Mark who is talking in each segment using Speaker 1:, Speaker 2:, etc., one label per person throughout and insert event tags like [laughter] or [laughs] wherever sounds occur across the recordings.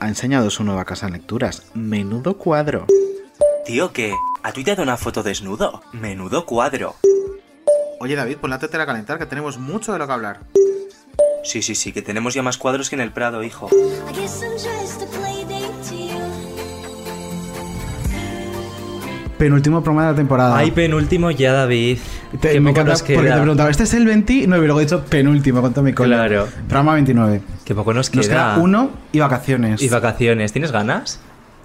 Speaker 1: Ha enseñado su nueva casa en lecturas. Menudo cuadro.
Speaker 2: Tío, que ha tuiteado una foto desnudo. Menudo cuadro.
Speaker 3: Oye David, pon la tetera a calentar que tenemos mucho de lo que hablar.
Speaker 2: Sí, sí, sí, que tenemos ya más cuadros que en el Prado, hijo.
Speaker 4: I guess I'm just a play date to you.
Speaker 5: Penúltimo programa de la temporada.
Speaker 6: Ay, penúltimo ya, David.
Speaker 5: Ah. Te-
Speaker 6: Qué
Speaker 5: me
Speaker 6: poco
Speaker 5: encanta
Speaker 6: nos
Speaker 5: Porque te
Speaker 6: queda.
Speaker 5: preguntaba, ¿este es el 29? Y luego he dicho penúltimo, con todo mi cola.
Speaker 6: Claro.
Speaker 5: Programa 29.
Speaker 6: Qué poco nos queda.
Speaker 5: Nos queda uno y vacaciones.
Speaker 6: Y vacaciones. ¿Tienes ganas?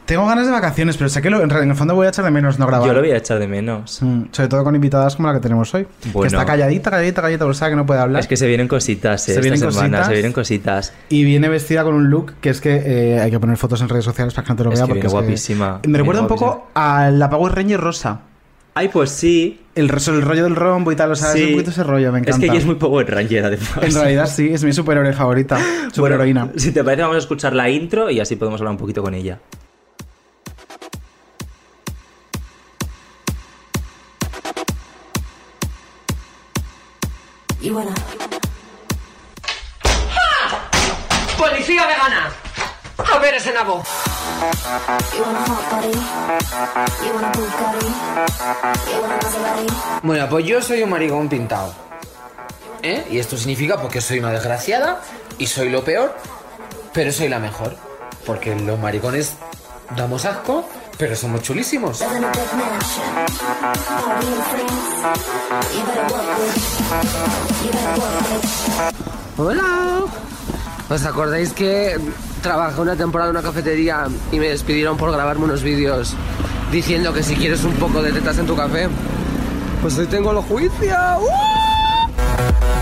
Speaker 5: Tengo ganas de vacaciones, pero sé que lo- en, re- en el fondo voy a echar de menos no grabar.
Speaker 6: Yo lo voy a echar de menos.
Speaker 5: Mm, sobre todo con invitadas como la que tenemos hoy. Que
Speaker 6: Bueno.
Speaker 5: está calladita, calladita, calladita, porque sabe que no puede hablar.
Speaker 6: Es que se vienen cositas, eh,
Speaker 5: Se vienen
Speaker 6: esta semana,
Speaker 5: cositas.
Speaker 6: se vienen cositas.
Speaker 5: Y viene vestida con un look que es que eh, hay que poner fotos en redes sociales para que no te lo
Speaker 6: Es
Speaker 5: vea.
Speaker 6: que
Speaker 5: porque
Speaker 6: viene guapísima,
Speaker 5: Me
Speaker 6: viene
Speaker 5: recuerda un poco a la Power Ranger rosa.
Speaker 6: Ay, pues sí.
Speaker 5: El, ro- el rollo del rombo y tal, o sea, es
Speaker 6: sí.
Speaker 5: un poquito ese rollo, me encanta.
Speaker 6: Es que ella es muy Power Ranger, además.
Speaker 5: En realidad sí, es mi superhéroe favorita,
Speaker 6: [laughs] Bueno,
Speaker 5: superheroína.
Speaker 6: [laughs] Si te parece, vamos a escuchar la intro y así podemos hablar un poquito con ella.
Speaker 4: You wanna?
Speaker 7: ¡Policía vegana! A ver ese nabo.
Speaker 4: You wanna hot body? You wanna Bugatti? You wanna Maserati?
Speaker 7: Bueno, pues yo soy un marigón pintado. ¿Eh? Y esto significa porque soy una desgraciada y soy lo peor, pero soy la mejor. Porque los maricones damos asco, pero somos chulísimos.
Speaker 4: Live in a big mansion. No real friends. You better work with. You better work with.
Speaker 7: Hola. ¿Os acordáis que trabajé una temporada en una cafetería y me despidieron por grabarme unos vídeos diciendo que si quieres un poco de tetas en tu café? Pues hoy tengo los juicios. ¡Uh!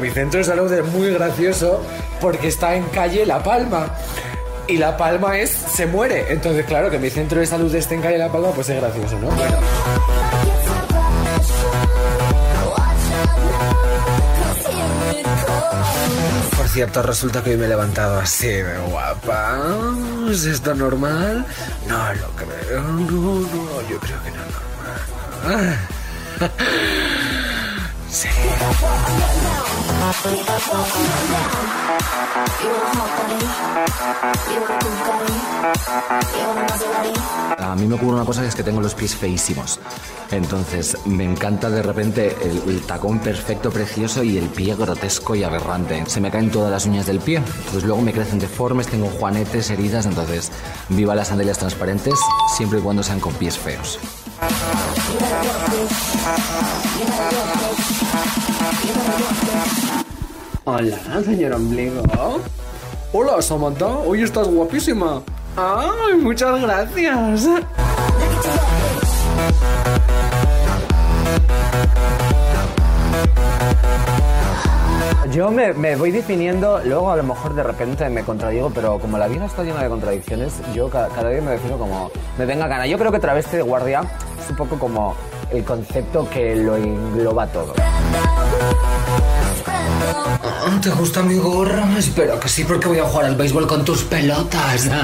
Speaker 7: Mi centro de salud es muy gracioso porque está en calle La Palma. Y La Palma es se muere. Entonces, claro, que mi centro de salud esté en calle La Palma, pues es gracioso, ¿no?
Speaker 4: Like it's a rush. Watch out now, 'cause here it comes.
Speaker 7: Por cierto, resulta que hoy me he levantado así de guapa. ¿Es esto normal? No Ah, lo creo. No, no, yo creo que no es normal. [laughs] Sí.
Speaker 4: You wanna hot body? You wanna Bugatti? You wanna Maserati?
Speaker 8: A mí me ocurre una cosa que es que tengo los pies feísimos. Entonces, me encanta de repente el, el tacón perfecto, precioso y el pie grotesco y aberrante. Se me caen todas las uñas del pie. Entonces, luego me crecen deformes, tengo juanetes, heridas. Entonces, viva las sandalias transparentes, siempre y cuando sean con pies feos.
Speaker 7: Hola, Ah, señor ombligo. Hola, Samantha. Hoy estás guapísima. Ay, muchas gracias. Yo me, me voy definiendo, luego a lo mejor de repente me contradigo, pero como la vida está llena de contradicciones, yo ca- cada, día me defino como me venga gana. Yo creo que travesti de guardia es un poco como el concepto que lo engloba todo. Ah, ¿Te gusta mi gorra? Espero que sí, porque voy a jugar al béisbol con tus pelotas. [laughs]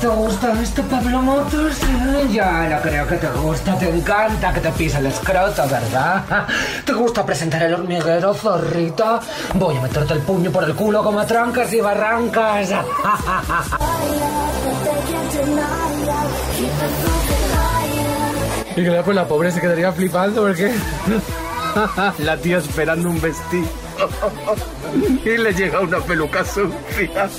Speaker 7: ¿Te gusta esto, Pablo Motos? Eh, Ya lo creo que te gusta, te encanta que te pise el escroto, ¿verdad? ¿Te gusta presentar el hormiguero, zorrita? Voy a meterte el puño por el culo como a trancas y barrancas. Y claro, pues la pobre se quedaría flipando porque [laughs] la tía esperando un vestido. y le llega una peluca sucia.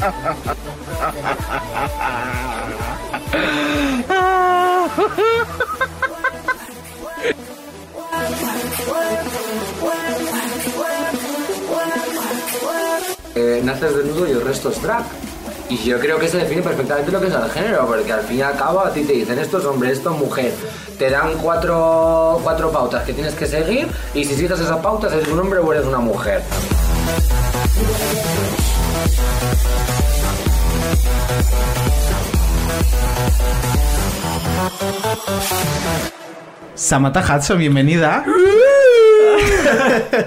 Speaker 7: Eh, naces desnudo y el resto es drag. Y yo creo que se define perfectamente lo que es el género, porque al fin y al cabo a ti te dicen esto es hombre, esto es mujer. Te dan cuatro, cuatro pautas que tienes que seguir y si sigues esas pautas eres un hombre o eres una mujer.
Speaker 5: Samantha Hudson,
Speaker 6: [laughs]
Speaker 5: bienvenida.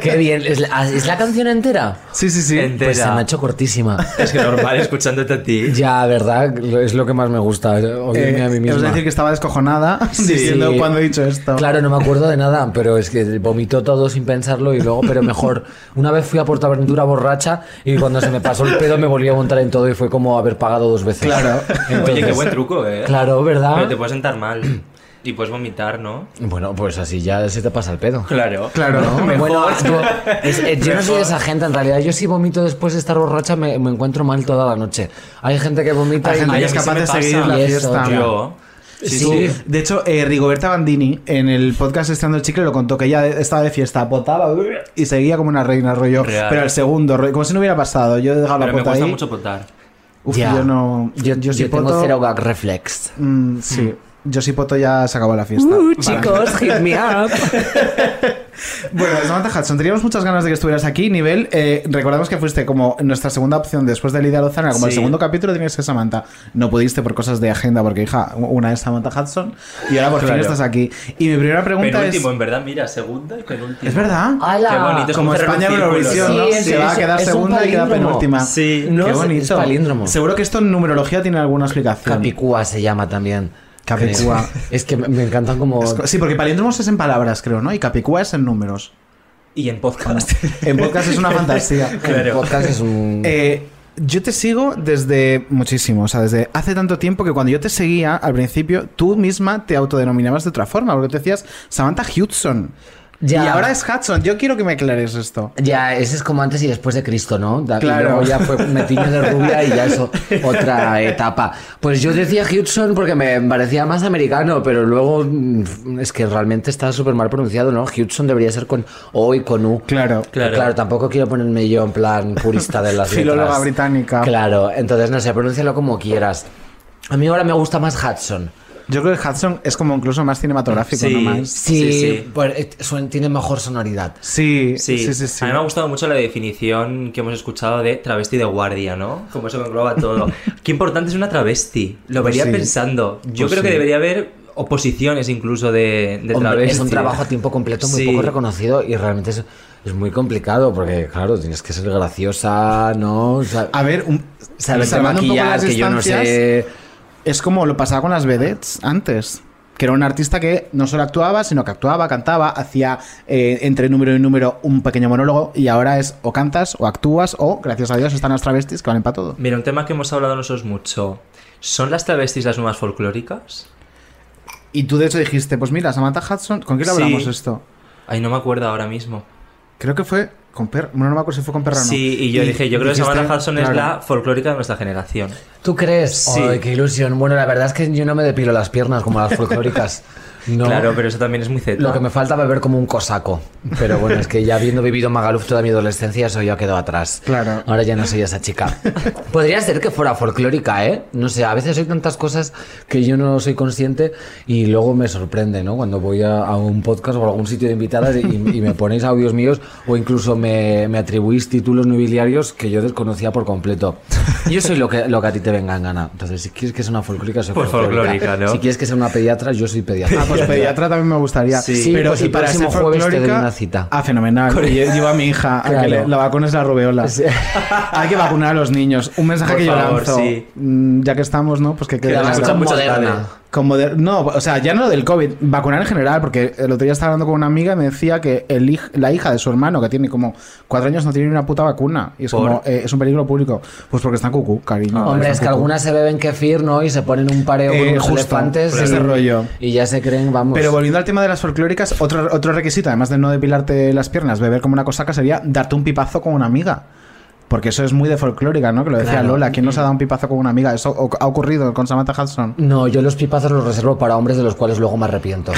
Speaker 7: Qué bien, ¿es la, es la canción entera?
Speaker 5: Sí, sí, sí.
Speaker 2: Entera.
Speaker 7: Pues se me ha hecho cortísima.
Speaker 2: Es que normal escuchándote a ti.
Speaker 7: Ya, ¿verdad? Es lo que más me gusta, oírme
Speaker 5: Eh,
Speaker 7: a mí
Speaker 5: os voy a
Speaker 7: misma.
Speaker 5: decir que estaba descojonada [laughs] diciendo
Speaker 7: Sí.
Speaker 5: cuando he dicho esto.
Speaker 7: Claro, no me acuerdo de nada, pero es que vomito todo sin pensarlo y luego, pero mejor. Una vez fui a Portaventura borracha y cuando se me pasó el pedo me volví a montar en todo y fue como haber pagado dos veces. [laughs]
Speaker 5: Claro.
Speaker 2: Oye, qué
Speaker 7: Entonces,
Speaker 2: buen truco, ¿eh?
Speaker 7: Claro, ¿verdad?
Speaker 2: Pero te puedes sentar mal y puedes vomitar, ¿no?
Speaker 7: Bueno, pues así ya se te pasa el pedo.
Speaker 2: Claro.
Speaker 5: Claro, mejor.
Speaker 7: Bueno, yo, es- eh, yo no soy de esa gente en realidad. Yo si vomito después de estar borracha me, me encuentro mal toda la noche. Hay gente que vomita
Speaker 5: Hay
Speaker 7: y
Speaker 5: gente
Speaker 2: Ay,
Speaker 5: que
Speaker 2: a
Speaker 5: es
Speaker 2: mí se
Speaker 5: capaz
Speaker 2: me
Speaker 5: de
Speaker 2: pasa.
Speaker 5: seguir la
Speaker 7: Y eso,
Speaker 5: fiesta.
Speaker 7: tío.
Speaker 2: Yo. Sí,
Speaker 7: Sí.
Speaker 2: sí.
Speaker 5: De hecho, eh, Rigoberta Bandini en el podcast Estando el Chicle lo contó que ella estaba de fiesta, botaba y seguía como una reina, rollo.
Speaker 2: Real.
Speaker 5: Pero al segundo, rollo, como si no hubiera pasado. Yo he dejado la
Speaker 2: Pero me
Speaker 5: pota
Speaker 2: cuesta
Speaker 5: ahí.
Speaker 2: mucho potar.
Speaker 5: Uf,
Speaker 7: Ya.
Speaker 5: yo no.
Speaker 7: Yo, yo,
Speaker 5: sí
Speaker 7: tengo
Speaker 5: poto-
Speaker 7: cero gag reflex. Uh,
Speaker 5: Mm, sí. Yo sí poto ya se acabó la fiesta. Para-
Speaker 7: hit me up.
Speaker 5: [laughs] Bueno, Samantha Hudson, teníamos muchas ganas de que estuvieras aquí. Nivel, eh, recordamos que fuiste como nuestra segunda opción después de Lidia Lozana, como el
Speaker 2: Sí.
Speaker 5: segundo capítulo tenía que ser Samantha. No pudiste por cosas de agenda, porque hija, una es Samantha Hudson y ahora por fin
Speaker 2: Claro.
Speaker 5: estás aquí. Y mi primera pregunta es.
Speaker 2: Penúltimo, en verdad, mira, segunda y penúltima.
Speaker 5: ¿Es verdad?
Speaker 7: ¡Hala!
Speaker 2: Qué bonito. Es
Speaker 5: como
Speaker 2: cerrar
Speaker 5: España en
Speaker 2: un círculo,
Speaker 5: Eurovisión,
Speaker 2: ¿no?
Speaker 5: ¿no?
Speaker 7: Sí,
Speaker 5: se
Speaker 7: es-
Speaker 5: va a quedar
Speaker 7: es un
Speaker 5: segunda y queda
Speaker 7: palíndromo.
Speaker 5: penúltima.
Speaker 2: Sí.
Speaker 7: No,
Speaker 5: Qué
Speaker 7: es-
Speaker 5: bonito.
Speaker 7: es palíndromo.
Speaker 5: Seguro que esto en numerología tiene alguna explicación.
Speaker 7: Capicúa se llama también.
Speaker 5: Capicúa.
Speaker 7: Creo. Es que me me encantan como.
Speaker 5: Es co- Sí, porque palíndromos es en palabras, creo, ¿no? Y capicúa es en números.
Speaker 2: Y en podcast.
Speaker 5: [laughs] En podcast es
Speaker 2: [laughs]
Speaker 5: una fantasía.
Speaker 7: El podcast es un.
Speaker 5: Eh, yo te sigo desde muchísimo, o sea, desde hace tanto tiempo que cuando yo te seguía al principio, tú misma te autodenominabas de otra forma, porque te decías Samantha Hudson.
Speaker 7: Ya.
Speaker 5: Y ahora es Hudson. Yo quiero que me aclares esto.
Speaker 7: Ya, ese es como antes y después de Cristo, ¿no? Da- y
Speaker 5: Claro.
Speaker 7: luego
Speaker 5: [laughs]
Speaker 7: ya fue me tiño de rubia y ya eso, otra etapa. Pues yo decía Hudson porque me parecía más americano, pero luego mm, es que realmente está súper mal pronunciado, ¿no? Hudson debería ser con O y con U.
Speaker 5: Claro.
Speaker 2: Claro.
Speaker 7: tampoco quiero ponerme yo en plan purista de las
Speaker 5: [laughs] Filóloga
Speaker 7: letras.
Speaker 5: británica.
Speaker 7: Claro, entonces no sé, pronúncialo como quieras. A mí ahora me gusta más Hudson.
Speaker 5: Yo creo que Hudson es como incluso más cinematográfico,
Speaker 2: Sí.
Speaker 5: ¿no más?
Speaker 7: Sí,
Speaker 2: Sí, sí.
Speaker 7: pues, eh, suen- tiene mejor sonoridad.
Speaker 5: Sí,
Speaker 2: Sí.
Speaker 5: sí, sí, sí.
Speaker 2: A mí me ha gustado mucho la definición que hemos escuchado de travesti de guardia, ¿no? Como eso que engloba
Speaker 5: [laughs]
Speaker 2: todo. Qué importante es una travesti. Lo
Speaker 5: Pues
Speaker 2: venía
Speaker 5: sí.
Speaker 2: pensando. Yo
Speaker 5: Pues
Speaker 2: creo que
Speaker 5: sí.
Speaker 2: debería haber oposiciones incluso de, de
Speaker 7: Hombre,
Speaker 2: travesti.
Speaker 7: es un trabajo a tiempo completo muy
Speaker 2: Sí.
Speaker 7: poco reconocido y realmente es, es muy complicado porque, claro, tienes que ser graciosa, ¿no? O sea,
Speaker 5: A ver, un,
Speaker 7: saberte
Speaker 5: salvando un poco
Speaker 7: maquillar,
Speaker 5: las
Speaker 7: que yo no
Speaker 5: distancias,
Speaker 7: sé.
Speaker 5: Es como lo pasaba con las vedettes antes. Que era un artista que no solo actuaba, sino que actuaba, cantaba, hacía eh, entre número y número un pequeño monólogo y ahora es o cantas o actúas o, gracias a Dios, están las travestis que valen para todo.
Speaker 2: Mira, un tema que hemos hablado nosotros mucho. ¿Son las travestis las nuevas folclóricas?
Speaker 5: Y tú, de hecho, dijiste, pues mira, Samantha Hudson, ¿con quién
Speaker 2: Sí.
Speaker 5: hablamos esto?
Speaker 2: Ay, no me acuerdo ahora mismo.
Speaker 5: Creo
Speaker 7: [laughs]
Speaker 5: que fue con Perra, no, no me acuerdo si fue con Perra o no.
Speaker 2: Sí, y yo dije, yo creo
Speaker 5: dijiste,
Speaker 2: que Samantha Hudson es
Speaker 5: claro.
Speaker 2: la folclórica de nuestra generación.
Speaker 7: ¿Tú crees?
Speaker 2: Sí.
Speaker 7: Ay, qué ilusión. Bueno, la verdad es que yo no me depilo las piernas como las
Speaker 2: [laughs]
Speaker 7: folclóricas. No.
Speaker 2: Claro, pero eso también es muy zeta.
Speaker 7: Lo que me falta beber como un cosaco. Pero bueno, es que ya habiendo vivido Magaluf toda mi adolescencia, eso ya quedó atrás.
Speaker 5: Claro.
Speaker 7: Ahora ya no soy esa chica. Podría ser que fuera folclórica, ¿eh? No sé, a veces hay tantas cosas que yo no soy consciente y luego me sorprende, ¿no? Cuando voy a, a un podcast o a algún sitio de invitadas y, y me ponéis audios míos o incluso me, me atribuís títulos nobiliarios que yo desconocía por completo. Yo soy lo que, lo que a ti te venga en gana. Entonces, si quieres que sea una folclórica, soy
Speaker 2: Pues
Speaker 7: folclórica.
Speaker 2: folclórica, ¿no?
Speaker 7: Si quieres que sea una pediatra, yo soy [laughs] pediatra.
Speaker 5: Ah, pues pediatra también me gustaría.
Speaker 7: Sí, Sí,
Speaker 5: pero
Speaker 7: pues
Speaker 5: y
Speaker 7: el
Speaker 5: para
Speaker 7: próximo
Speaker 5: ser
Speaker 7: jueves te doy
Speaker 5: folclórica-
Speaker 7: una cita.
Speaker 5: Ah, fenomenal. Y lle- llevo a mi hija, a
Speaker 7: Claro.
Speaker 5: que le- la vacuna es la rubeola.
Speaker 7: Sí.
Speaker 5: Hay que vacunar a los niños. Un mensaje
Speaker 2: Por
Speaker 5: que yo
Speaker 2: favor,
Speaker 5: lanzo.
Speaker 2: sí.
Speaker 5: Mm, Ya que estamos, ¿no? Pues que quede
Speaker 2: la
Speaker 5: claro.
Speaker 2: escuchan muchas
Speaker 7: Moderna.
Speaker 2: tardes.
Speaker 5: Como de- no, o sea, ya no lo del COVID, vacunar en general, porque el otro día estaba hablando con una amiga y me decía que el hij- la hija de su hermano, que tiene como cuatro años, no tiene ni una puta vacuna. Y es
Speaker 2: ¿Por?
Speaker 5: como, eh, es un peligro público. Pues porque están cucú, cariño.
Speaker 7: Hombre,
Speaker 5: Están
Speaker 7: es que
Speaker 5: cucú.
Speaker 7: algunas se beben kefir, ¿no? Y se ponen un pareo
Speaker 5: Eh,
Speaker 7: con unos
Speaker 5: justo,
Speaker 7: elefantes.
Speaker 5: ese
Speaker 7: y-
Speaker 5: rollo.
Speaker 7: Y ya se creen, vamos.
Speaker 5: Pero volviendo al tema de las folclóricas, otro, otro requisito, además de no depilarte las piernas, beber como una cosaca, sería darte un pipazo con una amiga. Porque eso es muy de folclórica, ¿no? Que lo decía
Speaker 7: Claro.
Speaker 5: Lola, ¿quién no se ha dado un pipazo con una amiga? Eso o- ha ocurrido con Samantha Hudson.
Speaker 7: No, yo los pipazos los reservo para hombres de los cuales luego me
Speaker 5: [laughs]
Speaker 7: arrepiento.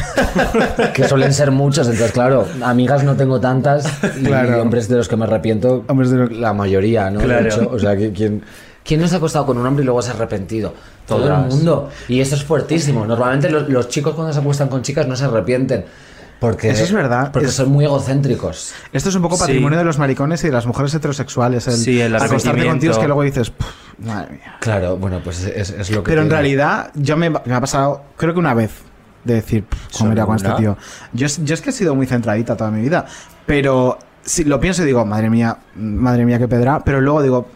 Speaker 7: que suelen ser muchos, entonces, claro, amigas no tengo tantas. y
Speaker 5: Claro.
Speaker 7: hombres de los que me arrepiento,
Speaker 5: Hombres de los-
Speaker 7: la mayoría, ¿no? De
Speaker 2: Claro.
Speaker 7: hecho, o sea, que- ¿quién, quién ¿Quién no se ha acostado con un hombre y luego se ha arrepentido? Todo el
Speaker 6: Todas.
Speaker 7: mundo. Y eso es fuertísimo. Normalmente los, los chicos cuando se acuestan con chicas no se arrepienten. Porque,
Speaker 5: Eso es verdad.
Speaker 7: Porque
Speaker 5: Es-
Speaker 7: son muy egocéntricos.
Speaker 5: Esto es un poco
Speaker 2: Sí.
Speaker 5: patrimonio de los maricones y de las mujeres heterosexuales. El
Speaker 2: Sí, el
Speaker 5: acostarte con
Speaker 2: arrepentimiento.
Speaker 5: tíos que luego dices, "Puf, madre mía.
Speaker 7: Claro, bueno, pues es, es lo que.
Speaker 5: Pero en
Speaker 7: tiene.
Speaker 5: realidad, yo me, me ha pasado, creo que una vez, de decir, "Pff, ¿cómo me iría con
Speaker 7: ¿Solo
Speaker 5: este tío? Yo, es- yo es que he sido muy centradita toda mi vida, pero si lo pienso y digo, madre mía, madre mía, qué pedra, pero luego digo,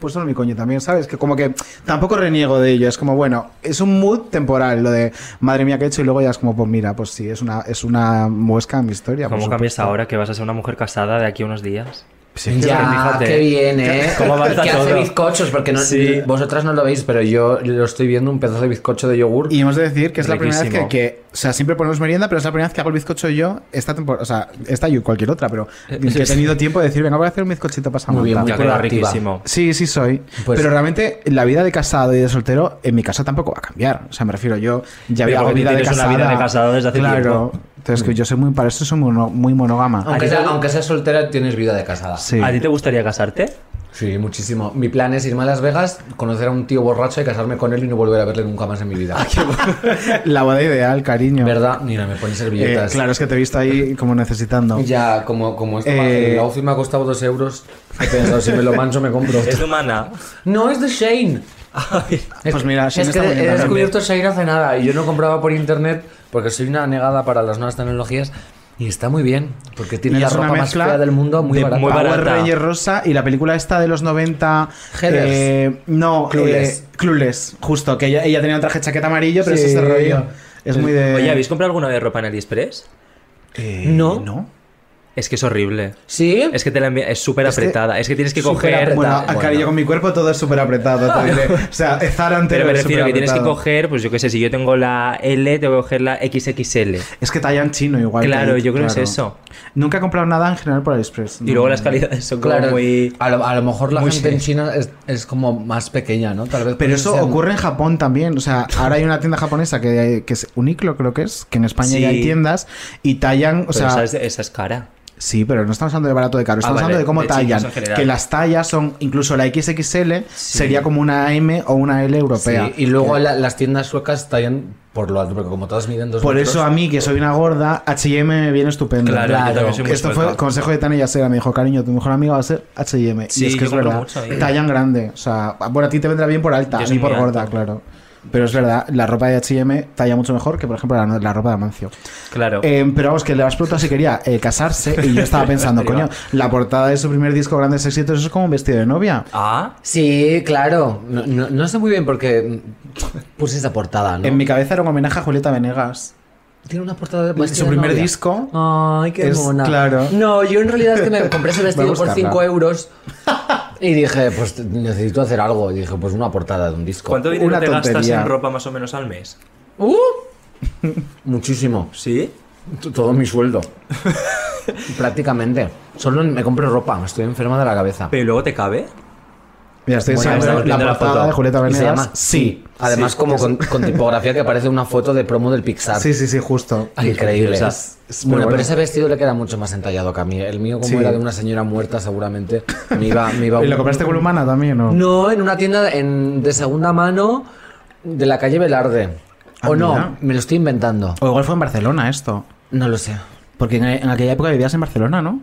Speaker 5: pues no mi coño también, ¿sabes? Que como que tampoco reniego de ello, es como, bueno, es un mood temporal, lo de madre mía, qué he hecho, y luego ya es como, pues mira, pues sí, es una, es una muesca en mi historia. por
Speaker 2: ¿Cómo cambias
Speaker 5: supuesto.
Speaker 2: ahora que vas a ser una mujer casada de aquí a unos días?
Speaker 7: Ya,
Speaker 2: fíjate.
Speaker 7: Ah, qué bien, ¿eh?
Speaker 2: ¿Cómo avanza
Speaker 7: que hace
Speaker 2: todo?
Speaker 7: bizcochos, porque no,
Speaker 2: Sí.
Speaker 7: vosotras no lo veis, pero yo lo estoy viendo un pedazo de bizcocho de yogur.
Speaker 5: Y hemos de decir que es la primera
Speaker 2: Riquísimo.
Speaker 5: vez que, que- o sea, siempre ponemos merienda, pero es la primera vez que hago el bizcocho yo esta temporada, o sea, esta y cualquier otra, pero
Speaker 7: Eh,
Speaker 5: que he tenido tiempo de decir, venga, voy a hacer un bizcochito para
Speaker 7: Muy bien,
Speaker 5: Samantha".
Speaker 7: muy
Speaker 2: Ya queda
Speaker 7: proactiva.
Speaker 2: riquísimo.
Speaker 5: Sí, sí soy.
Speaker 7: Pues-
Speaker 5: pero realmente la vida de casado y de soltero en mi casa tampoco va a cambiar. O sea, me refiero yo, ya había
Speaker 2: Pero porque tú
Speaker 5: vida de
Speaker 2: tienes
Speaker 5: casada.
Speaker 2: una vida de casado desde hace
Speaker 5: claro.
Speaker 2: tiempo.
Speaker 5: Entonces que yo soy muy para eso soy mono- muy monógama.
Speaker 7: Aunque, sea, aunque seas soltera, tienes vida de casada.
Speaker 5: Sí.
Speaker 2: ¿A ti te gustaría casarte?
Speaker 7: Sí, muchísimo. Mi plan es irme a Las Vegas, conocer a un tío borracho y casarme con él y no volver a verle nunca más en mi
Speaker 2: Ah,
Speaker 7: vida.
Speaker 5: [laughs] La boda ideal, cariño.
Speaker 7: ¿Verdad? Mira, me pones
Speaker 5: Eh,
Speaker 7: servilletas.
Speaker 5: claro, es que te he visto ahí como necesitando.
Speaker 7: Ya, como, como esto
Speaker 5: Eh,
Speaker 7: el outfit me ha costado dos euros, he pensado, si me lo mancho me compro.
Speaker 6: Es humana.
Speaker 7: No, es de Shane.
Speaker 5: Pues mira, Shane
Speaker 7: es que
Speaker 5: está muy bien
Speaker 7: he
Speaker 5: también.
Speaker 7: descubierto Shane hace nada y yo no compraba por internet porque soy una negada para las nuevas tecnologías y está muy bien porque tiene
Speaker 5: Y
Speaker 7: la
Speaker 5: es
Speaker 7: ropa
Speaker 5: una
Speaker 7: más
Speaker 5: mezcla
Speaker 7: fea del mundo muy
Speaker 2: de-
Speaker 7: barata.
Speaker 2: muy
Speaker 5: Power
Speaker 2: barata.
Speaker 5: Ranger Rosa y la película esta de los 90.
Speaker 7: Heathers.
Speaker 5: eh, no,
Speaker 7: Clueless.
Speaker 5: Clueless. Clueless, justo, que ella, ella tenía un traje de chaqueta amarillo, pero
Speaker 7: Sí.
Speaker 5: es ese rollo. Es muy de.
Speaker 6: Oye, ¿habéis comprado alguna vez ropa en AliExpress?
Speaker 5: Eh,
Speaker 7: No.
Speaker 5: no.
Speaker 6: Es que es horrible.
Speaker 7: ¿Sí?
Speaker 6: Es que te la envía- es súper
Speaker 5: que-
Speaker 6: apretada. Es que tienes que
Speaker 7: Súper
Speaker 6: coger.
Speaker 7: apretada.
Speaker 5: Bueno,
Speaker 7: Bueno.
Speaker 5: cariño, con mi cuerpo todo es súper apretado.
Speaker 7: [laughs]
Speaker 5: te diré. O sea, es Zara
Speaker 6: Pero
Speaker 5: entero
Speaker 6: me
Speaker 5: es
Speaker 6: refiero que tienes que
Speaker 5: superapretado.
Speaker 6: coger, pues yo qué sé, si yo tengo la L, tengo que coger la XXL.
Speaker 5: Es que tallan chino igual.
Speaker 6: Claro, yo creo que es
Speaker 5: claro.
Speaker 6: eso.
Speaker 5: Nunca he comprado nada en general por AliExpress.
Speaker 6: Y luego las calidades son como
Speaker 7: Claro,
Speaker 6: muy.
Speaker 7: a, lo, a lo mejor la
Speaker 6: muy
Speaker 7: gente en
Speaker 6: sí.
Speaker 7: China es, es como más pequeña, ¿no? Tal vez
Speaker 5: Pero eso
Speaker 7: sea-
Speaker 5: ocurre en Japón también. O sea, ahora hay una tienda japonesa que, que es Uniqlo, creo que es, que en España ya hay
Speaker 6: Sí.
Speaker 5: tiendas y tallan.
Speaker 6: pero
Speaker 5: O sea,
Speaker 6: esa, es, esa es cara.
Speaker 5: Sí, pero no estamos hablando de barato o de caro, estamos
Speaker 6: Ah, vale,
Speaker 5: hablando de cómo
Speaker 6: de chicas
Speaker 5: tallan.
Speaker 6: en general.
Speaker 5: Que las tallas son, incluso la XXL sería como una M o una L
Speaker 7: Sí,
Speaker 5: europea.
Speaker 7: y luego la- las tiendas suecas tallan por lo alto, porque como todas miden dos
Speaker 5: Por
Speaker 7: metros-
Speaker 5: eso a mí, que soy una gorda, HM me viene estupendo.
Speaker 6: Claro, yo también soy muy
Speaker 5: Esto
Speaker 6: suelta.
Speaker 5: fue el consejo de Tania Yasera. Me dijo, cariño, tu mejor amiga va a ser HM.
Speaker 6: Sí,
Speaker 5: y es que
Speaker 6: yo
Speaker 5: es
Speaker 6: compro
Speaker 5: verdad.
Speaker 6: mucho ahí.
Speaker 5: Tallan grande. O sea, bueno, a ti te vendrá bien por alta,
Speaker 6: Yo
Speaker 5: a
Speaker 6: soy
Speaker 5: mí por
Speaker 6: muy alto.
Speaker 5: gorda, claro. Pero es verdad, la ropa de HM talla mucho mejor que, por ejemplo, la, la ropa de Amancio.
Speaker 6: Claro.
Speaker 5: Eh, pero vamos, que le vas preguntado si quería eh, casarse y yo estaba
Speaker 6: [laughs]
Speaker 5: pensando, coño, la portada de su primer disco Grandes Éxitos es como un vestido de novia.
Speaker 6: Ah,
Speaker 7: Sí, claro. No, no- no sé muy bien por qué puse esa portada, ¿no?
Speaker 5: En mi cabeza era un homenaje a Julieta Venegas.
Speaker 7: Tiene una portada de
Speaker 5: En su
Speaker 7: vestido de
Speaker 5: primer
Speaker 7: novia.
Speaker 5: disco.
Speaker 7: Ay, qué
Speaker 5: Es-
Speaker 7: mona.
Speaker 5: claro.
Speaker 7: No, yo en realidad es que me
Speaker 5: [laughs]
Speaker 7: compré ese
Speaker 5: Voy
Speaker 7: vestido
Speaker 5: a
Speaker 7: por
Speaker 5: buscarla.
Speaker 7: 5 euros y dije, pues necesito hacer algo. Y dije, pues una portada de un disco.
Speaker 6: ¿cuánto dinero
Speaker 5: Una
Speaker 6: te gastas
Speaker 5: tontería.
Speaker 6: en ropa más o menos al mes?
Speaker 7: ¡Uh! Muchísimo.
Speaker 6: ¿Sí?
Speaker 7: T- Todo
Speaker 6: [laughs]
Speaker 7: mi sueldo. Prácticamente. Solo me compro ropa. Estoy enferma de la
Speaker 5: Ah.
Speaker 7: cabeza.
Speaker 6: Pero luego te cabe.
Speaker 5: Mira, estoy
Speaker 7: Bueno,
Speaker 5: enseñando
Speaker 7: estamos
Speaker 5: la
Speaker 7: viendo la
Speaker 5: portada
Speaker 7: foto.
Speaker 5: de Julieta
Speaker 7: Y
Speaker 5: Venegas.
Speaker 7: se llama
Speaker 5: sí.
Speaker 7: Además, como con, con tipografía que parece una foto de promo del Pixar.
Speaker 5: Sí, sí, sí, justo.
Speaker 7: Ay, Increíble.
Speaker 5: o sea, es muy
Speaker 7: bueno, pero
Speaker 5: bueno.
Speaker 7: ese vestido le queda mucho más entallado que a mí. El mío, como
Speaker 5: Sí.
Speaker 7: era de una señora muerta, seguramente me iba. Me iba
Speaker 5: [laughs] ¿Y lo compraste con humana también o
Speaker 7: No, en una tienda en- de segunda mano de la calle Velarde.
Speaker 5: Ah,
Speaker 7: o no,
Speaker 5: mira.
Speaker 7: me lo estoy inventando.
Speaker 5: O igual fue en Barcelona esto.
Speaker 7: No lo sé.
Speaker 5: Porque en, en aquella época vivías en Barcelona, ¿no?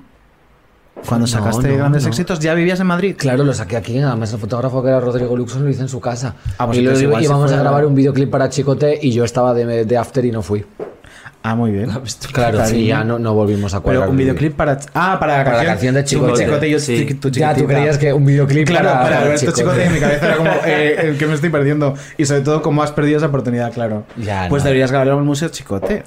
Speaker 5: Cuando
Speaker 7: No,
Speaker 5: sacaste
Speaker 7: no,
Speaker 5: Grandes
Speaker 7: no.
Speaker 5: Éxitos ya vivías en Madrid.
Speaker 7: Claro, lo saqué aquí. Además, el fotógrafo que era Rodrigo Luxon lo hice en su casa.
Speaker 5: Ah, pues
Speaker 7: y
Speaker 5: entonces
Speaker 7: luego
Speaker 5: igual sí
Speaker 7: íbamos a
Speaker 5: fue-
Speaker 7: grabar un videoclip para Chicote y yo estaba de, de after y no fui.
Speaker 5: Ah, muy bien.
Speaker 7: Claro, sí,
Speaker 5: Cariño.
Speaker 7: ya no, no volvimos a cuadrar.
Speaker 5: Pero un videoclip para... Ah, para la
Speaker 7: Para la canción
Speaker 5: canción,
Speaker 7: de
Speaker 5: Tu
Speaker 7: Chicote.
Speaker 5: chicote y yo,
Speaker 6: Sí.
Speaker 5: tu
Speaker 7: Ya, tú
Speaker 5: chiquitita.
Speaker 7: creías que un videoclip
Speaker 5: Claro,
Speaker 7: para,
Speaker 5: para ver,
Speaker 7: Chicote.
Speaker 5: estos chicos de mi cabeza era como eh, el que me estoy perdiendo. Y sobre todo, como has perdido esa oportunidad, claro.
Speaker 7: Ya,
Speaker 5: pues
Speaker 7: Ah, no.
Speaker 5: deberías grabar un museo chicote.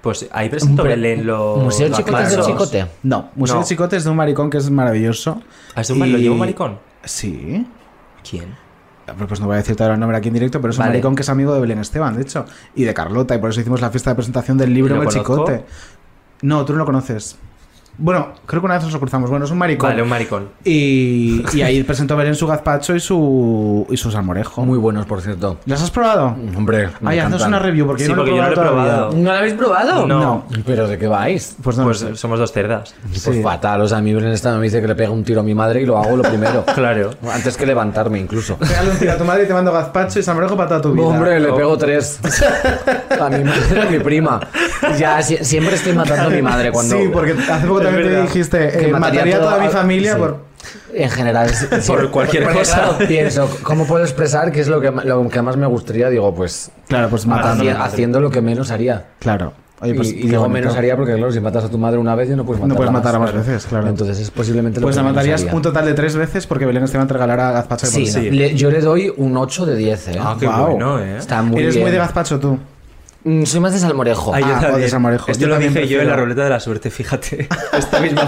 Speaker 6: Pues ahí presento Belén los.
Speaker 7: Museo del Chicote es del
Speaker 6: vasos.
Speaker 7: Chicote.
Speaker 5: No, museo
Speaker 6: No.
Speaker 5: chicote es de un maricón que es maravilloso.
Speaker 6: Ah, ¿es un mar- ¿Lo
Speaker 5: Y-
Speaker 6: lleva un maricón?
Speaker 5: Sí.
Speaker 6: ¿Quién?
Speaker 5: Ah, Pues no voy a decirte ahora el nombre aquí en directo, pero es un
Speaker 6: Vale.
Speaker 5: maricón que es amigo de Belén Esteban, de hecho, y de Carlota, y por eso hicimos la fiesta de presentación del libro
Speaker 6: ¿Lo
Speaker 5: en el
Speaker 6: conozco?
Speaker 5: chicote. No, tú no lo conoces. Bueno, creo que una vez nos lo cruzamos. Bueno, es un maricón.
Speaker 9: Vale, un maricón.
Speaker 5: Y, y ahí presentó Belén su gazpacho y su, y su salmorejo.
Speaker 7: Muy buenos, por cierto.
Speaker 5: ¿Las has probado?
Speaker 7: Hombre, me
Speaker 5: Ay, haznos
Speaker 7: encantan.
Speaker 5: una review porque,
Speaker 2: Sí,
Speaker 5: yo, no
Speaker 2: porque yo
Speaker 5: lo
Speaker 2: no lo he
Speaker 5: todavía.
Speaker 2: probado.
Speaker 10: ¿No la habéis probado?
Speaker 5: No.
Speaker 7: ¿Pero de qué vais?
Speaker 5: Pues no.
Speaker 2: Pues
Speaker 5: lo sé.
Speaker 2: somos dos cerdas.
Speaker 7: Pues
Speaker 5: Sí.
Speaker 7: fatal, o sea, a mí Belén esta me dice que le pega un tiro a mi madre y lo hago lo
Speaker 2: [laughs]
Speaker 7: primero. claro. Antes que levantarme incluso.
Speaker 5: Pégale un tiro a tu madre y te mando gazpacho y salmorejo para toda tu vida.
Speaker 7: Hombre,
Speaker 6: [laughs]
Speaker 7: le pego tres. [laughs] A mi madre, a mi prima. Ya, si- siempre estoy matando a mi madre cuando...
Speaker 5: Sí, porque hace poco
Speaker 7: Es
Speaker 5: también
Speaker 7: verdad.
Speaker 5: te dijiste,
Speaker 7: Que
Speaker 5: eh,
Speaker 7: mataría
Speaker 5: mataría a toda
Speaker 7: todo-
Speaker 5: mi familia
Speaker 7: sí.
Speaker 5: por...
Speaker 7: En
Speaker 5: [laughs]
Speaker 7: general, sí, sí.
Speaker 9: Por cualquier
Speaker 7: Porque,
Speaker 9: cosa.
Speaker 7: claro, pienso, ¿cómo puedo expresar qué es lo que, ma- lo que más me gustaría? Digo, pues
Speaker 5: Claro, pues
Speaker 7: haci-
Speaker 5: matándome.
Speaker 7: haciendo lo que menos haría.
Speaker 5: Claro. Oye,
Speaker 7: y
Speaker 5: pues
Speaker 7: y
Speaker 5: qué
Speaker 7: digo
Speaker 5: bonito.
Speaker 7: menos haría porque, claro, si matas a tu madre una vez, ya no puedes
Speaker 5: No
Speaker 7: matarla
Speaker 5: puedes matarla más
Speaker 7: claro.
Speaker 5: veces, claro.
Speaker 7: Entonces es posiblemente lo
Speaker 5: Pues
Speaker 7: que
Speaker 5: la
Speaker 7: menos
Speaker 5: matarías
Speaker 7: haría.
Speaker 5: un total de tres veces porque Belén Esteban te regalará gazpacho de
Speaker 7: Sí,
Speaker 5: por
Speaker 7: sí.
Speaker 5: vida.
Speaker 7: Le- yo le doy un 8 de 10, ¿eh?
Speaker 2: Ah, qué
Speaker 5: Guau.
Speaker 2: bueno, ¿eh?
Speaker 7: Está muy
Speaker 5: Eres
Speaker 7: bien.
Speaker 5: muy de gazpacho tú.
Speaker 7: Mm, Soy más de salmorejo.
Speaker 5: Ah,
Speaker 2: también.
Speaker 5: joder, Salmorejo.
Speaker 2: Esto
Speaker 5: Yo
Speaker 2: lo
Speaker 5: también
Speaker 2: dije yo en la
Speaker 5: prefiero-
Speaker 2: ruleta de la suerte,
Speaker 5: [laughs]
Speaker 2: fíjate. Esta misma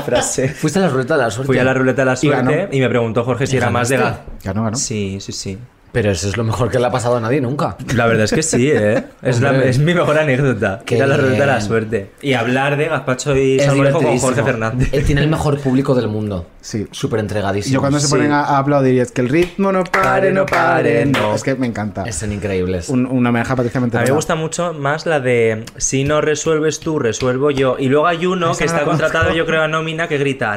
Speaker 7: [laughs]
Speaker 2: frase.
Speaker 7: Fuiste a la ruleta de la suerte.
Speaker 2: Fui a la ruleta de la suerte
Speaker 5: ganó.
Speaker 2: y, me preguntó Jorge si era más de gas.
Speaker 5: Ganó, ganó.
Speaker 2: Sí, sí, sí.
Speaker 7: Pero eso es lo mejor que le ha pasado a nadie nunca.
Speaker 2: La verdad es que sí, ¿eh? Es, la-
Speaker 7: Hombre.
Speaker 2: es mi mejor anécdota.
Speaker 7: Qué
Speaker 2: Que era la ruleta de la
Speaker 7: bien.
Speaker 2: suerte. Y hablar de gazpacho y
Speaker 7: Es
Speaker 2: salmorejo con Jorge
Speaker 7: divertidísimo.
Speaker 2: Fernández.
Speaker 7: Él tiene el mejor público del mundo.
Speaker 5: Sí.
Speaker 7: Súper
Speaker 5: Y
Speaker 7: entregadísimo.
Speaker 5: Yo cuando se ponen a, a aplaudir y es que el ritmo no pare, no pare, no. Es que me encanta.
Speaker 7: Están increíbles.
Speaker 5: Un- una homenaje a Patricia
Speaker 2: A
Speaker 5: Manterola.
Speaker 2: mí me gusta mucho más la de si no resuelves tú, resuelvo yo. Y luego hay uno
Speaker 5: Esa
Speaker 2: que
Speaker 5: no la
Speaker 2: está
Speaker 5: conozco.
Speaker 2: contratado, yo creo, a nómina que grita,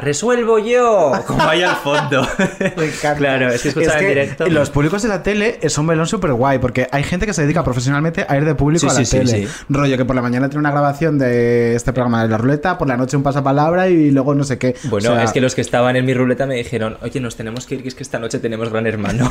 Speaker 5: [laughs]
Speaker 2: resuelvo yo, como ahí al [laughs] fondo.
Speaker 5: Me encanta.
Speaker 2: Claro, es que escuchar en directo.
Speaker 5: Los públicos de la tele es un melón súper guay porque hay gente que se dedica profesionalmente a ir de público
Speaker 2: Sí,
Speaker 5: a la
Speaker 2: sí, sí,
Speaker 5: tele.
Speaker 2: sí.
Speaker 5: Rollo que por la mañana tiene una grabación de este programa de la ruleta, por la noche un pasapalabra y luego no sé qué.
Speaker 2: Bueno,
Speaker 5: O sea,
Speaker 2: es que los que estaban en mi ruleta me dijeron, oye, nos tenemos que ir, que es que esta noche tenemos
Speaker 5: [laughs]
Speaker 2: gran hermano. [laughs]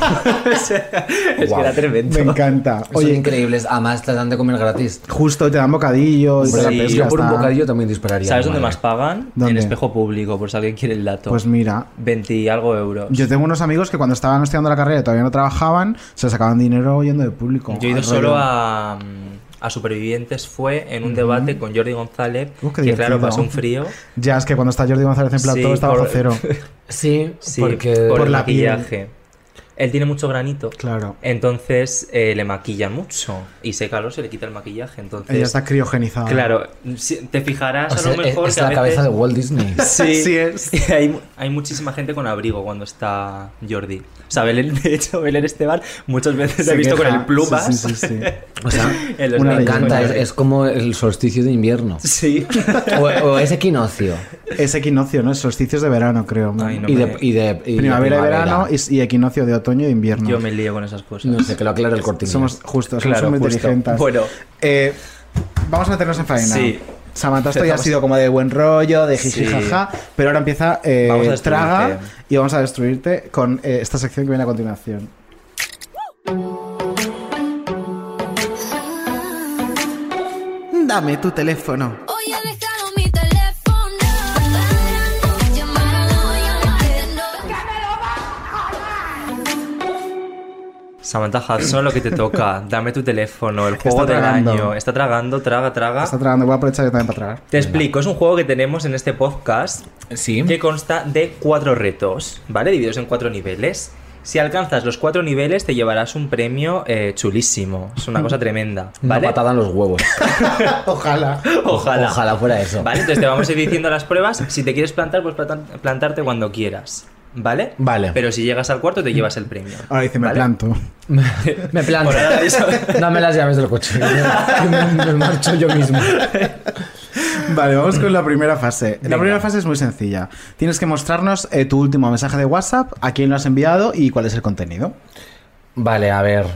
Speaker 2: O sea, es que
Speaker 7: Guau.
Speaker 2: era tremendo.
Speaker 5: Me encanta.
Speaker 7: Son
Speaker 5: Oye,
Speaker 7: increíbles. Además, te dan de comer gratis.
Speaker 5: justo te dan bocadillo y te la
Speaker 2: Sí,
Speaker 5: pesca,
Speaker 7: yo por un
Speaker 5: está-
Speaker 7: bocadillo también dispararía.
Speaker 2: ¿Sabes
Speaker 7: a mi
Speaker 2: dónde más
Speaker 7: madre.
Speaker 2: pagan? En
Speaker 5: ¿Dónde?
Speaker 2: espejo público, por si alguien quiere el dato.
Speaker 5: Pues mira,
Speaker 2: 20 y algo euros.
Speaker 5: Yo tengo unos amigos que cuando estaban estudiando la carrera y todavía no trabajaban, se sacaban dinero yendo de público.
Speaker 2: Yo he ido
Speaker 5: Al
Speaker 2: solo
Speaker 5: rollo.
Speaker 2: a, mm, a Supervivientes, fue en un debate con Jordi González,
Speaker 5: Uh, qué
Speaker 2: que claro,
Speaker 5: divertido.
Speaker 2: pasó un frío.
Speaker 5: Ya, es que cuando está Jordi González en plató
Speaker 2: Sí,
Speaker 5: está
Speaker 2: por-
Speaker 5: bajo cero.
Speaker 2: [laughs]
Speaker 7: Sí,
Speaker 2: Sí,
Speaker 7: porque.
Speaker 2: por,
Speaker 5: por
Speaker 2: el
Speaker 5: la piel.
Speaker 2: maquillaje. Él tiene mucho granito.
Speaker 5: Claro.
Speaker 2: Entonces eh, le maquilla mucho. Y se calor se le quita el maquillaje. Entonces.
Speaker 5: Ella está criogenizada.
Speaker 2: Claro, si- te fijarás
Speaker 7: o sea,
Speaker 2: a lo mejor
Speaker 7: es,
Speaker 2: que
Speaker 7: es
Speaker 2: a
Speaker 7: la cabeza de
Speaker 2: veces- [laughs]
Speaker 7: Walt Disney.
Speaker 2: Sí,
Speaker 5: [laughs] Sí es.
Speaker 2: [laughs] Y Hay, mu- hay muchísima gente con abrigo cuando está Jordi. O sea, Belén, de hecho, Belén Esteban muchas veces
Speaker 5: Se
Speaker 2: he visto
Speaker 5: queja.
Speaker 2: con el plumas.
Speaker 5: Sí, sí, sí,
Speaker 2: [laughs]
Speaker 5: sí.
Speaker 7: O sea,
Speaker 2: en los
Speaker 5: Una
Speaker 7: me
Speaker 2: brazos.
Speaker 7: encanta. Es,
Speaker 5: leyenda.
Speaker 7: es como el solsticio de invierno.
Speaker 2: Sí.
Speaker 7: O, o es equinoccio.
Speaker 5: Es equinoccio, ¿no? Es solsticios de verano, creo.
Speaker 2: Ay, no
Speaker 7: y, de,
Speaker 2: me-
Speaker 7: y de. y de
Speaker 5: Primavera y verano y, y equinoccio de otoño y invierno.
Speaker 2: Yo me lío con esas cosas.
Speaker 7: No sé, que lo aclare el cortín.
Speaker 5: Somos justos,
Speaker 2: Claro,
Speaker 5: somos muy
Speaker 2: justo.
Speaker 5: inteligentes.
Speaker 2: Bueno.
Speaker 5: Eh, vamos a meternos en faena.
Speaker 2: Sí.
Speaker 5: Samantha, esto ya ha
Speaker 2: Empezamos.
Speaker 5: sido como de buen rollo, de jiji
Speaker 2: Sí.
Speaker 5: jaja, pero ahora empieza eh,
Speaker 2: Vamos a destruirte.
Speaker 5: traga y vamos a destruirte con eh, esta sección que viene a continuación. Dame tu teléfono.
Speaker 4: Oye, déjalo mi teléfono. Parando, llamado,
Speaker 2: Samantha Hudson, lo que
Speaker 7: [laughs]
Speaker 2: te toca. Dame tu teléfono, el juego
Speaker 5: Está
Speaker 2: del
Speaker 5: tragando.
Speaker 2: año. Está tragando, traga, traga.
Speaker 5: Está tragando, voy a aprovechar yo también para tragar.
Speaker 2: Te explico, es un juego que tenemos en este podcast
Speaker 7: Sí.
Speaker 2: que consta de cuatro retos, ¿vale? Divididos en cuatro niveles. Si alcanzas los cuatro niveles, te llevarás un premio eh, chulísimo. Es una
Speaker 7: [laughs]
Speaker 2: cosa tremenda,
Speaker 7: Una
Speaker 2: ¿vale?
Speaker 7: patada en los huevos.
Speaker 5: Ojalá.
Speaker 2: [laughs] Ojalá.
Speaker 7: Ojalá fuera eso.
Speaker 2: Vale, entonces
Speaker 7: [laughs]
Speaker 2: te vamos a ir diciendo las pruebas. Si te quieres plantar, pues platan- plantarte cuando quieras. ¿Vale?
Speaker 7: Vale.
Speaker 2: Pero si llegas al cuarto, te llevas el premio.
Speaker 5: Ahora dice, me
Speaker 2: ¿Vale? [laughs]
Speaker 5: planto.
Speaker 7: Me planto.
Speaker 2: Por ahora nadie sabe.
Speaker 7: Dame las llaves del coche. que Me, me marcho yo mismo.
Speaker 5: Vale, vamos con la primera fase. La
Speaker 2: Venga.
Speaker 5: primera fase es muy sencilla. Tienes que mostrarnos eh, tu último mensaje de WhatsApp, a quién lo has enviado y cuál es el contenido.
Speaker 7: Vale, a ver.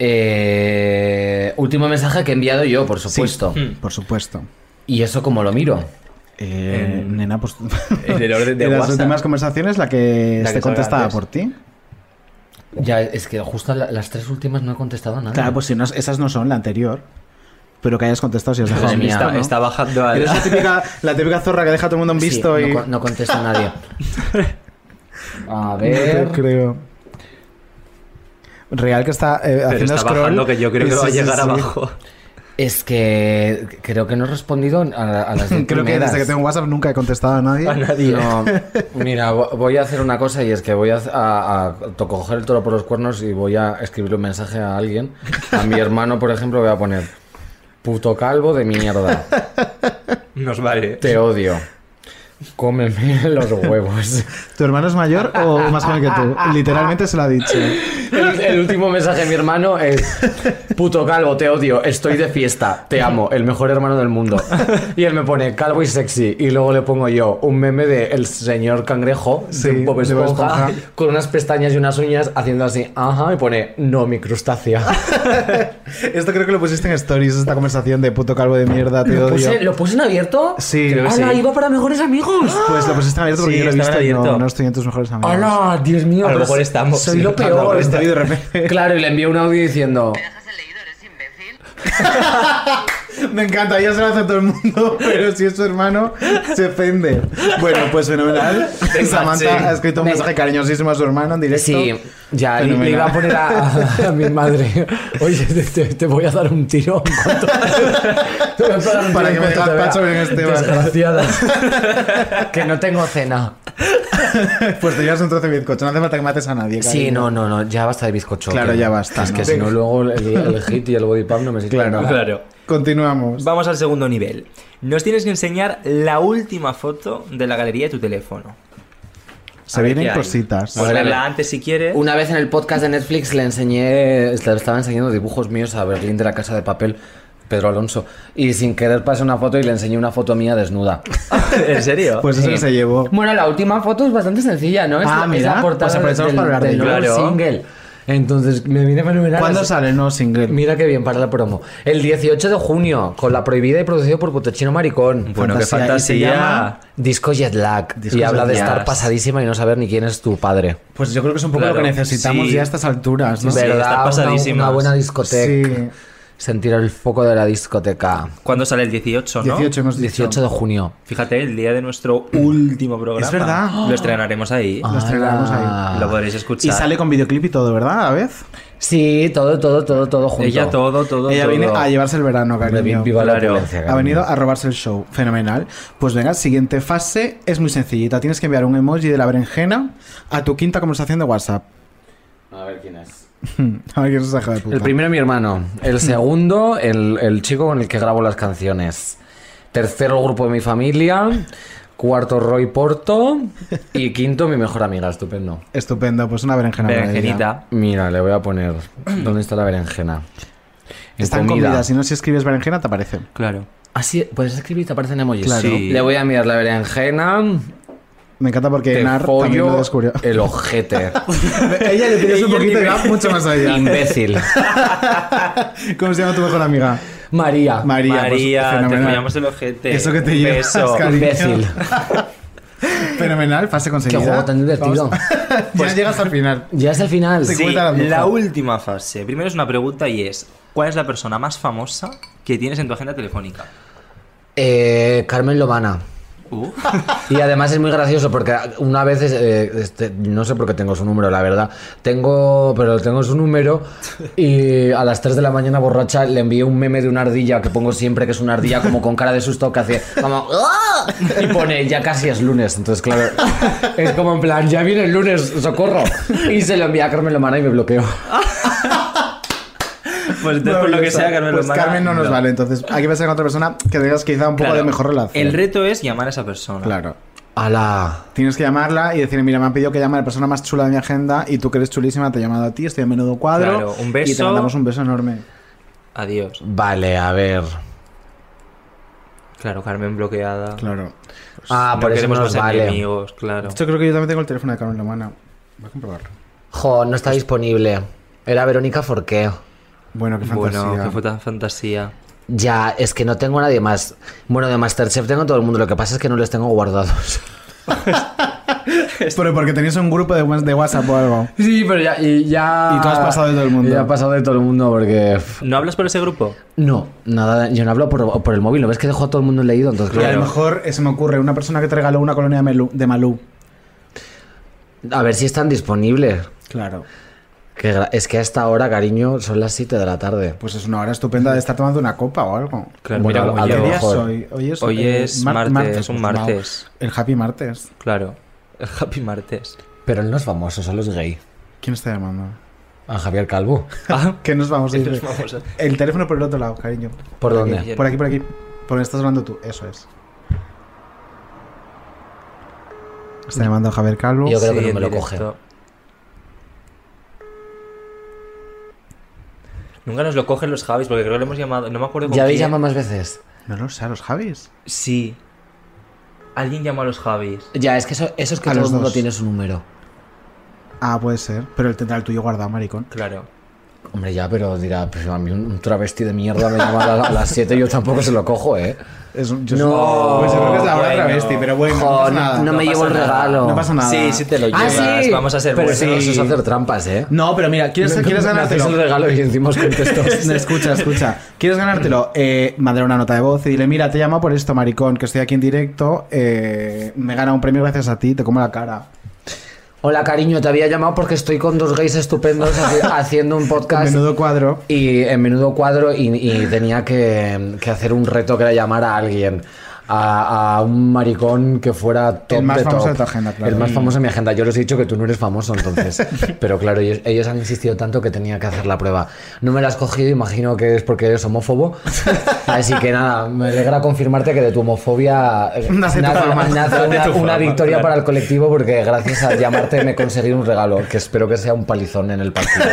Speaker 7: Eh, último mensaje que he enviado yo, por supuesto.
Speaker 2: Mm.
Speaker 5: Hmm. Por supuesto.
Speaker 7: ¿Y eso cómo lo miro?
Speaker 5: Eh,
Speaker 2: En-
Speaker 5: nena, pues.
Speaker 2: en el
Speaker 5: [laughs]
Speaker 2: orden de
Speaker 5: las
Speaker 2: WhatsApp.
Speaker 5: últimas conversaciones, la que
Speaker 2: La
Speaker 5: esté
Speaker 2: que salga
Speaker 5: contestada
Speaker 2: antes.
Speaker 5: por ti.
Speaker 7: Ya, es que justo la- las tres últimas no he contestado nada.
Speaker 5: Claro, pues si no, esas no son la anterior. Pero que hayas contestado si has dejado
Speaker 7: Madre
Speaker 5: en
Speaker 7: mía,
Speaker 5: visto. ¿no?
Speaker 2: Está, está bajando al.
Speaker 5: Eres la típica, la típica zorra que deja a todo el mundo en
Speaker 7: Sí, no
Speaker 5: visto y.
Speaker 7: co- no, contesta
Speaker 5: [laughs]
Speaker 7: nadie. A
Speaker 5: No te
Speaker 7: ver.
Speaker 5: creo. Real que está eh,
Speaker 2: Pero
Speaker 5: haciendo
Speaker 2: está
Speaker 5: scroll.
Speaker 2: bajando, que yo creo que
Speaker 5: Sí,
Speaker 2: va a
Speaker 5: sí,
Speaker 2: llegar
Speaker 5: sí.
Speaker 2: abajo.
Speaker 7: Es que creo que no he respondido a, a
Speaker 5: [laughs]
Speaker 7: las diez
Speaker 5: Creo que
Speaker 7: primeras.
Speaker 5: desde que tengo WhatsApp nunca he contestado a nadie.
Speaker 7: No, [laughs] mira, vo- voy a hacer una cosa y es que voy a, a- a to- coger el toro por los cuernos y voy a escribir un mensaje a alguien. A mi hermano, por ejemplo, voy a poner. Puto calvo de mierda.
Speaker 2: [laughs] Nos vale.
Speaker 7: Te odio. Cómeme los huevos.
Speaker 5: ¿Tu hermano es mayor o más joven que tú? Literalmente se lo ha dicho.
Speaker 7: El, el último mensaje de mi hermano es: Puto calvo, te odio, estoy de fiesta, te amo, el mejor hermano del mundo. Y él me pone calvo y sexy. Y luego le pongo yo un meme de el señor cangrejo
Speaker 5: Sí,
Speaker 7: de Bob
Speaker 5: de Bob
Speaker 7: Esponja,
Speaker 5: Esponja.
Speaker 7: con unas pestañas y unas uñas haciendo así, ajá, y pone: No, mi crustácea.
Speaker 5: [laughs] Esto creo que lo pusiste en stories, esta conversación de puto calvo de mierda, te odio.
Speaker 7: Puse- ¿Lo puse en abierto?
Speaker 5: Sí. Creo que
Speaker 7: ¡Hala,
Speaker 5: sí.
Speaker 7: iba para mejores amigos!
Speaker 5: Pues lo pusiste en abierto porque yo
Speaker 2: Sí,
Speaker 5: lo he
Speaker 2: estaba
Speaker 5: visto
Speaker 2: en
Speaker 5: y no,
Speaker 2: abierto.
Speaker 5: no estoy en tus mejores amigos.
Speaker 7: ¡Hala, Dios mío!
Speaker 2: A lo
Speaker 7: pero
Speaker 2: mejor estamos,
Speaker 7: Soy
Speaker 2: sí.
Speaker 7: lo
Speaker 2: A lo
Speaker 7: peor.
Speaker 5: mejor estoy de repente.
Speaker 7: Claro, y le envié un audio diciendo:
Speaker 5: [laughs] Me encanta, ya se lo hace a todo el
Speaker 7: [laughs]
Speaker 5: mundo, pero si es su hermano, se ofende. Bueno, pues fenomenal. Samantha ha escrito un
Speaker 7: Venga.
Speaker 5: mensaje cariñosísimo a su hermano en directo.
Speaker 7: Sí, ya, le- le
Speaker 5: Fenomenal.
Speaker 7: iba a poner a, a- a mi madre, oye, te, te- te voy a dar un tiro. en cuanto- te voy a pegar un
Speaker 5: Para
Speaker 7: tiro en
Speaker 5: que me
Speaker 7: cuanto te
Speaker 5: gazpacho
Speaker 7: vea.
Speaker 5: bien este bar. [laughs]
Speaker 7: Desgraciada. que no tengo cena.
Speaker 5: Pues te llevas un trozo de bizcocho, no hace falta que mates a nadie.
Speaker 7: Sí, no,
Speaker 5: cariño.
Speaker 7: no, no, ya basta de bizcocho.
Speaker 5: Claro, ya basta,
Speaker 7: Es
Speaker 5: ¿no?
Speaker 7: que si no, luego el, el hit y el body pump no me sirven.
Speaker 5: Claro.
Speaker 7: nada.
Speaker 2: Claro.
Speaker 5: Continuamos.
Speaker 2: Vamos al segundo nivel. Nos tienes que enseñar la última foto de la galería de tu teléfono.
Speaker 5: Se
Speaker 2: A ver qué
Speaker 5: vienen
Speaker 2: hay.
Speaker 5: cositas.
Speaker 2: Puedes verla antes si
Speaker 5: [laughs]
Speaker 2: quieres.
Speaker 7: Una vez en el podcast de Netflix le enseñé, le estaba enseñando dibujos míos a Berlín de la Casa de Papel, Pedro Alonso, y sin querer pasé una foto y le enseñé una foto mía desnuda. Eh,
Speaker 2: ¿En serio?
Speaker 5: Pues eso
Speaker 7: Sí.
Speaker 5: se llevó.
Speaker 7: Bueno, la última foto es bastante sencilla, ¿no? Es
Speaker 5: Ah,
Speaker 7: la, es
Speaker 5: mira,
Speaker 7: la portada
Speaker 5: pues aprovechamos
Speaker 7: del,
Speaker 5: para hablar de
Speaker 7: del
Speaker 5: ello.
Speaker 7: nuevo
Speaker 2: Claro.
Speaker 7: single. Entonces, me viene fenomenal.
Speaker 5: ¿Cuándo
Speaker 7: Así-
Speaker 5: sale el nuevo single?
Speaker 7: Mira qué bien para la promo. El 18 de junio, con la prohibida y producido por Putochino Maricón.
Speaker 2: Bueno, qué
Speaker 5: Fantasía, y se
Speaker 2: fantasía.
Speaker 5: llama-
Speaker 7: Disco Jet Lag.
Speaker 5: Disco
Speaker 7: y habla
Speaker 5: Jet
Speaker 7: de
Speaker 5: Lag.
Speaker 7: estar pasadísima y no saber ni quién es tu padre.
Speaker 5: Pues yo creo que es un poco
Speaker 2: Claro,
Speaker 5: lo que necesitamos
Speaker 2: sí.
Speaker 5: ya a estas alturas, ¿no?
Speaker 2: Sí,
Speaker 7: ¿Verdad?
Speaker 2: estar
Speaker 7: Una-
Speaker 2: pasadísimas.
Speaker 7: Una, buena discoteca.
Speaker 5: Sí.
Speaker 7: Sentir el foco de la discoteca.
Speaker 2: ¿Cuándo sale el 18, no?
Speaker 5: 18 hemos dicho.
Speaker 7: 18 de junio.
Speaker 2: Fíjate, el día de nuestro último programa.
Speaker 5: Es verdad.
Speaker 2: Lo estrenaremos ahí.
Speaker 5: Lo estrenaremos
Speaker 7: Ah.
Speaker 5: ahí.
Speaker 2: Lo podréis
Speaker 5: Y
Speaker 2: escuchar.
Speaker 5: sale con videoclip y todo, ¿verdad? A la vez.
Speaker 7: Sí, todo, todo, todo, todo junto.
Speaker 2: Ella todo, todo,
Speaker 5: Ella
Speaker 2: todo.
Speaker 5: viene a llevarse el verano,
Speaker 7: Hombre, vi-
Speaker 5: cariño.
Speaker 7: viva la
Speaker 2: Claro.
Speaker 7: opulencia,
Speaker 5: Ha
Speaker 7: cariño.
Speaker 5: venido a robarse el show. Fenomenal. Pues venga, siguiente fase es muy sencillita. Tienes que enviar un emoji de la berenjena a tu quinta conversación de WhatsApp. [laughs]
Speaker 7: A ver quién es.
Speaker 5: A ver quién es esa hija de puta. Mm.
Speaker 7: El primero mi hermano. El segundo, el, el chico con el que grabo las canciones. Tercero, el grupo de mi familia. Cuarto, Roy Porto. Y quinto, mi mejor amiga. Estupendo.
Speaker 5: Estupendo, pues una berenjena. para ella.
Speaker 2: Berenjenita.
Speaker 7: Mira, le voy a poner. ¿Dónde está la berenjena? En Ah,
Speaker 5: Está en comida. Si no, si escribes berenjena, te aparece.
Speaker 2: Claro.
Speaker 7: Así, puedes pues escribir, te aparecen emojis.
Speaker 5: Claro.
Speaker 2: Sí.
Speaker 7: Le voy a mirar la berenjena.
Speaker 5: Me encanta porque
Speaker 7: Te
Speaker 5: Nar también lo
Speaker 7: follo
Speaker 5: descubrió.
Speaker 7: el
Speaker 5: [laughs]
Speaker 7: ojete.
Speaker 5: [laughs]
Speaker 2: [laughs]
Speaker 5: Ella le pides un
Speaker 2: Ella
Speaker 5: poquito y
Speaker 2: ni
Speaker 5: va
Speaker 2: me-
Speaker 5: mucho más allá.
Speaker 7: Imbécil.
Speaker 5: [laughs] ¿Cómo se llama tu mejor amiga?
Speaker 7: María.
Speaker 5: María. pues,
Speaker 2: María, te
Speaker 5: fenomenal.
Speaker 2: follamos el ojete.
Speaker 5: Eso que te
Speaker 2: Un
Speaker 5: llevas,
Speaker 2: beso.
Speaker 5: cariño. [laughs]
Speaker 7: Imbécil.
Speaker 5: Fenomenal, fase
Speaker 7: Qué
Speaker 5: conseguida.
Speaker 7: juego tan divertido.
Speaker 2: [laughs]
Speaker 5: Vamos. ya llegas al final.
Speaker 7: Ya es el final.
Speaker 5: Sí.
Speaker 2: Pues Sí,
Speaker 5: Cuenta la bruja.
Speaker 2: la última fase. Primero es una pregunta y es: ¿Cuál es la persona más famosa que tienes en tu agenda telefónica?
Speaker 7: Eh, Carmen Lobana.
Speaker 2: Uh.
Speaker 7: Y además es muy gracioso porque una vez, eh, este, no sé por qué tengo su número, la verdad. Tengo, pero tengo su número y a las 3 de la mañana borracha le envié un meme de una ardilla que pongo siempre, que es una ardilla como con cara de susto que hace como "¡Ah!", y pone ya casi es lunes. Entonces, claro, es como en plan, ya viene el lunes, socorro. Y se lo envía a Carmen Lomana y me bloqueó.
Speaker 2: Pues entonces, por lo que sea, Carmen
Speaker 5: Pues
Speaker 2: Lomana,
Speaker 5: Carmen no nos vale, entonces hay que pensar en otra persona que tengas quizá un poco
Speaker 2: Claro,
Speaker 5: de mejor relación.
Speaker 2: El reto es llamar a esa persona.
Speaker 5: Claro.
Speaker 7: ¡Hala!
Speaker 5: Tienes que llamarla y decirle, mira, me han pedido que llame a la persona más chula de mi agenda y tú que eres chulísima te he llamado a ti, estoy a menudo cuadro.
Speaker 2: Claro, un
Speaker 5: Y te
Speaker 2: beso.
Speaker 5: mandamos un beso enorme.
Speaker 2: Adiós.
Speaker 7: Vale, a ver.
Speaker 2: Claro, Carmen bloqueada.
Speaker 5: Claro.
Speaker 7: Ah,
Speaker 2: no
Speaker 7: por eso
Speaker 2: queremos
Speaker 7: no nos
Speaker 2: más
Speaker 7: vale.
Speaker 2: enemigos, claro.
Speaker 5: Yo creo que yo también tengo el teléfono de Carmen Lomana. Voy a comprobarlo.
Speaker 7: Jo, no está disponible. Era Verónica Forqué.
Speaker 5: Bueno, qué fantasía.
Speaker 2: Bueno, que fue tan fantasía.
Speaker 7: Ya, es que no tengo a nadie más. Bueno, de Masterchef tengo a todo el mundo, lo que pasa es que no les tengo guardados.
Speaker 5: Pero porque tenías un grupo de, wa- de WhatsApp o algo.
Speaker 7: Este- Sí, pero ya, y ya.
Speaker 5: [laughs] Y tú has pasado de todo el mundo.
Speaker 7: Ya he pasado de todo el mundo porque. pff,
Speaker 2: ¿No hablas por ese grupo?
Speaker 7: No, nada, yo no hablo por, por el móvil, ¿no ves que dejo a todo el mundo leído? Entonces,
Speaker 5: Y a lo
Speaker 7: claro.
Speaker 5: mejor eh, se me ocurre una persona que te regaló una colonia de, Melu- de Malú.
Speaker 7: A ver si están disponibles.
Speaker 5: Claro.
Speaker 7: Que gra- es que a esta hora, cariño, son las 7 de la tarde.
Speaker 5: Pues es una hora estupenda de estar tomando una copa o algo.
Speaker 2: Claro,
Speaker 7: Bueno,
Speaker 2: mira cómo
Speaker 7: a
Speaker 5: ¿Qué
Speaker 7: lo
Speaker 2: llevo.
Speaker 5: día es
Speaker 7: mejor.
Speaker 5: hoy? Hoy es,
Speaker 2: Hoy
Speaker 5: eh,
Speaker 2: es
Speaker 5: mar-
Speaker 2: martes, un
Speaker 5: pues,
Speaker 2: martes.
Speaker 5: wow. El happy martes.
Speaker 2: Claro. El happy martes.
Speaker 7: Pero él no es famoso, solo es gay.
Speaker 5: ¿Quién está llamando?
Speaker 7: A Javier Calvo.
Speaker 5: [laughs] que nos vamos a ir.
Speaker 2: Vamos a-
Speaker 5: El teléfono por el otro lado, cariño.
Speaker 7: ¿Por dónde?
Speaker 5: Por aquí, por aquí. Por donde estás hablando tú. Eso es. Está llamando a Javier Calvo.
Speaker 7: Yo creo que
Speaker 6: Sí,
Speaker 7: no me
Speaker 6: en
Speaker 7: lo coge.
Speaker 6: directo. Nunca nos lo cogen los Javis porque creo que le hemos llamado. No me acuerdo con
Speaker 7: ¿Ya habéis
Speaker 6: quién.
Speaker 7: llamado más veces?
Speaker 5: No lo sé, a los Javis.
Speaker 6: Sí. Alguien llamó a los Javis.
Speaker 7: Ya, es que eso, eso es que
Speaker 5: A
Speaker 7: todo
Speaker 5: los
Speaker 7: el mundo
Speaker 5: dos.
Speaker 7: tiene su número.
Speaker 5: Ah, puede ser. Pero él tendrá el tuyo guardado, maricón.
Speaker 6: Claro.
Speaker 7: Hombre, ya, pero dirá, pues a mí un, un travesti de mierda me llama a, la- a las 7 y yo tampoco se lo cojo, ¿eh?
Speaker 5: Es un- yo-
Speaker 7: No,
Speaker 5: Pues yo creo que es la hora
Speaker 6: bueno.
Speaker 5: travesti, pero bueno. no
Speaker 7: Jo,
Speaker 5: pasa
Speaker 7: no,
Speaker 5: nada.
Speaker 7: no me
Speaker 5: pasa
Speaker 7: llevo el
Speaker 5: nada.
Speaker 7: regalo.
Speaker 5: No pasa nada.
Speaker 6: Sí, sí te lo
Speaker 7: Ah,
Speaker 6: llevas.
Speaker 7: sí.
Speaker 6: Vamos a ser
Speaker 7: Pero
Speaker 6: buenos.
Speaker 7: sí. eso es hacer trampas, ¿eh?
Speaker 5: No, pero mira, ¿quieres, ¿quieres
Speaker 7: Me hacéis
Speaker 5: ganártelo?
Speaker 7: el regalo y encima os
Speaker 5: [laughs]
Speaker 7: contesto.
Speaker 5: No, escucha, escucha. ¿Quieres ganártelo? Eh, mandar una nota de voz y dile, mira, te llamo por esto, maricón, que estoy aquí en directo. eh, me gana un premio gracias a ti, te como la cara.
Speaker 7: Hola, cariño, te había llamado porque estoy con dos gays estupendos
Speaker 5: [laughs]
Speaker 7: haci- haciendo un podcast.
Speaker 5: Menudo cuadro.
Speaker 7: Y en menudo cuadro y, y tenía que, que hacer un reto que era llamar a alguien. A, a un maricón que fuera top
Speaker 5: El más
Speaker 7: de
Speaker 5: famoso
Speaker 7: top.
Speaker 5: de tu agenda, claro.
Speaker 7: El más
Speaker 5: Mm.
Speaker 7: famoso de mi agenda. Yo les he dicho que tú no eres famoso,
Speaker 5: [laughs]
Speaker 7: entonces. Pero claro, ellos, ellos han insistido tanto que tenía que hacer la prueba. No me la has cogido, imagino que es porque eres homófobo. Así que nada, me alegra confirmarte que de tu homofobia eh,
Speaker 5: Nace tu fama. [laughs]
Speaker 7: nace una, una victoria para el colectivo porque gracias a llamarte me he conseguido un regalo, que espero que sea un palizón en el partido.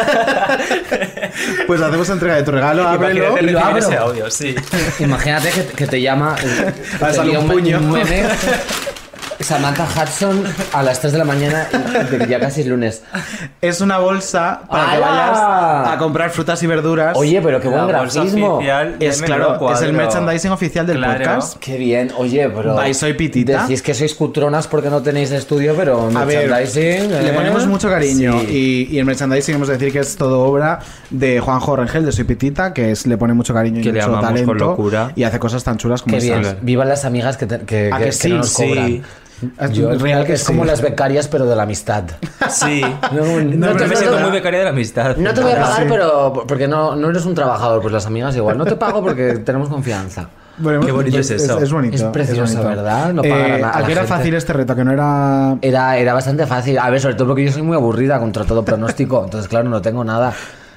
Speaker 5: Pues hacemos entrega de tu regalo, ábrelo.
Speaker 6: Imagínate
Speaker 7: y lo
Speaker 6: recibir
Speaker 7: abro.
Speaker 6: ese audio,
Speaker 7: [laughs]
Speaker 6: sí.
Speaker 7: Imagínate que, que te llama eh,
Speaker 5: Ah,
Speaker 7: te
Speaker 5: sale
Speaker 7: lía
Speaker 11: [laughs]
Speaker 5: un puño.
Speaker 7: meme, Samantha Hudson a las 3 de la mañana y de- ya casi es lunes.
Speaker 5: Es una bolsa para que
Speaker 7: ¡Hala!
Speaker 5: vayas a comprar frutas y verduras.
Speaker 7: Oye, pero qué buen
Speaker 6: La bolsa
Speaker 7: grafismo.
Speaker 6: oficial de
Speaker 5: es
Speaker 6: Menudo
Speaker 5: claro, es el
Speaker 6: Cuadro.
Speaker 5: merchandising oficial del
Speaker 6: Claro.
Speaker 5: podcast.
Speaker 7: Qué bien, oye, pero.
Speaker 5: Vais, soy pitita.
Speaker 7: Decís que sois cutronas porque no tenéis estudio, pero
Speaker 5: A ver,
Speaker 7: merchandising.
Speaker 5: le
Speaker 7: ¿eh?
Speaker 5: ponemos mucho cariño
Speaker 7: Sí.
Speaker 5: y, y el merchandising vamos a decir que es todo obra de Juanjo Rengel de Soy Pitita, que es, le pone mucho cariño y
Speaker 6: Que le
Speaker 5: mucho
Speaker 6: amamos
Speaker 5: talento
Speaker 6: con locura.
Speaker 5: y hace cosas tan chulas como
Speaker 7: Qué bien.
Speaker 5: estas.
Speaker 7: Viva las amigas que, te- que,
Speaker 5: ¿A
Speaker 7: que-
Speaker 5: que
Speaker 7: que
Speaker 5: sí?
Speaker 7: no nos
Speaker 5: Sí.
Speaker 7: cobran.
Speaker 5: Es
Speaker 7: Yo-
Speaker 5: real que
Speaker 7: es
Speaker 5: sí.
Speaker 7: como las becarias, pero de la amistad.
Speaker 6: Sí.
Speaker 7: No,
Speaker 6: No,
Speaker 7: no, te-
Speaker 6: te me
Speaker 7: no,
Speaker 6: siento
Speaker 7: no.
Speaker 6: muy becaria de la amistad.
Speaker 7: No te voy a pagar,
Speaker 5: Sí.
Speaker 7: pero porque no, no eres un trabajador, pues las amigas igual. No te
Speaker 6: [laughs]
Speaker 7: pago porque tenemos confianza.
Speaker 5: Bueno,
Speaker 6: Qué bonito es eso.
Speaker 5: Es bonito.
Speaker 7: Es precioso,
Speaker 5: bonito. Eh,
Speaker 7: ¿verdad? No pagará nada a
Speaker 5: ¿A
Speaker 7: la
Speaker 5: qué era
Speaker 7: gente.
Speaker 5: fácil este reto? Que no era...
Speaker 7: Era, era bastante fácil. A ver, sobre todo porque yo soy muy aburrida contra todo
Speaker 5: [laughs]
Speaker 7: pronóstico. Entonces, claro, no tengo nada.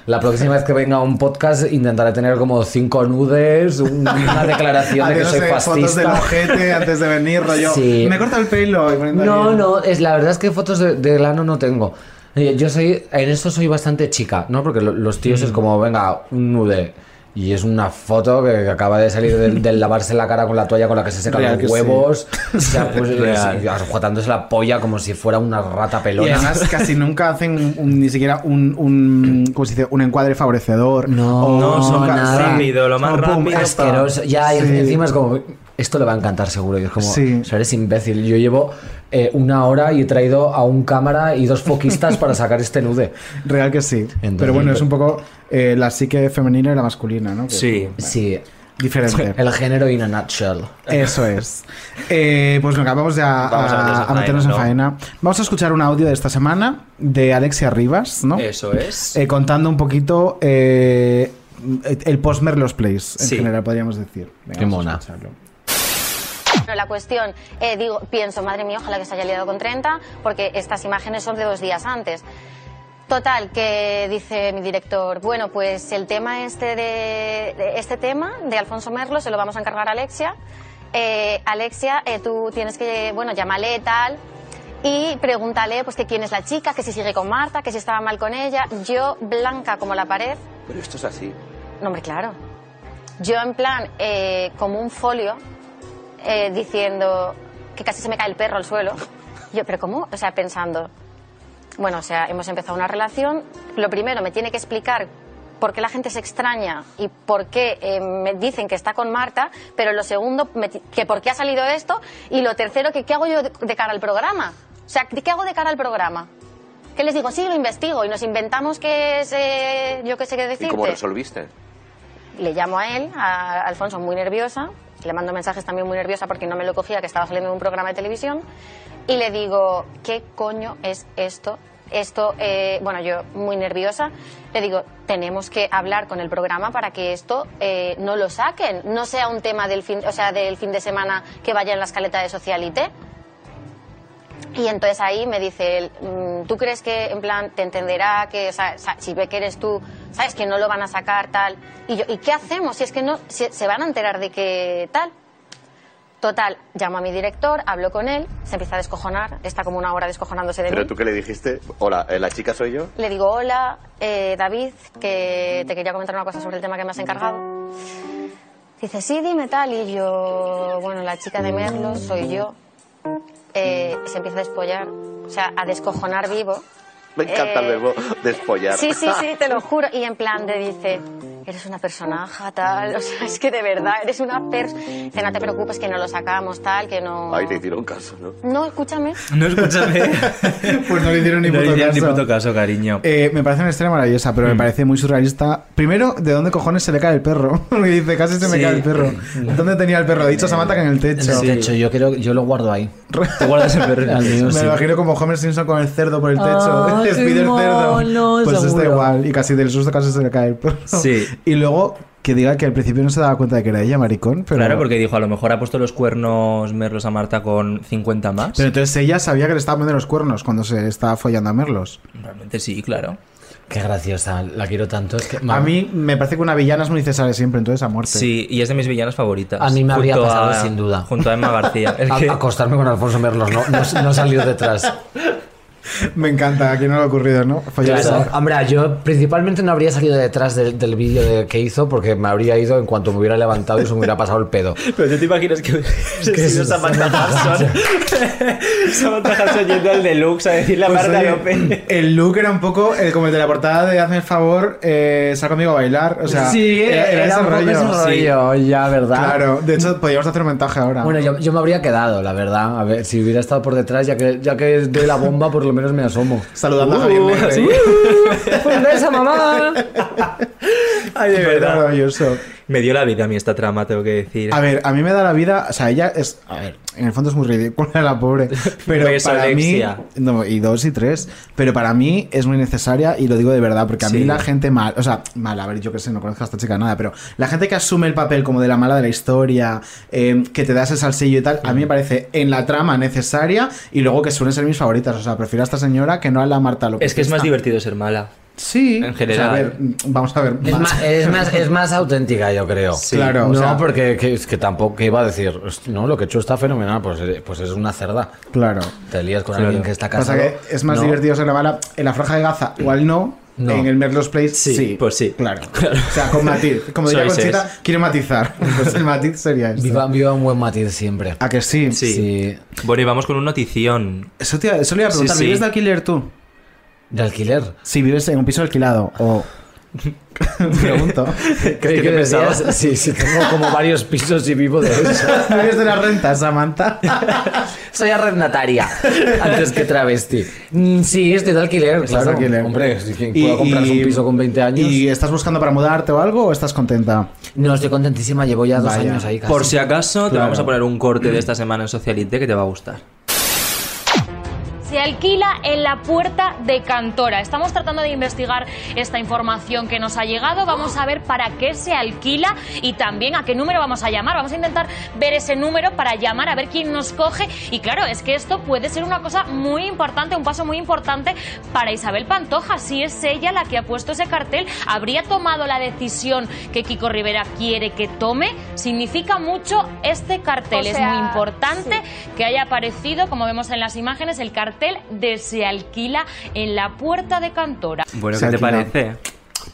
Speaker 7: La próxima vez que venga un podcast intentaré tener como cinco nudes, un- [laughs] una declaración de que soy
Speaker 5: Haciéndose fotos del
Speaker 7: fascista.
Speaker 5: ojete antes de venir, rollo.
Speaker 7: Sí.
Speaker 5: Me corta el pelo. y poniendo
Speaker 7: No,
Speaker 5: ahí-
Speaker 7: no, es, la verdad es que fotos de, de lano no tengo. Eh, Yo soy, en esto soy bastante chica, ¿no? Porque lo- los tíos
Speaker 5: Mm.
Speaker 7: es como, venga, un nude. Y es una foto que acaba de salir del, del lavarse la cara con la toalla con la que se secan
Speaker 5: Real que
Speaker 7: los
Speaker 5: sí.
Speaker 7: huevos. O
Speaker 5: [laughs]
Speaker 7: sea, pues,
Speaker 6: Real.
Speaker 7: sí, ajuatándose la polla como si fuera una rata pelona.
Speaker 5: Y además casi nunca hacen un- un- ni siquiera un, un, ¿cómo se dice? un encuadre favorecedor.
Speaker 7: No,
Speaker 5: O
Speaker 7: no,
Speaker 5: son ca-
Speaker 7: Oh, nada.
Speaker 6: Rápido, lo más
Speaker 5: Como, pum,
Speaker 6: rápido,
Speaker 5: esta.
Speaker 7: asqueroso. Ya, y
Speaker 5: Sí.
Speaker 7: encima es como, esto le va a encantar seguro. Y es como,
Speaker 5: Sí.
Speaker 7: o sea, eres imbécil. Yo llevo eh, una hora y he traído a un cámara y dos foquistas para sacar este nude.
Speaker 5: Real que sí.
Speaker 7: Entonces,
Speaker 5: pero bueno, es
Speaker 7: pero-
Speaker 5: un poco eh, la psique femenina y la masculina, ¿no? Que-
Speaker 6: Sí.
Speaker 7: Sí,
Speaker 5: Diferente.
Speaker 7: [laughs] el género in a nutshell.
Speaker 5: Eso es. Eh, pues venga, vamos ya
Speaker 6: Vamos a meternos
Speaker 5: a,
Speaker 6: en
Speaker 5: a meternos en
Speaker 6: faena,
Speaker 5: faena. Vamos a escuchar un audio de esta semana de Alexia Rivas, ¿no?
Speaker 6: Eso es.
Speaker 5: Eh, contando un poquito eh, el post-mer los plays, en
Speaker 6: Sí.
Speaker 5: general, podríamos decir. Venga,
Speaker 7: Qué
Speaker 5: vamos a
Speaker 7: mona.
Speaker 5: escucharlo.
Speaker 12: Bueno, la cuestión, eh, digo, pienso, madre mía, ojalá que se haya liado con 30, porque estas imágenes son de dos días antes. Total, que dice mi director, bueno, pues el tema este de, de- este tema de Alfonso Merlo se lo vamos a encargar a Alexia. Eh, Alexia, eh, tú tienes que, bueno, llámale tal y pregúntale pues que quién es la chica, que si sigue con Marta, que si estaba mal con ella. Yo blanca como la pared. Pero esto es así. No, hombre, claro. Yo en plan eh, como un folio eh, diciendo que casi se me cae el perro al suelo. Yo, pero ¿cómo? O sea, pensando, bueno, o sea, hemos empezado una relación, lo primero me tiene que explicar por qué la gente se extraña y por qué eh, me dicen que está con Marta, pero lo segundo, me ti- que por qué ha salido esto, y lo tercero, que qué hago yo de, de cara al programa. O sea, ¿qué hago de cara al programa? ¿Qué les digo? Sí, lo investigo y nos inventamos que es, eh, yo qué sé qué decirte. Le llamo a él, a Alfonso, muy nerviosa. Le mando mensajes también muy nerviosa porque no me lo cogía, que estaba saliendo de un programa de televisión. Y le digo, ¿qué coño es esto? Esto, eh, bueno, yo muy nerviosa. Le digo, tenemos que hablar con el programa para que esto eh, no lo saquen. No sea un tema del fin, o sea, del fin de semana que vaya en la escaleta de Socialite. Y entonces ahí me dice él, mm, ¿tú crees que en plan te entenderá que o sea, sa- si ve que eres tú, sabes que no lo van a sacar tal? Y yo, ¿y qué hacemos? Si es que no, si- se van a enterar de que tal. Total, llamo a mi director, hablo con él, se empieza a descojonar, está como una hora descojonándose de
Speaker 13: Pero
Speaker 12: mí.
Speaker 13: tú que le dijiste, hola, eh, la chica soy yo.
Speaker 12: Le digo, hola, eh, David, que te quería comentar una cosa sobre el tema que me has encargado. Dice, sí, dime tal. Y yo, bueno, la chica de Merlo soy yo. Eh, se empieza a despollar, o sea, a descojonar vivo.
Speaker 13: Me encanta el
Speaker 12: Eh,
Speaker 13: verbo despollar.
Speaker 12: Sí, sí,
Speaker 13: [laughs]
Speaker 12: sí, te lo juro. Y en plan de dice, eres una personaja, tal. O sea, es que de verdad, eres una persona. Dice, no te preocupes, que no lo sacamos, tal, que no...
Speaker 13: Ay, te hicieron caso, ¿no?
Speaker 12: No, escúchame.
Speaker 2: No escúchame.
Speaker 7: [laughs]
Speaker 5: pues no le hicieron ni
Speaker 2: no
Speaker 5: puto
Speaker 2: le hicieron ni
Speaker 5: caso.
Speaker 2: puto caso, cariño.
Speaker 5: Eh, me parece una historia maravillosa, pero me
Speaker 7: Mm.
Speaker 5: parece muy surrealista. Primero, ¿de dónde cojones se le cae el perro? [laughs] Porque dice, casi se me
Speaker 7: Sí. Mm.
Speaker 5: cae el perro. ¿Dónde tenía el perro? Dicho Samantha que en el
Speaker 7: En
Speaker 5: techo.
Speaker 7: el techo, yo, creo, yo lo guardo ahí.
Speaker 5: Te
Speaker 7: guardas [laughs] el perro. Al mío,
Speaker 5: [laughs] Me
Speaker 7: sí.
Speaker 5: imagino como Homer Simpson con el cerdo por el techo. [laughs]
Speaker 7: Ah,
Speaker 5: Les
Speaker 7: qué
Speaker 5: pide el cerdo.
Speaker 7: mono,
Speaker 5: Pues está
Speaker 7: seguro.
Speaker 5: igual. Y casi del susto casi se le cae el perro.
Speaker 2: Sí.
Speaker 5: [laughs] Y luego que diga que al principio no se daba cuenta de que era ella, maricón. Pero,
Speaker 2: Claro, porque dijo, a lo mejor ha puesto los cuernos Merlos a Marta con 50 más.
Speaker 5: pero entonces ella sabía que le estaba poniendo los cuernos cuando se estaba follando a Merlos.
Speaker 2: Realmente sí, claro.
Speaker 7: Qué graciosa, la quiero tanto. Es que,
Speaker 5: A mí me parece que una villana es muy necesaria siempre, entonces a muerte.
Speaker 2: Sí, y es de mis villanas favoritas.
Speaker 7: A mí me habría
Speaker 2: Junto
Speaker 7: pasado
Speaker 2: a-
Speaker 7: sin duda.
Speaker 2: Junto a Emma
Speaker 7: [laughs]
Speaker 2: García. Es
Speaker 7: A-
Speaker 2: que-
Speaker 7: Acostarme con Alfonso Merlos, no, no, no salir
Speaker 2: [laughs]
Speaker 7: detrás.
Speaker 5: [laughs] Me encanta, aquí no lo ha ocurrido, ¿no? Follar
Speaker 7: Claro,
Speaker 5: a-
Speaker 7: hombre, yo principalmente no habría salido detrás del, del vídeo de- que hizo porque me habría ido en cuanto me hubiera levantado y se me hubiera pasado el pedo.
Speaker 2: [laughs] Pero tú te imaginas que hubiese
Speaker 7: ¿Qué es
Speaker 2: sido
Speaker 7: eso?
Speaker 2: Samantha Hudson.
Speaker 5: [laughs]
Speaker 2: Samantha Hudson yendo al deluxe a decirle a
Speaker 5: Pues,
Speaker 2: Marta
Speaker 5: oye,
Speaker 2: López.
Speaker 5: [laughs] El look era un poco el, como el de la portada de Hazme el favor, eh, sal conmigo a bailar. O sea, eh, ese rollo. Sí.
Speaker 7: ya, ¿verdad?
Speaker 5: Claro, de hecho, podríamos hacer un montaje ahora.
Speaker 7: Bueno, yo, yo me habría quedado, la verdad. A ver, si hubiera estado por detrás, ya que, ya que doy la bomba, por lo menos me asomo.
Speaker 5: [laughs] Saludando
Speaker 2: Uh,
Speaker 5: a Javier Negre. [laughs]
Speaker 7: ¡Un beso, mamá!
Speaker 2: Ay, de
Speaker 5: Era
Speaker 2: verdad.
Speaker 5: maravilloso.
Speaker 2: Me dio la vida a mí esta trama, tengo que decir.
Speaker 5: A ver, a mí me da la vida. O sea, ella es. A ver, en el fondo es muy ridícula la
Speaker 2: [laughs]
Speaker 5: pobre. Pero
Speaker 2: Pues,
Speaker 5: para
Speaker 2: Alexia.
Speaker 5: mí. no, y dos y tres. Pero para mí es muy necesaria y lo digo de verdad, porque a mí
Speaker 2: Sí.
Speaker 5: la gente mal. O sea, mal, a ver, yo que sé, no conozco a esta chica nada, pero la gente que asume el papel como de la mala de la historia, eh, que te da ese salsillo y tal, a mí me
Speaker 2: Mm.
Speaker 5: parece en la trama necesaria y luego que suelen ser mis favoritas. O sea, prefiero a esta señora que no a la Marta López.
Speaker 2: es que es más
Speaker 5: Está-
Speaker 2: divertido ser mala.
Speaker 5: Sí.
Speaker 2: en
Speaker 5: O sea,
Speaker 2: general.
Speaker 5: a ver, mm, vamos a ver.
Speaker 7: Es más, es, más, es más auténtica, yo creo.
Speaker 5: Claro, o
Speaker 7: No,
Speaker 5: sea-
Speaker 7: porque que, es que tampoco que iba a decir, "Host- no, lo que he hecho está fenomenal, pues, eh, pues es una cerda.
Speaker 5: Claro.
Speaker 7: Te lías con alguien que está
Speaker 5: Pasa
Speaker 7: casado.
Speaker 5: que es más
Speaker 7: no.
Speaker 5: divertido ser la mala en la franja de Gaza, igual no.
Speaker 7: No.
Speaker 5: En el Merlos Place, sí,
Speaker 2: Sí, pues sí.
Speaker 5: Claro. O sea,
Speaker 7: [laughs]
Speaker 5: con matiz. Como diría
Speaker 2: Sois
Speaker 5: Conchita, quiere matizar. Pues el matiz sería eso.
Speaker 7: Viva, viva un buen matiz siempre.
Speaker 5: ¿A que sí?
Speaker 2: Sí. Bueno, y vamos con un notición.
Speaker 5: Eso, te, eso le iba a preguntar.
Speaker 2: Sí, sí.
Speaker 5: ¿Vives de alquiler tú?
Speaker 7: De alquiler.
Speaker 5: Si vives en un piso alquilado
Speaker 7: [laughs]
Speaker 5: o... Pregunto.
Speaker 7: Creí que decías,
Speaker 5: [laughs]
Speaker 7: sí, sí, tengo como varios pisos y vivo de eso.
Speaker 5: ¿Vives de la renta, Samantha?
Speaker 7: [laughs] Soy arrendataria, antes que travesti. Mm, Sí, estoy de alquiler,
Speaker 5: Estás
Speaker 7: claro.
Speaker 5: de alquiler.
Speaker 7: Hombre, si quien
Speaker 5: Y-
Speaker 7: pueda comprarse
Speaker 5: y-
Speaker 7: un piso con 20 años.
Speaker 5: ¿Y estás buscando para mudarte o algo o estás contenta?
Speaker 7: No, estoy contentísima, llevo ya dos
Speaker 5: Vaya.
Speaker 7: años ahí casi.
Speaker 2: Por si acaso, te
Speaker 5: Claro.
Speaker 2: vamos a poner un corte de esta semana en Socialite que te va a gustar.
Speaker 14: Se alquila en la puerta de Cantora. Estamos tratando de investigar esta información que nos ha llegado. Vamos a ver para qué se alquila y también a qué número vamos a llamar. Vamos a intentar ver ese número para llamar a ver quién nos coge. Y claro, es que esto puede ser una cosa muy importante, un paso muy importante para Isabel Pantoja. Si es ella la que ha puesto ese cartel, habría tomado la decisión que Kiko Rivera quiere que tome. Significa mucho este cartel.
Speaker 12: O
Speaker 14: es
Speaker 12: sea,
Speaker 14: muy importante que haya aparecido, como vemos en las imágenes, el cartel de se alquila en la puerta de Cantora.
Speaker 2: Bueno,
Speaker 5: Se
Speaker 2: ¿qué te
Speaker 5: alquila.
Speaker 2: parece?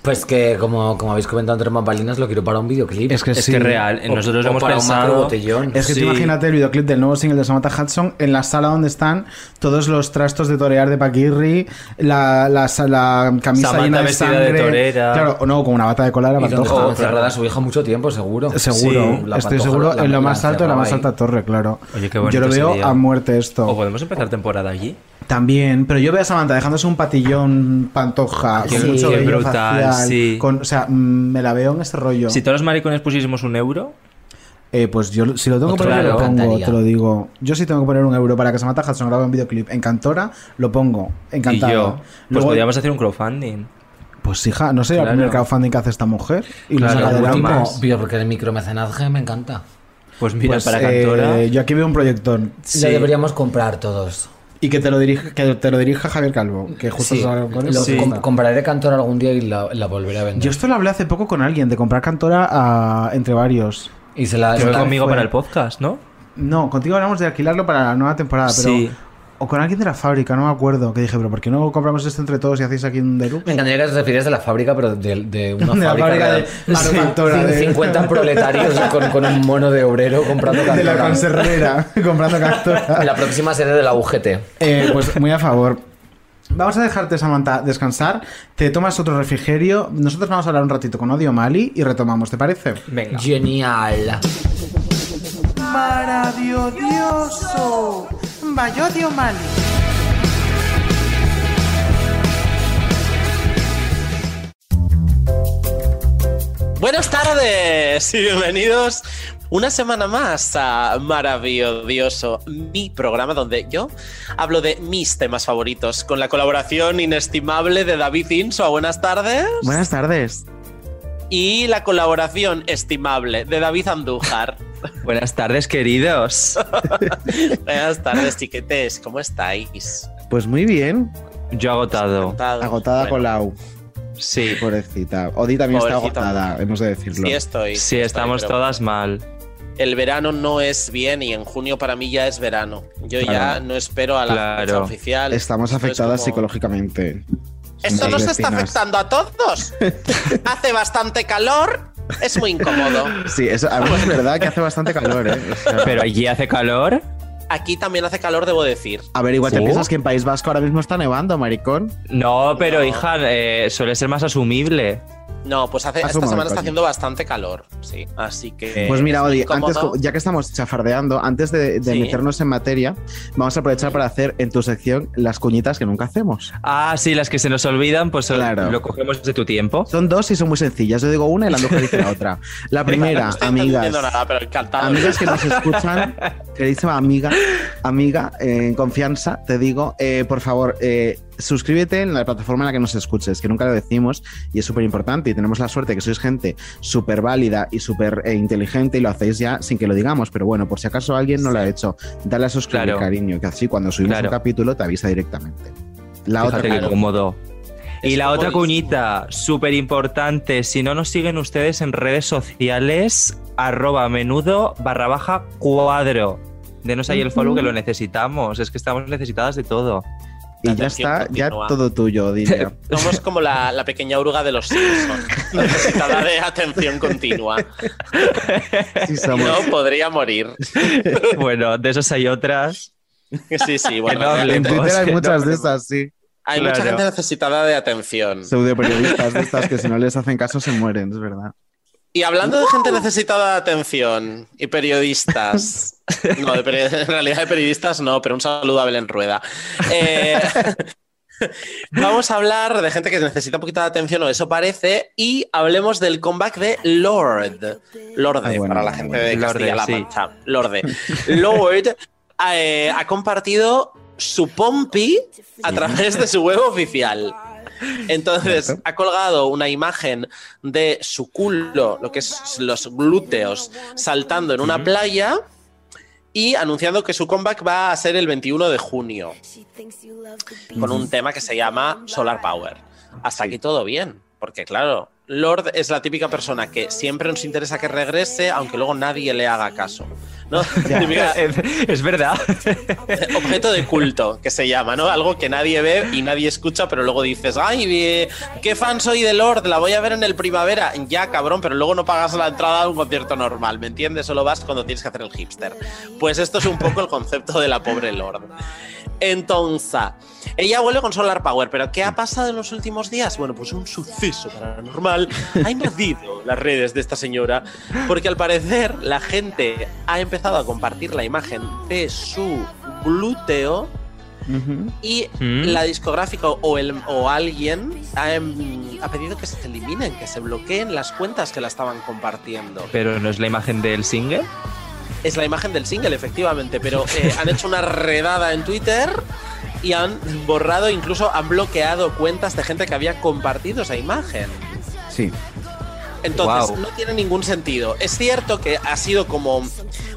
Speaker 7: Pues que, como, como habéis comentado entre bambalinas, lo quiero para un videoclip.
Speaker 5: Es que
Speaker 2: es
Speaker 5: sí.
Speaker 2: que real. eh,
Speaker 7: O-
Speaker 2: Nosotros
Speaker 7: o
Speaker 2: hemos
Speaker 7: para un
Speaker 2: pensado.
Speaker 7: macrobotellón.
Speaker 5: Es que
Speaker 2: Sí.
Speaker 5: tú imagínate el videoclip del nuevo single de Samantha Hudson en la sala donde están todos los trastos de torear de Paquirri, la, la, sa- la camisa
Speaker 2: Samantha
Speaker 5: llena de
Speaker 2: vestida de
Speaker 5: sangre.
Speaker 2: torera.
Speaker 5: Claro, o no, con una bata de cola era
Speaker 7: Y donde
Speaker 5: Pantoja.
Speaker 7: estaba encerrada su hija mucho tiempo, seguro.
Speaker 5: Seguro,
Speaker 7: Sí, la
Speaker 5: estoy
Speaker 7: Pantoja
Speaker 5: seguro,
Speaker 7: la-
Speaker 5: en lo
Speaker 7: la
Speaker 5: más alto, en la más
Speaker 7: encerraba
Speaker 5: alta torre, claro.
Speaker 2: Oye, qué bonito
Speaker 5: yo lo veo
Speaker 2: sería.
Speaker 5: a muerte esto.
Speaker 2: ¿O podemos empezar temporada allí?
Speaker 5: También, pero yo veo a Samantha dejándose un patillón pantoja,
Speaker 2: Qué-
Speaker 5: con mucho
Speaker 2: qué
Speaker 5: vello
Speaker 2: brutal,
Speaker 5: facial,
Speaker 2: sí.
Speaker 5: con- o sea, mm, me la veo en este rollo.
Speaker 2: Si todos los maricones pusiésemos un euro,
Speaker 5: Eh, pues yo, si lo tengo que
Speaker 7: Otro
Speaker 5: poner,
Speaker 7: lado,
Speaker 5: lo pongo,
Speaker 7: encantaría.
Speaker 5: te lo digo. Yo sí tengo que poner un euro para que Samantha Hudson grabe un videoclip en Cantora, lo pongo. Encantado.
Speaker 2: y yo, pues
Speaker 5: Luego-
Speaker 2: podríamos hacer un crowdfunding.
Speaker 5: pues, hija, no sería el
Speaker 2: Claro.
Speaker 5: primer crowdfunding que hace esta mujer. Y lo
Speaker 2: Claro,
Speaker 5: saca
Speaker 7: ahí.
Speaker 2: la
Speaker 7: El
Speaker 5: adelante.
Speaker 2: último.
Speaker 7: último, vio, porque el micromecenaje me encanta.
Speaker 2: Pues mira,
Speaker 5: Pues,
Speaker 2: para
Speaker 5: eh,
Speaker 2: Cantora.
Speaker 5: yo aquí veo un proyector.
Speaker 7: Ya
Speaker 2: Sí.
Speaker 7: deberíamos comprar todos.
Speaker 5: Y que te lo dirija, que te lo dirija Javier Calvo, que justo
Speaker 7: Sí.
Speaker 5: se- con
Speaker 7: Lo-
Speaker 5: eso.
Speaker 7: com- compraré Cantora algún día y la, la volveré a vender.
Speaker 5: Yo esto lo hablé hace poco con alguien, de comprar Cantora a- entre varios.
Speaker 7: Y se la...
Speaker 2: Que fue
Speaker 7: la-
Speaker 2: conmigo
Speaker 7: fue-
Speaker 2: para el podcast, ¿no?
Speaker 5: No, contigo hablamos de alquilarlo para la nueva temporada, pero...
Speaker 2: Sí.
Speaker 5: O con alguien de la fábrica, no me acuerdo. Que dije, pero ¿por qué no compramos esto entre todos y hacéis aquí un deluxe?
Speaker 7: Me encantaría que te refirieras de la fábrica, pero de, de una
Speaker 5: [laughs] De la
Speaker 7: fábrica,
Speaker 5: fábrica
Speaker 7: [laughs]
Speaker 5: de manufactura,
Speaker 7: Sí,
Speaker 5: de-
Speaker 7: 50 proletarios con, con un mono de obrero comprando
Speaker 5: [laughs] De la
Speaker 7: Cantora. [laughs]
Speaker 5: conserrera, [laughs] comprando Cantora.
Speaker 7: La próxima sede de la UGT.
Speaker 5: Eh,
Speaker 2: [laughs]
Speaker 5: pues muy a favor. Vamos a dejarte, Samantha, descansar. Te tomas otro refrigerio. Nosotros vamos a hablar un ratito con Odio Mali y retomamos, ¿te parece?
Speaker 2: Venga.
Speaker 7: Genial.
Speaker 15: Maravilloso. Vaya Dio Mali.
Speaker 16: Buenas tardes y bienvenidos una semana más a Maravilloso, mi programa donde yo hablo de mis temas favoritos con la colaboración inestimable de David Insua. Buenas tardes.
Speaker 5: Buenas tardes.
Speaker 16: Y la colaboración estimable de David Andújar.
Speaker 2: Buenas tardes, queridos.
Speaker 16: [laughs] Buenas tardes, chiquetes. ¿Cómo estáis?
Speaker 1: Pues muy bien.
Speaker 2: Yo agotado.
Speaker 1: Agotada
Speaker 16: Bueno.
Speaker 1: con la U.
Speaker 2: Sí.
Speaker 1: Pobrecita. Odi también
Speaker 16: Pobrecita.
Speaker 1: está agotada, hemos de decirlo.
Speaker 16: Sí, estoy.
Speaker 2: Sí, estamos
Speaker 16: pero-
Speaker 2: todas mal.
Speaker 16: El verano no es bien y en junio para mí ya es verano. Yo ya
Speaker 1: Claro.
Speaker 16: no espero a la fecha oficial.
Speaker 1: Estamos
Speaker 16: Esto es
Speaker 1: afectadas
Speaker 16: como-
Speaker 1: psicológicamente.
Speaker 16: Esto nos
Speaker 1: Sí,
Speaker 16: está
Speaker 1: vecinas.
Speaker 16: afectando
Speaker 1: [laughs]
Speaker 16: a todos. Hace bastante calor, es muy incómodo.
Speaker 1: Sí, eso, a veces es verdad que hace bastante calor, ¿eh? O sea-
Speaker 2: Pero allí hace calor.
Speaker 16: Aquí también hace calor, debo decir.
Speaker 1: A ver, igual te
Speaker 2: ¿Sí?
Speaker 1: piensas que en País Vasco ahora mismo está nevando, maricón.
Speaker 2: No, pero hija, eh, suele ser más asumible.
Speaker 16: No, pues hace, esta
Speaker 1: Asúmalo,
Speaker 16: semana está
Speaker 1: coño.
Speaker 16: haciendo bastante calor, sí. Así
Speaker 2: eh,
Speaker 16: que.
Speaker 1: Pues mira,
Speaker 16: es muy
Speaker 1: Odi,
Speaker 16: incómodo.
Speaker 1: antes, co- ya que estamos chafardeando, antes de, de
Speaker 16: Sí.
Speaker 1: meternos en materia, vamos a aprovechar para hacer en tu sección las cuñitas que nunca hacemos.
Speaker 2: Ah, sí, las que se nos olvidan, pues son- lo cogemos de tu tiempo.
Speaker 1: Son dos y son muy sencillas. Yo digo una y la mujer dice la otra. La
Speaker 16: [laughs] no
Speaker 1: primera,
Speaker 16: estoy
Speaker 1: amigas.
Speaker 16: entendiendo nada, pero encantado.
Speaker 1: Amigas
Speaker 16: [laughs]
Speaker 1: que nos
Speaker 2: [laughs]
Speaker 1: escuchan, queridísima amiga, amiga, eh, en confianza, te digo, eh, por favor, eh, suscríbete en la plataforma en la que nos escuches, que nunca lo decimos y es súper importante. Y tenemos la suerte que sois gente súper válida y súper eh, inteligente y lo hacéis ya sin que lo digamos. Pero bueno, por si acaso alguien no lo ha hecho, dale a suscribir,
Speaker 2: Claro.
Speaker 1: cariño, que así cuando subimos
Speaker 2: Claro.
Speaker 1: un capítulo te avisa directamente. La
Speaker 2: Fíjate
Speaker 1: otra.
Speaker 2: qué cómodo. Y
Speaker 1: Es
Speaker 2: la otra
Speaker 1: comodísimo.
Speaker 2: cuñita, súper importante, si no nos siguen ustedes en redes sociales, arroba menudo barra baja cuadro. Denos ahí el follow que lo necesitamos, es que estamos necesitadas de todo.
Speaker 1: Y ya está, ya
Speaker 2: [laughs]
Speaker 1: todo
Speaker 16: [laughs]
Speaker 1: tuyo, Odilia. [laughs]
Speaker 16: Somos como la, la pequeña oruga de los Simpsons, necesitada de atención continua.
Speaker 1: Sí,
Speaker 2: somos.
Speaker 16: No podría morir.
Speaker 2: bueno, de esos hay otras.
Speaker 16: Sí, [laughs] sí, bueno.
Speaker 2: Que no
Speaker 1: en
Speaker 2: hablemos,
Speaker 1: Twitter hay
Speaker 16: [laughs]
Speaker 2: que no
Speaker 1: muchas de esas, sí.
Speaker 16: Hay mucha
Speaker 1: Claro.
Speaker 16: gente necesitada de atención.
Speaker 1: Pseudoperiodistas de estas que si no les hacen caso se mueren, es verdad.
Speaker 16: Y hablando de gente necesitada de atención
Speaker 1: [laughs]
Speaker 16: y periodistas. No, de peri- en realidad de periodistas no, pero un saludo a Belén Rueda. Eh, vamos a hablar de gente que necesita un poquito de atención, o eso parece, y hablemos del comeback de Lord. Lorde,
Speaker 13: Ah, bueno,
Speaker 16: para la
Speaker 13: bueno,
Speaker 16: gente
Speaker 13: bueno.
Speaker 16: de
Speaker 13: Lorde,
Speaker 16: Castilla-La
Speaker 13: sí.
Speaker 16: Mancha. Lorde. Lord [laughs] eh, ha compartido su Pompi a través de su web oficial. Entonces, ha colgado una imagen de su culo, lo que es los glúteos, saltando en una playa y anunciando que su comeback va a ser el 21 de junio con un tema que se llama Solar Power. Hasta aquí todo bien, porque claro, Lord es la típica persona que siempre nos interesa que regrese, aunque luego nadie le haga caso. ¿no?
Speaker 2: [laughs]
Speaker 16: Típica-
Speaker 2: Es verdad.
Speaker 16: objeto de culto que se llama, ¿no? Algo que nadie ve y nadie escucha, pero luego dices, ay, eh, qué fan soy de Lord, la voy a ver en el primavera. Ya, cabrón, pero luego no pagas la entrada a un concierto normal, ¿me entiendes? Solo vas cuando tienes que hacer el hipster. Pues esto es un poco el concepto de la pobre Lord. Entonces, ella vuelve con Solar Power, pero ¿qué ha pasado en los últimos días? Bueno, pues un suceso paranormal ha invadido las redes de esta señora, porque al parecer la gente ha empezado a compartir la imagen de su glúteo y
Speaker 4: Mm.
Speaker 16: la discográfica o, el, o alguien ha, em, ha pedido que se eliminen, que se bloqueen las cuentas que la estaban compartiendo.
Speaker 2: Pero no es la imagen del single.
Speaker 16: Es la imagen del single, efectivamente, pero eh, han hecho una redada en Twitter y han borrado, incluso han bloqueado cuentas de gente que había compartido esa imagen.
Speaker 1: Sí.
Speaker 16: Entonces,
Speaker 11: Guau.
Speaker 16: no tiene ningún sentido. Es cierto que ha sido como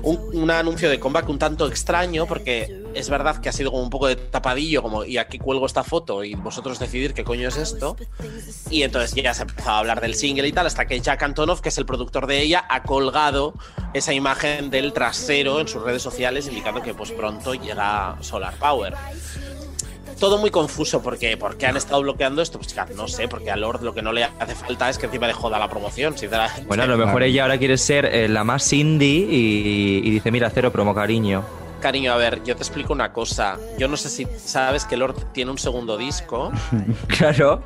Speaker 16: un, un anuncio de comeback un tanto extraño, porque es verdad que ha sido como un poco de tapadillo, como y aquí cuelgo esta foto y vosotros decidir qué coño es esto. Y entonces ya se ha empezado a hablar del single y tal, hasta que Jack Antonoff, que es el productor de ella, ha colgado esa imagen del trasero en sus redes sociales, indicando que pues pronto llega Solar Power todo muy confuso porque porque han estado bloqueando esto pues claro, no sé porque a Lord lo que no le hace falta es que encima le joda la promoción sinceramente
Speaker 2: Bueno, a lo mejor ella ahora quiere ser eh, la más indie y, y dice, mira, cero promo, cariño.
Speaker 16: cariño a ver yo te explico una cosa yo no sé si sabes que Lord tiene un segundo disco
Speaker 1: Mm.
Speaker 2: [laughs] Claro.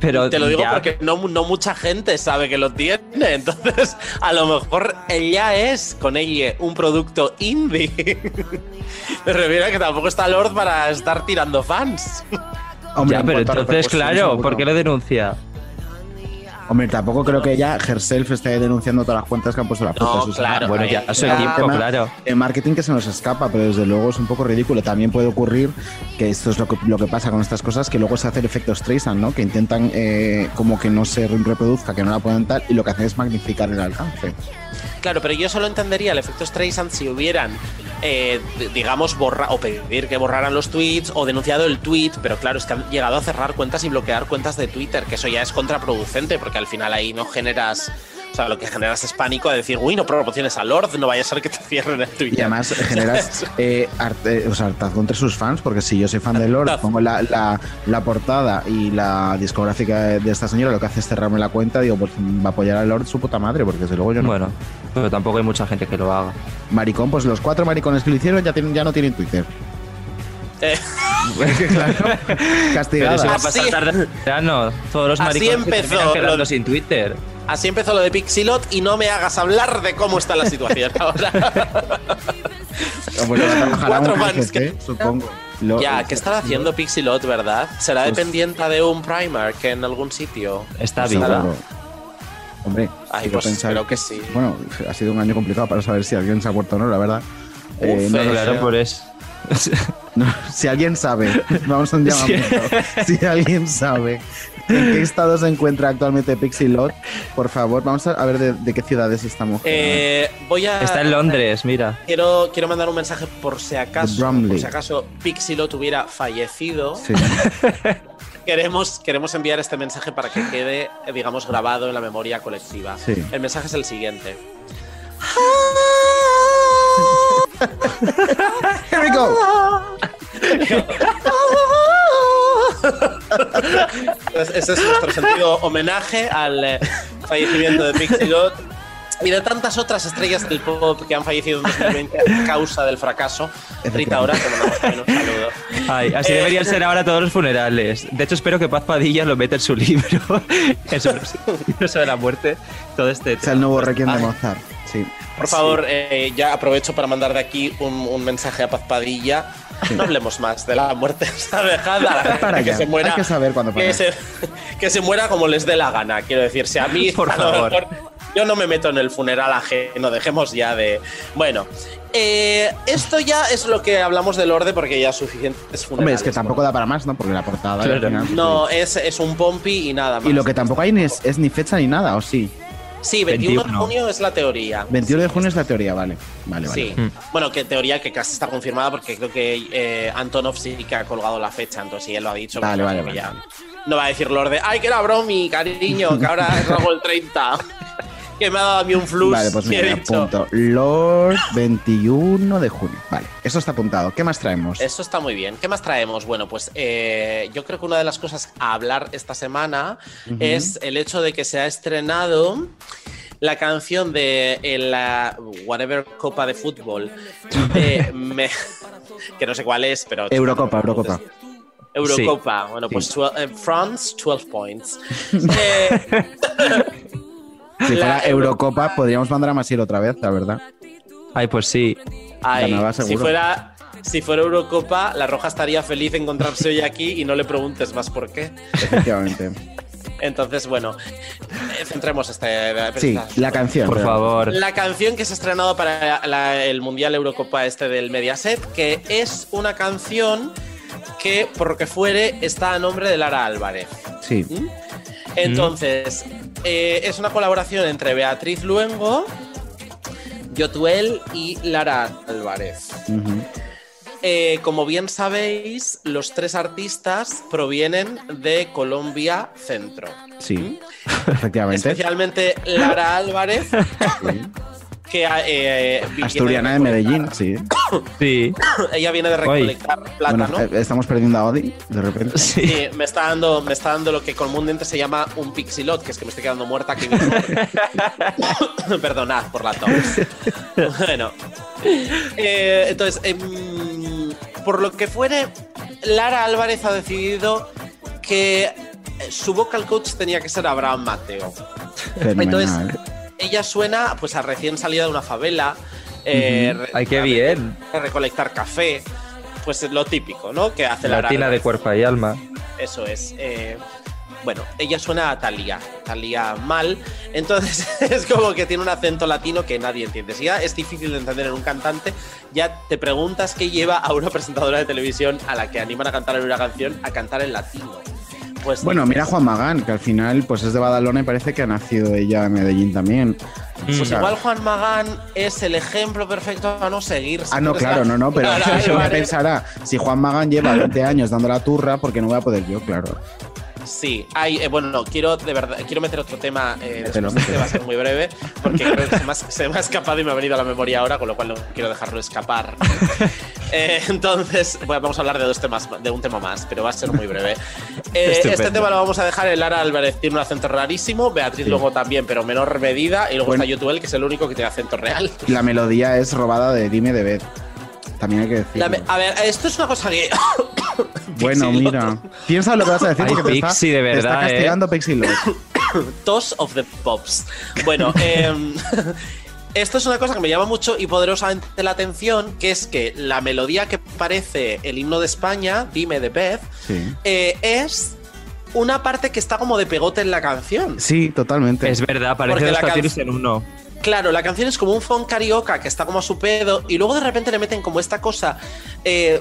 Speaker 2: Pero
Speaker 16: te lo digo
Speaker 2: ya-
Speaker 16: porque no, no mucha gente sabe que lo tiene entonces a lo mejor ella es con ella un producto indie [laughs] me refiero a que tampoco está Lord para estar tirando fans
Speaker 5: Hombre,
Speaker 2: ya,
Speaker 5: en cuanto
Speaker 2: pero
Speaker 5: a
Speaker 2: entonces,
Speaker 5: repercusión,
Speaker 2: claro,
Speaker 5: seguro.
Speaker 2: ¿por qué lo denuncia?
Speaker 5: Hombre, tampoco creo que ella herself esté denunciando todas las cuentas que han puesto la foto.
Speaker 2: No,
Speaker 5: de Susana.
Speaker 2: claro, Bueno, ahí- ya, su
Speaker 5: Es un
Speaker 2: equipo, claro.
Speaker 5: De marketing que se nos escapa, pero desde luego es un poco ridículo. También puede ocurrir que esto es lo que, lo que pasa con estas cosas, que luego se hace el efecto Streisand, ¿no? Que intentan eh, como que no se reproduzca, que no la puedan tal, y lo que hacen es magnificar el alcance.
Speaker 16: Claro, pero yo solo entendería el efecto Streisand si hubieran, eh, d- digamos, borra o pedir que borraran los tweets o denunciado el tweet, pero claro, es que han llegado a cerrar cuentas y bloquear cuentas de Twitter, que eso ya es contraproducente, porque al final ahí no generas. O sea, lo que generas es pánico a decir, uy, no promociones a Lord, no vaya a ser que te cierren el Twitter.
Speaker 5: Y además generas eh, arte- o sea, hartazgo entre sus fans, porque si yo soy fan de Lord, pongo la, la- la portada y la discográfica de- de esta señora, lo que hace es cerrarme la cuenta, digo, pues va a apoyar a Lord su puta madre, porque desde luego yo no.
Speaker 2: Bueno, pero tampoco hay mucha gente que lo haga.
Speaker 5: Maricón, pues los cuatro maricones que lo hicieron ya, tienen- ya no tienen Twitter.
Speaker 16: Eh.
Speaker 5: [laughs]
Speaker 2: [laughs] Pero
Speaker 5: Castigadas.
Speaker 2: eso va a pasar tarde. Ya no, todos los
Speaker 16: Así
Speaker 2: maricones se
Speaker 16: empezó
Speaker 2: terminan quedando
Speaker 16: lo-
Speaker 2: sin Twitter.
Speaker 16: [laughs] Así empezó lo de Pixilot y no me hagas hablar de cómo está la situación
Speaker 5: [laughs]
Speaker 16: ahora.
Speaker 5: Bueno, trabajará
Speaker 16: [laughs] Cuatro
Speaker 5: un
Speaker 16: fans
Speaker 5: RGT, supongo. Lo-
Speaker 16: ya, ¿qué estará haciendo Pixilot, verdad? ¿Será
Speaker 5: Pues-
Speaker 16: dependiente de un Primark en algún sitio?
Speaker 2: Está
Speaker 16: viva.
Speaker 5: Seguro. pues, Hombre,
Speaker 16: Ay,
Speaker 5: quiero
Speaker 16: pues espero que sí.
Speaker 5: Bueno, ha sido un año complicado para saber si alguien se ha muerto o no, la verdad. Eh,
Speaker 2: Uf,
Speaker 5: no lo
Speaker 2: claro,
Speaker 5: sé.
Speaker 2: por eso.
Speaker 5: [laughs] No, si alguien sabe, vamos a un
Speaker 2: Sí.
Speaker 5: llamamiento. Si alguien sabe en qué estado se encuentra actualmente Pixie Lot, por favor, vamos a ver de, de qué ciudades estamos.
Speaker 16: Eh, voy a.
Speaker 2: Está en Londres, mira.
Speaker 16: Quiero, quiero mandar un mensaje por si acaso.
Speaker 5: Bromley.
Speaker 16: Por si acaso Pixilot hubiera fallecido.
Speaker 5: Sí.
Speaker 16: [laughs] Queremos, queremos enviar este mensaje para que quede, eh, digamos, grabado en la memoria colectiva.
Speaker 5: Sí.
Speaker 16: El mensaje es el siguiente.
Speaker 5: Here we go. [laughs]
Speaker 16: Pues ese es nuestro sentido homenaje al eh, fallecimiento de Pixilot y de tantas otras estrellas del pop que han fallecido en 2020 a causa del fracaso. Rita, ahora te mandamos también un saludo.
Speaker 2: Ay, [laughs] así
Speaker 16: Eh,
Speaker 2: deberían ser ahora todos los funerales. De hecho, espero que Paz Padilla lo meta en su libro,
Speaker 16: [laughs]
Speaker 2: en su libro sobre la muerte, todo este
Speaker 5: Es el nuevo Requiem de Mozart. Sí.
Speaker 16: Ah. Por favor, eh, ya aprovecho para mandar de aquí un, un mensaje a Paz Padilla. No hablemos más de la muerte. O sea, dejad a la gente
Speaker 5: Para
Speaker 16: eh, que
Speaker 5: ya.
Speaker 16: se muera.
Speaker 5: Hay que saber cuándo
Speaker 16: que
Speaker 5: parar.
Speaker 16: se, que se muera como les dé la gana, quiero decir. Si a mí,
Speaker 2: Por
Speaker 16: a lo
Speaker 2: favor.
Speaker 16: mejor, yo no me meto en el funeral ajeno, dejemos ya de. Bueno, eh, esto ya es lo que hablamos del orden porque ya suficientes
Speaker 5: Hombre,
Speaker 16: funerales.
Speaker 5: es que tampoco da para más, ¿no? Porque la portada. al final-
Speaker 16: No, es, es un pompi y nada más.
Speaker 5: Y lo que tampoco hay ni es, es ni fecha ni nada, ¿o sí?
Speaker 16: Sí, 21, de
Speaker 5: 21.
Speaker 16: junio es la teoría.
Speaker 5: 21 de junio es la teoría, vale. Vale, vale.
Speaker 16: Sí, bueno, que teoría que casi está confirmada porque creo que eh, Antonov sí que ha colgado la fecha, entonces si él lo ha dicho. pues,
Speaker 5: Vale, vale,
Speaker 16: creo que
Speaker 5: vale,
Speaker 16: ya No va a decir Lorde, ¡ay, que era bromi, cariño! Que ahora es hago el 30. [laughs] que me ha dado a mí un flux.
Speaker 5: Vale, pues
Speaker 16: y he
Speaker 5: mira,
Speaker 16: dicho,
Speaker 5: punto. Lord 21 de junio. Vale, eso está apuntado. ¿Qué más traemos?
Speaker 16: Eso está muy bien. ¿Qué más traemos? Bueno, pues eh, yo creo que una de las cosas a hablar esta semana
Speaker 5: Ujú.
Speaker 16: es el hecho de que se ha estrenado la canción de en la whatever copa de fútbol de Me- [laughs] que no sé cuál es, pero
Speaker 5: Eurocopa, Eurocopa.
Speaker 16: Eurocopa. Bueno, pues twel- eh, France 12 points. Eh,
Speaker 5: Si
Speaker 16: La
Speaker 5: fuera Eurocopa, podríamos mandar a Masiel otra vez, la verdad.
Speaker 2: Ay, pues sí.
Speaker 16: ay,
Speaker 5: Ganaba
Speaker 16: si
Speaker 5: seguro.
Speaker 16: fuera si fuera Eurocopa, la Roja estaría feliz de encontrarse hoy aquí y no le preguntes más por qué.
Speaker 5: Efectivamente.
Speaker 16: [laughs] Entonces, bueno, eh, centremos este.
Speaker 5: Sí, la canción.
Speaker 2: Por favor.
Speaker 16: La canción que se ha estrenado para la- el Mundial Eurocopa este del Mediaset, que es una canción que, ¿Mm? por lo que fuere, está a nombre de Lara Álvarez.
Speaker 5: Sí.
Speaker 16: Entonces, eh, es una colaboración entre Beatriz Luengo, Yotuel y Lara Álvarez. Eh, como bien sabéis, los tres artistas provienen de Colombia Centro.
Speaker 5: Sí,
Speaker 16: ¿Mm?
Speaker 5: efectivamente.
Speaker 16: Especialmente Lara Álvarez, que eh, viene-
Speaker 5: Asturiana de Medellín, sí.
Speaker 2: Sí.
Speaker 16: [coughs] ella [coughs] viene de recolectar plátano.
Speaker 5: Bueno, eh, estamos perdiendo a Odi, de repente.
Speaker 16: Sí, me está dando, me está dando lo que comúnmente se llama un pixilot, que es que me estoy quedando muerta aquí
Speaker 2: [laughs]
Speaker 16: mismo. Perdonad por la tos. bueno. Eh, entonces, em, por lo que fuere, Lara Álvarez ha decidido que eh, su vocal coach tenía que ser Abraham Mateo.
Speaker 5: Fenomenal.
Speaker 16: Ella suena pues a recién salida de una favela. eh, re-
Speaker 2: Ay, qué bien.
Speaker 16: a recolectar café. Pues es lo típico, ¿no? Que hace Lara
Speaker 2: Latina de
Speaker 16: Álvarez.
Speaker 2: cuerpo y alma.
Speaker 16: Eso es. eh, bueno, ella suena a Talía, Talía mal, entonces [laughs] es como que tiene un acento latino que nadie entiende. Si ya es difícil de entender en un cantante, ya te preguntas qué lleva a una presentadora de televisión a la que animan a cantar en una canción a cantar en latino. Pues
Speaker 5: Bueno, mira a Juan Magán, que al final pues es de Badalona y parece que ha nacido ella en Medellín también.
Speaker 16: Pues
Speaker 5: O sea,
Speaker 16: igual Juan Magán es el ejemplo perfecto a no seguir.
Speaker 5: Ah, no, claro,
Speaker 16: [laughs]
Speaker 5: no, no, pero [laughs]
Speaker 16: Lara
Speaker 5: ella
Speaker 16: Álvarez.
Speaker 5: pensará, si Juan Magán lleva 20 años dando la turra, porque no voy a poder yo, claro.
Speaker 16: Sí, hay, eh, bueno, no, quiero de verdad, quiero meter otro tema, eh,
Speaker 5: Mételo,
Speaker 16: después de este
Speaker 5: mételo.
Speaker 16: va a ser muy breve, porque creo que se me, ha, se me ha escapado y me ha venido a la memoria ahora, con lo cual no quiero dejarlo escapar. Eh, entonces, bueno, vamos a hablar de dos temas, de un tema más, pero va a ser muy breve. Eh, este
Speaker 5: Estupendo.
Speaker 16: tema lo vamos a dejar en Lara Álvarez, tiene un acento rarísimo, Beatriz luego también, pero menor medida, y luego está Youtube, que es el único que tiene acento real.
Speaker 5: La melodía es robada de Dime de Beth. También hay que decir.
Speaker 16: La me- a ver, esto es una cosa que
Speaker 5: Bueno, mira. Piensa lo que vas a decir
Speaker 16: Ay,
Speaker 5: porque te está,
Speaker 16: Pixie, de
Speaker 5: te está
Speaker 16: verdad, ¿eh?
Speaker 5: castigando Pixie Lord.
Speaker 16: Toss of the Pops. Bueno, em, [laughs] esto es una cosa que me llama mucho y poderosamente la atención, que es que la melodía que parece el himno de España, Dime de Beth,
Speaker 5: Sí.
Speaker 16: eh, es una parte que está como de pegote en la canción.
Speaker 5: Sí, totalmente.
Speaker 2: Es verdad, parece
Speaker 16: Porque
Speaker 2: dos
Speaker 16: la can-
Speaker 2: canciones en uno.
Speaker 16: Claro, la canción es como un funk carioca que está como a su pedo y luego de repente le meten como esta cosa eh,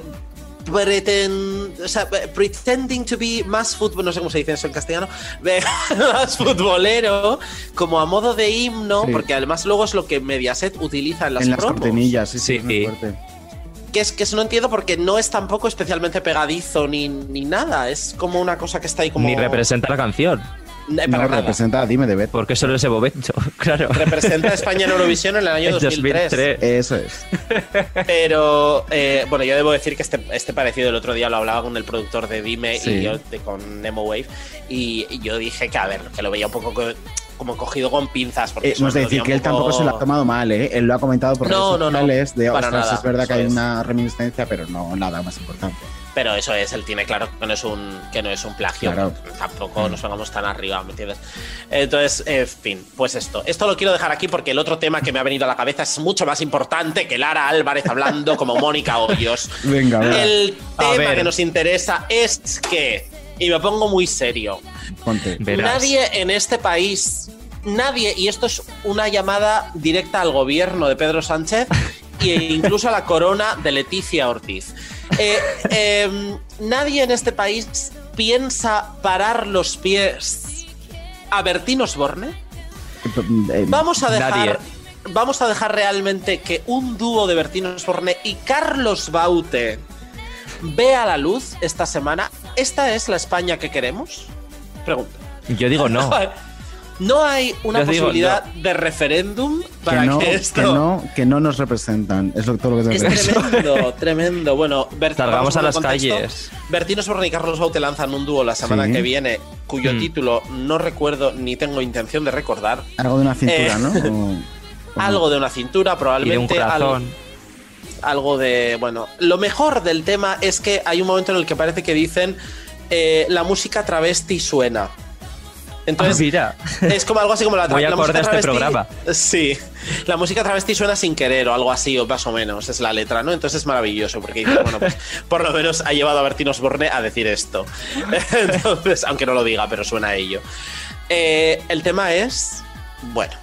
Speaker 16: preten- o sea, eh, pretending to be más fútbol, no sé cómo se dice eso en castellano, [laughs] de- más futbolero, como a modo de himno,
Speaker 5: Sí.
Speaker 16: porque además luego es lo que Mediaset utiliza en las,
Speaker 5: en las
Speaker 16: promos,
Speaker 5: cortinillas, sí, sí. muy fuerte.
Speaker 16: que es que eso no entiendo porque no es tampoco especialmente pegadizo ni, ni nada, es como una cosa que está ahí como...
Speaker 2: Ni representa la canción.
Speaker 16: No, Eh, para nada.
Speaker 5: Oh. representa Dime de Beth.
Speaker 2: Porque solo ese bobecho, [laughs] claro.
Speaker 16: Representa a España en Eurovisión en el año
Speaker 2: En
Speaker 16: 2003.
Speaker 5: Eso es.
Speaker 16: Pero eh, bueno, yo debo decir que este, este parecido el otro día lo hablaba con el productor de Dime
Speaker 2: Sí.
Speaker 16: y yo de- con Nemo Wave. Y, y yo dije que, a ver, que lo veía un poco co- como cogido con pinzas. Porque
Speaker 5: Eh,
Speaker 16: eso
Speaker 5: hemos de
Speaker 16: lo
Speaker 5: decir
Speaker 16: veía
Speaker 5: que
Speaker 16: un
Speaker 5: él tampoco
Speaker 16: poco-
Speaker 5: se lo ha tomado mal, ¿eh? Él lo ha comentado por
Speaker 16: No,
Speaker 5: redes
Speaker 16: no, no,
Speaker 5: sociales de,
Speaker 16: para
Speaker 5: ostras,
Speaker 16: nada,
Speaker 5: es verdad
Speaker 16: eso
Speaker 5: que hay
Speaker 16: es.
Speaker 5: una reminiscencia, pero no nada más importante.
Speaker 16: Pero eso es, él tiene claro que no es un, que no es un plagio.
Speaker 5: Claro. Mm.
Speaker 16: Tampoco nos pongamos tan arriba, ¿me entiendes? Entonces, en fin, pues esto. Esto lo quiero dejar aquí porque el otro tema que me ha venido a la cabeza es mucho más importante que Lara Álvarez hablando como Mónica Hoyos.
Speaker 5: Venga, venga,
Speaker 16: El
Speaker 5: A
Speaker 16: tema
Speaker 5: ver.
Speaker 16: que nos interesa es que, y me pongo muy serio,
Speaker 5: ponte.
Speaker 16: nadie en este país, [coughs] nadie, y esto es una llamada directa al gobierno de Pedro
Speaker 5: [laughs]
Speaker 16: Sánchez e incluso a la corona de Leticia Ortiz. Eh, em, nadie en este país piensa parar los pies a Bertín Osborne.
Speaker 5: Eh,
Speaker 16: Vamos a dejar.
Speaker 5: nadie.
Speaker 16: Vamos a dejar realmente que un dúo de Bertín Osborne y Carlos Baute vea la luz esta semana. ¿Esta es la España que queremos? Pregunta.
Speaker 2: Yo digo no.
Speaker 16: [laughs] ¿No hay una
Speaker 2: Yo digo
Speaker 16: posibilidad de referéndum
Speaker 5: Que
Speaker 16: para que,
Speaker 5: no,
Speaker 16: esto.?
Speaker 5: que no, que no nos representan. Es lo, todo lo que tengo
Speaker 16: Es
Speaker 5: que decir.
Speaker 1: [laughs]
Speaker 16: tremendo, tremendo. Bueno, Bert-
Speaker 2: Salgamos
Speaker 16: vamos
Speaker 2: a las
Speaker 16: poner contexto.
Speaker 2: calles.
Speaker 16: Bertín Osborne y Carlos Baute lanzan un dúo la semana
Speaker 5: Sí.
Speaker 16: que viene,
Speaker 2: Mm.
Speaker 16: cuyo título no recuerdo ni tengo intención de recordar.
Speaker 5: Algo de una cintura,
Speaker 16: Eh, [laughs]
Speaker 5: ¿no? O-
Speaker 16: Algo de una cintura, probablemente.
Speaker 2: Y de un corazón.
Speaker 16: Algo, algo de. Bueno, lo mejor del tema es que hay un momento en el que parece que dicen eh, la música travesti suena. Entonces,
Speaker 2: Ah, mira.
Speaker 16: es como algo así como la, tra-
Speaker 2: Voy
Speaker 16: la
Speaker 2: acorde
Speaker 16: música
Speaker 2: a este programa.
Speaker 16: Sí, la música travesti suena sin querer o algo así, o más o menos, es la letra, ¿no? Entonces es maravilloso, porque dices, bueno, pues por lo menos ha llevado a Bertín Osborne a decir esto. [laughs] Entonces, aunque no lo diga, pero suena a ello. Eh, el tema es, bueno,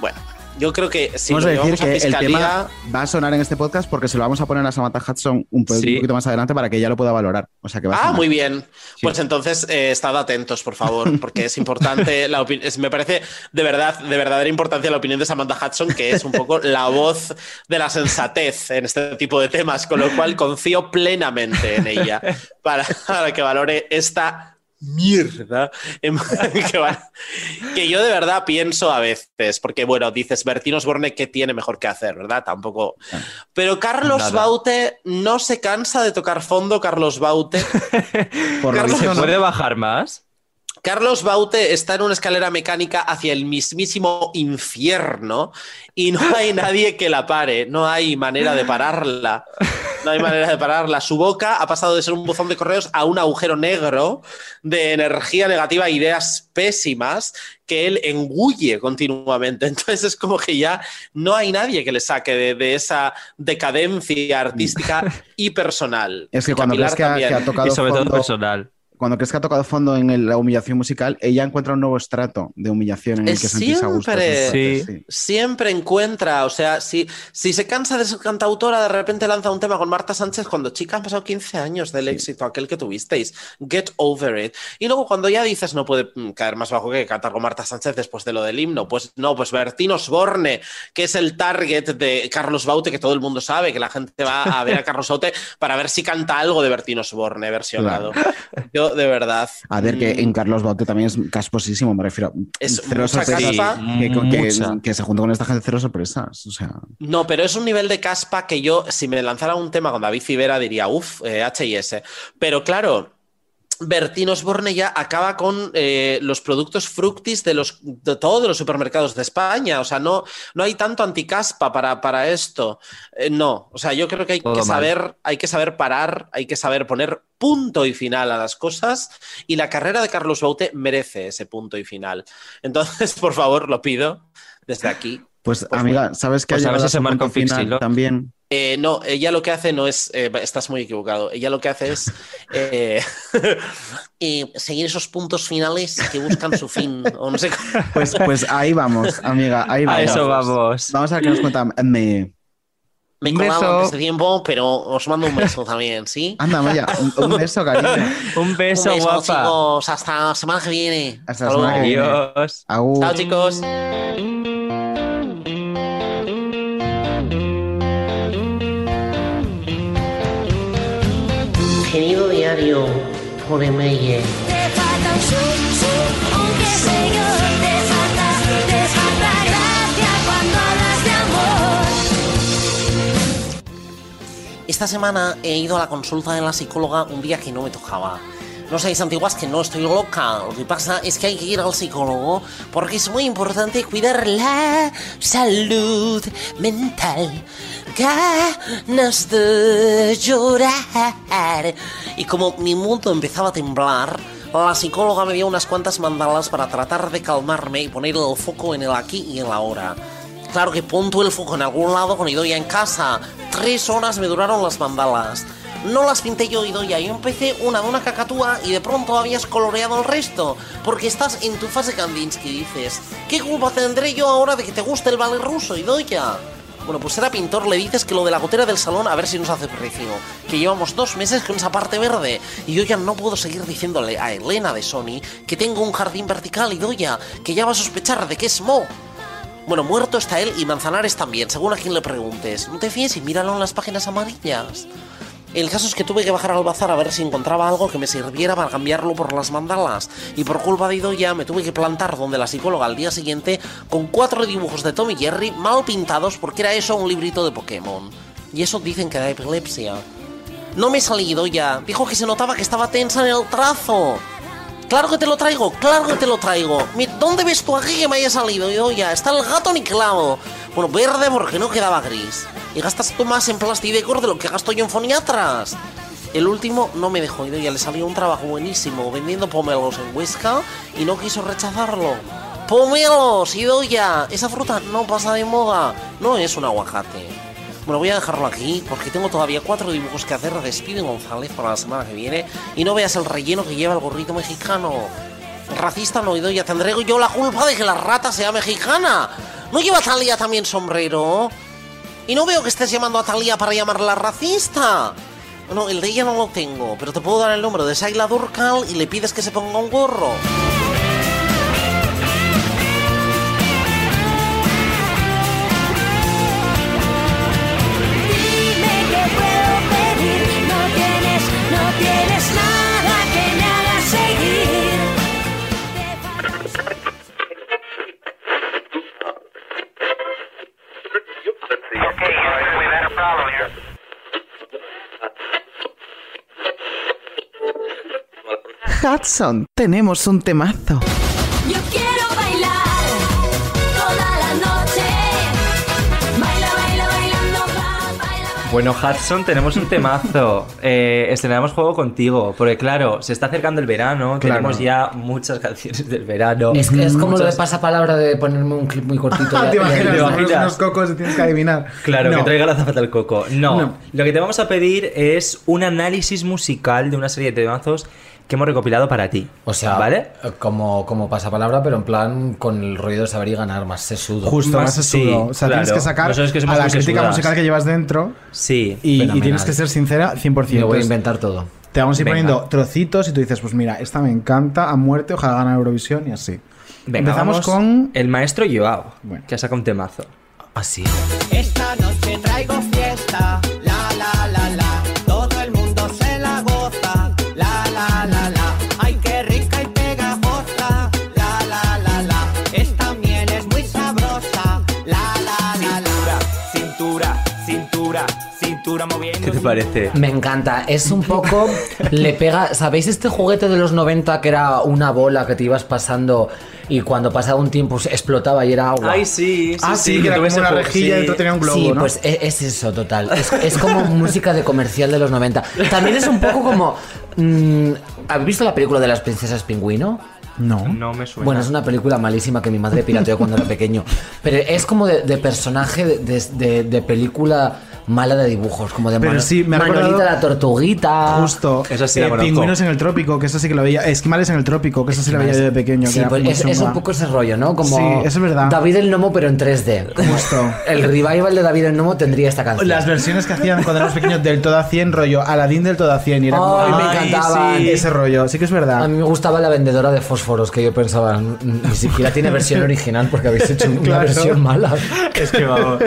Speaker 16: bueno, Yo creo que si
Speaker 1: vamos
Speaker 16: lo
Speaker 1: a decir
Speaker 16: llevamos a
Speaker 1: que el
Speaker 16: fiscalía,
Speaker 1: tema va a sonar en este podcast porque se lo vamos a poner a Samantha Hudson un, po- un
Speaker 16: Sí.
Speaker 1: poquito más adelante para que ella lo pueda valorar. O sea que va a
Speaker 16: Ah,
Speaker 1: sonar.
Speaker 16: muy bien. Pues entonces eh, estad atentos, por favor,
Speaker 1: [laughs]
Speaker 16: porque es importante la opinión. Me parece de verdad, de verdadera importancia la opinión de Samantha Hudson, que es un poco la voz de la sensatez en este tipo de temas, con lo cual confío plenamente en ella para, para que valore esta mierda en- [laughs] que, va- que yo de verdad pienso a veces, porque bueno, dices Bertín Osborne, ¿qué tiene mejor que hacer, verdad? Tampoco.
Speaker 1: Ah.
Speaker 16: Pero Carlos
Speaker 6: Nada.
Speaker 16: Baute no se cansa de tocar fondo, Carlos Baute. Carlos,
Speaker 6: ¿Se puede bajar más?
Speaker 16: Carlos Baute está en una escalera mecánica hacia el mismísimo infierno y no hay nadie que la pare, no hay manera de pararla. No hay manera de pararla. Su boca ha pasado de ser un buzón de correos a un agujero negro de energía negativa, e ideas pésimas que él engulle continuamente. Entonces es como que ya no hay nadie que le saque de, de esa decadencia artística y personal.
Speaker 1: Mm. Es que cuando
Speaker 16: Capilar
Speaker 1: crees que ha,
Speaker 16: también.
Speaker 1: que ha tocado fondo, Cuando crees que ha tocado fondo en el- la humillación musical, ella encuentra un nuevo estrato de humillación en el que sentirse a gusto.
Speaker 16: siempre,
Speaker 1: Entonces, sí.
Speaker 16: siempre encuentra, o sea, si, si se cansa de ser cantautora, de repente lanza un tema con Marta Sánchez cuando chica han pasado 15 años del éxito aquel que tuvisteis. Get over it. Y luego cuando ya dices no puede mm, caer más bajo que cantar con Marta Sánchez después de lo del himno, pues no, pues Bertín Osborne, que es el target de Carlos Baute, que todo el mundo sabe, que la gente va
Speaker 1: [laughs]
Speaker 16: a ver a Carlos Baute para ver si canta algo de Bertín Osborne versionado. Yo, de verdad.
Speaker 1: A ver, que
Speaker 16: mm,
Speaker 1: en Carlos Baute también es casposísimo, me refiero.
Speaker 16: Es
Speaker 1: cero
Speaker 16: mucha
Speaker 1: sorpresas.
Speaker 16: caspa.
Speaker 1: que, que- que-
Speaker 16: Mucha.
Speaker 1: que se junta con esta gente cero sorpresas. O sea,
Speaker 16: No, pero es un nivel de caspa que yo, si me lanzara un tema con David Fibera, diría, eh, uff, H&S. Pero claro, Bertín Osborne ya acaba con eh, los productos fructis de, los, de todos los supermercados de España. O sea, no, no hay tanto anticaspa para, para esto. Eh, no, o sea, yo creo que hay
Speaker 6: Todo
Speaker 16: que
Speaker 6: mal.
Speaker 16: saber, hay que saber parar, hay que saber poner punto y final a las cosas. Y la carrera de Carlos Baute merece ese punto y final. Entonces, [laughs] por favor, lo pido desde aquí.
Speaker 1: pues, amiga, ¿sabes que
Speaker 6: Pues
Speaker 1: ha
Speaker 6: a ver
Speaker 1: llegado
Speaker 6: si se
Speaker 1: su
Speaker 6: marca
Speaker 1: punto
Speaker 6: un Fixie
Speaker 1: final
Speaker 6: Lock.
Speaker 1: También.
Speaker 16: Eh, no, ella lo que hace no es. eh, estás muy equivocado. Ella lo que hace
Speaker 5: [laughs]
Speaker 16: es eh, [laughs] eh, seguir esos puntos finales que buscan su fin. O no sé cómo.
Speaker 17: [laughs]
Speaker 1: Pues, pues ahí vamos, amiga, ahí
Speaker 16: A
Speaker 1: vamos.
Speaker 16: eso
Speaker 6: vamos.
Speaker 1: Vamos a ver qué nos cuenta. Me...
Speaker 16: Me he
Speaker 1: un
Speaker 16: colado
Speaker 1: beso.
Speaker 16: antes de tiempo, pero os mando un beso también, ¿sí?
Speaker 1: Anda, Maya, un, un beso, cariño.
Speaker 6: [laughs] Un
Speaker 16: Un beso, chicos. Hasta la semana que viene.
Speaker 1: Hasta la semana que viene.
Speaker 6: Adiós.
Speaker 1: Agur.
Speaker 16: Chao, chicos.
Speaker 17: Querido diario, por email.
Speaker 4: Te falta un chup, chup, un quesillo. Te falta, te falta gracia cuando hablas de amor.
Speaker 17: Esta semana he ido a la consulta de la psicóloga un día que no me tocaba.
Speaker 16: No seáis antiguas que no estoy loca. Lo que pasa es que hay que ir al psicólogo porque es muy importante cuidar la salud mental.
Speaker 17: Ganas de llorar. Y como mi mundo empezaba a temblar, la psicóloga me dio unas cuantas mandalas para tratar de calmarme y poner el foco en el aquí y en la ahora. Claro que punto el foco en algún lado con Idoya en casa. Tres horas me duraron las mandalas. No las pinté yo, Idoya. Yo empecé una de una cacatúa y de pronto habías coloreado el resto. Porque estás en tu fase Kandinsky, dices. ¿Qué culpa tendré yo ahora de que te guste el ballet ruso, Idoya? Bueno, pues era pintor, le dices que lo de la gotera del salón a ver si nos hace precio. Que llevamos dos meses con esa parte verde. Y yo ya no puedo seguir diciéndole a Elena de Sony que tengo un jardín vertical, Idoya. Que ya va a sospechar de que es Mo. Bueno, muerto está él y Manzanares también, según a quien le preguntes. No te fíes y míralo en las páginas amarillas. El caso es que tuve que bajar al bazar a ver si encontraba algo que me sirviera para cambiarlo por las mandalas. Y por culpa de Idoya me tuve que plantar donde la psicóloga al día siguiente con cuatro dibujos de Tommy Jerry mal pintados porque era eso un librito de Pokémon. Y eso dicen que da epilepsia. No me he salido ya. Dijo que se notaba que estaba tensa en el trazo. Claro que te lo traigo, claro que te lo traigo. Mi- ¿Dónde ves tú aquí que me haya salido? Yo ya, está el gato niclado. Bueno, verde porque no quedaba gris. Y gastas tú más en plastidecor de lo que gasto yo en foniatras. El último no me dejó yo ya le salió un trabajo buenísimo vendiendo pomelos en Huesca y no quiso rechazarlo. ¡Pomelos, Idoya! Esa fruta no pasa de moda, no es un aguacate. Bueno, voy a dejarlo aquí porque tengo todavía cuatro dibujos que hacer de Speedy González para la semana que viene y no veas el relleno que lleva el gorrito mexicano. Racista no, ya tendré yo la culpa de que la rata sea mexicana. ¿No lleva Talía también sombrero? Y no veo que estés llamando a Talía para llamarla racista. Bueno, el de ella no lo tengo, pero te puedo dar el número de Saila Durcal y le pides que se ponga un gorro.
Speaker 4: No tienes, no tienes nada que me haga seguir.
Speaker 5: Hudson, tenemos un temazo.
Speaker 4: Yo quiero bailar toda la noche. Baila, baila, bailando.
Speaker 2: Bueno, Hudson, tenemos
Speaker 5: [laughs]
Speaker 2: un temazo. Eh, estrenamos juego contigo, porque claro, se está acercando el verano,
Speaker 7: Claro.
Speaker 2: tenemos ya muchas canciones del verano.
Speaker 7: Es que
Speaker 5: es
Speaker 7: como lo de
Speaker 2: Muchas-
Speaker 7: pasapalabra de ponerme un clip muy
Speaker 5: [laughs]
Speaker 7: cortito.
Speaker 5: Ah,
Speaker 7: ya-
Speaker 5: te
Speaker 7: ya-
Speaker 5: imaginas,
Speaker 2: ¿Te
Speaker 5: pones
Speaker 2: imaginas?
Speaker 5: unos cocos y tienes que adivinar.
Speaker 2: Claro,
Speaker 5: No.
Speaker 2: que traiga la zapata al coco. No.
Speaker 5: No.
Speaker 2: Lo que te vamos a pedir es un análisis musical de una serie de temazos que hemos recopilado para ti. O sea, ¿vale?
Speaker 7: Eh, Como, como pasapalabra, pero en plan con el rollo de saber y ganar, más sesudo.
Speaker 5: Justo, más sesudo. o sea, tienes que sacar a la crítica musical que llevas dentro
Speaker 2: Sí.
Speaker 5: y, y tienes que ser sincera 100%.
Speaker 7: Me voy a
Speaker 5: Entonces,
Speaker 7: inventar todo.
Speaker 5: Te vamos a ir
Speaker 7: Venga.
Speaker 5: poniendo trocitos y tú dices, pues mira, esta me encanta, a muerte, ojalá gane Eurovisión y así.
Speaker 2: Venga,
Speaker 5: Empezamos
Speaker 2: vamos con el maestro Joao, que ha sacado un temazo.
Speaker 7: Así.
Speaker 15: Esta noche traigo fiesta, la la la la. Todo el mundo se la goza, la la la la. Ay, qué rica y pegajosa, la la la la. Esta miel es muy sabrosa, la la la la. Cintura, cintura, cintura moviendo.
Speaker 2: ¿Qué te parece?
Speaker 7: Me encanta, es un
Speaker 5: [laughs]
Speaker 7: poco. le pega. ¿Sabéis este juguete de los 90 que era una bola que te ibas pasando y cuando pasaba un tiempo se explotaba y era agua?
Speaker 2: Ay, sí, sí,
Speaker 5: Ah, sí, que era como
Speaker 2: tuve ese
Speaker 5: una
Speaker 2: juego,
Speaker 5: rejilla y dentro tenía un globo,
Speaker 7: Sí,
Speaker 5: ¿no?
Speaker 7: pues e- es, eso, total. Es, es como música de comercial de los 90. También es un poco como. mm, ¿Habéis visto la película de las princesas pingüino?
Speaker 5: No.
Speaker 2: No me suena.
Speaker 7: Bueno, es una película malísima que mi madre pirateó cuando era pequeño. Pero es como de, de personaje de, de- de- de película mala de dibujos, como de
Speaker 5: Pero
Speaker 7: Mano-
Speaker 5: sí, me ha
Speaker 7: Manolita
Speaker 5: recordado-
Speaker 7: la tortuguita.
Speaker 5: Justo.
Speaker 2: Eso sí la
Speaker 5: Eh,
Speaker 2: conozco.
Speaker 5: pingüinos en el trópico, que eso sí que lo veía. Esquimales en el trópico, que eso sí lo veía yo de pequeño. que
Speaker 7: Sí,
Speaker 5: era
Speaker 7: pues
Speaker 5: muy
Speaker 7: es, es
Speaker 5: chunga.
Speaker 7: un poco ese rollo, ¿no? Como
Speaker 5: Sí, eso es verdad.
Speaker 7: David el Nomo, pero en 3D.
Speaker 5: Justo.
Speaker 7: El revival de David el Nomo tendría esta canción.
Speaker 5: Las versiones que hacían cuando éramos pequeños del todo a 100, rollo Aladín del todo a 100 y era como,
Speaker 7: Ay, me
Speaker 5: "Ay,
Speaker 7: encantaban.
Speaker 5: sí". ese rollo, sí que es
Speaker 7: A
Speaker 5: verdad.
Speaker 7: mí me gustaba la vendedora de fósforos, que yo pensaba, "Mm, ni siquiera tiene versión
Speaker 5: [laughs]
Speaker 7: original porque habéis hecho una
Speaker 5: Claro.
Speaker 7: versión mala.
Speaker 5: Es
Speaker 7: [laughs]
Speaker 5: que vamos.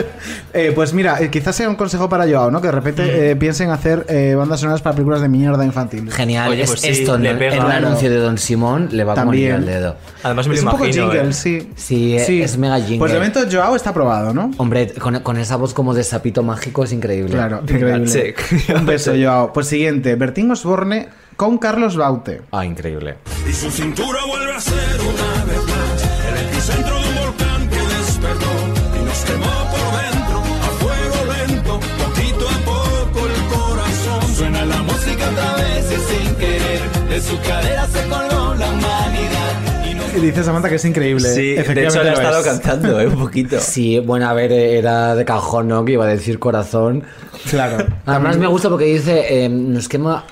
Speaker 5: Eh, pues mira, eh, quizás sea un consejo para Joao, ¿no? Que de
Speaker 7: Mm.
Speaker 5: repente eh, piensen hacer eh, bandas sonoras para películas de mierda infantil.
Speaker 7: Genial,
Speaker 2: Oye,
Speaker 7: es
Speaker 2: pues sí,
Speaker 7: esto,
Speaker 2: le
Speaker 7: ¿no?
Speaker 2: pega.
Speaker 7: en un
Speaker 2: Claro.
Speaker 7: anuncio de Don Simón le va como
Speaker 5: También.
Speaker 7: anillo al dedo.
Speaker 2: Además me
Speaker 5: es
Speaker 2: lo
Speaker 5: un poco
Speaker 2: imagino.
Speaker 5: jingle,
Speaker 2: ¿eh?
Speaker 5: sí.
Speaker 7: Sí, eh,
Speaker 5: Sí.
Speaker 7: es mega jingle.
Speaker 5: Pues de momento Joao está aprobado, ¿no?
Speaker 7: Hombre, con, con esa voz como de sapito mágico es increíble.
Speaker 5: Claro, increíble.
Speaker 2: check. [laughs]
Speaker 5: Un beso, Joao. Pues siguiente, Bertín Osborne con Carlos Baute.
Speaker 7: Ah, increíble.
Speaker 18: Y su cintura vuelve a ser una vez más el epicentro de un volcán que despertó y nos quemó por dentro a fuego lento, poquito a poco el corazón. Suena la música otra vez y sin querer de su cadera se colgó la humanidad.
Speaker 5: Y dice Samantha que es increíble.
Speaker 2: Sí, de
Speaker 5: Efectivamente
Speaker 2: hecho le ha
Speaker 5: lo
Speaker 2: estado
Speaker 5: es.
Speaker 2: cantando, ¿eh? Un poquito.
Speaker 7: [laughs] Sí, bueno, a ver, eh, era de cajón, ¿no? Que iba a decir corazón.
Speaker 5: Claro.
Speaker 7: Además me gusta porque dice, eh, nos quema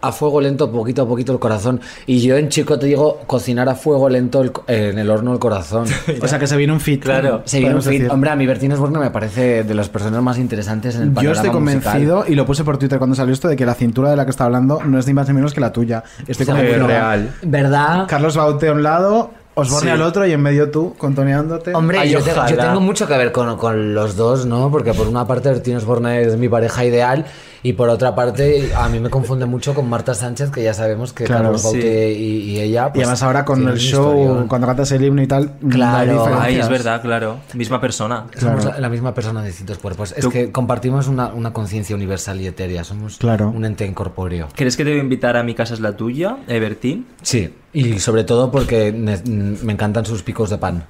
Speaker 7: a fuego lento poquito a poquito el corazón. Y yo en chico te digo, cocinar a fuego lento el co- eh, en el horno el
Speaker 2: [laughs]
Speaker 7: corazón.
Speaker 5: O sea que se viene un fit.
Speaker 2: Claro,
Speaker 7: Se viene un
Speaker 5: podemos
Speaker 7: fit.
Speaker 5: decir.
Speaker 7: Hombre, a mí Bertín Osborne me parece de las personas más interesantes en el
Speaker 5: Yo
Speaker 7: panorama
Speaker 5: estoy convencido, y lo puse por Twitter cuando salió esto, de que la cintura de la que está hablando no es ni más ni menos que la tuya. Estoy
Speaker 7: musical.
Speaker 5: convencido.
Speaker 7: ¿Verdad?
Speaker 5: Carlos Baute a un lado, Osborne
Speaker 2: Sí.
Speaker 5: al otro y en medio tú, contoneándote.
Speaker 7: Hombre,
Speaker 2: Ay,
Speaker 7: yo, te- yo
Speaker 2: ojalá.
Speaker 7: tengo mucho que ver con, con los dos, ¿no? Porque por una parte Bertín Osborne es mi pareja ideal y por otra parte a mí me confunde mucho con Marta Sánchez, que ya sabemos que
Speaker 5: Claro,
Speaker 7: Carlos
Speaker 5: sí.
Speaker 7: Baute y, y ella...
Speaker 5: y
Speaker 7: pues,
Speaker 5: además ahora con
Speaker 7: tienen un
Speaker 5: el show,
Speaker 7: historión.
Speaker 5: cuando cantas el himno y tal,
Speaker 7: Claro,
Speaker 5: hay diferencias.
Speaker 2: Ay, es verdad, claro. Misma persona.
Speaker 7: Somos
Speaker 5: Claro.
Speaker 7: la, la misma persona de distintos cuerpos. Es
Speaker 2: Tú-
Speaker 7: que compartimos una, una conciencia universal y etérea. Somos
Speaker 5: Claro.
Speaker 7: un ente incorpóreo.
Speaker 2: ¿Crees que te voy a invitar a mi casa es la tuya, Evertín?
Speaker 7: Sí. Y sobre todo porque ne- me encantan sus picos de pan.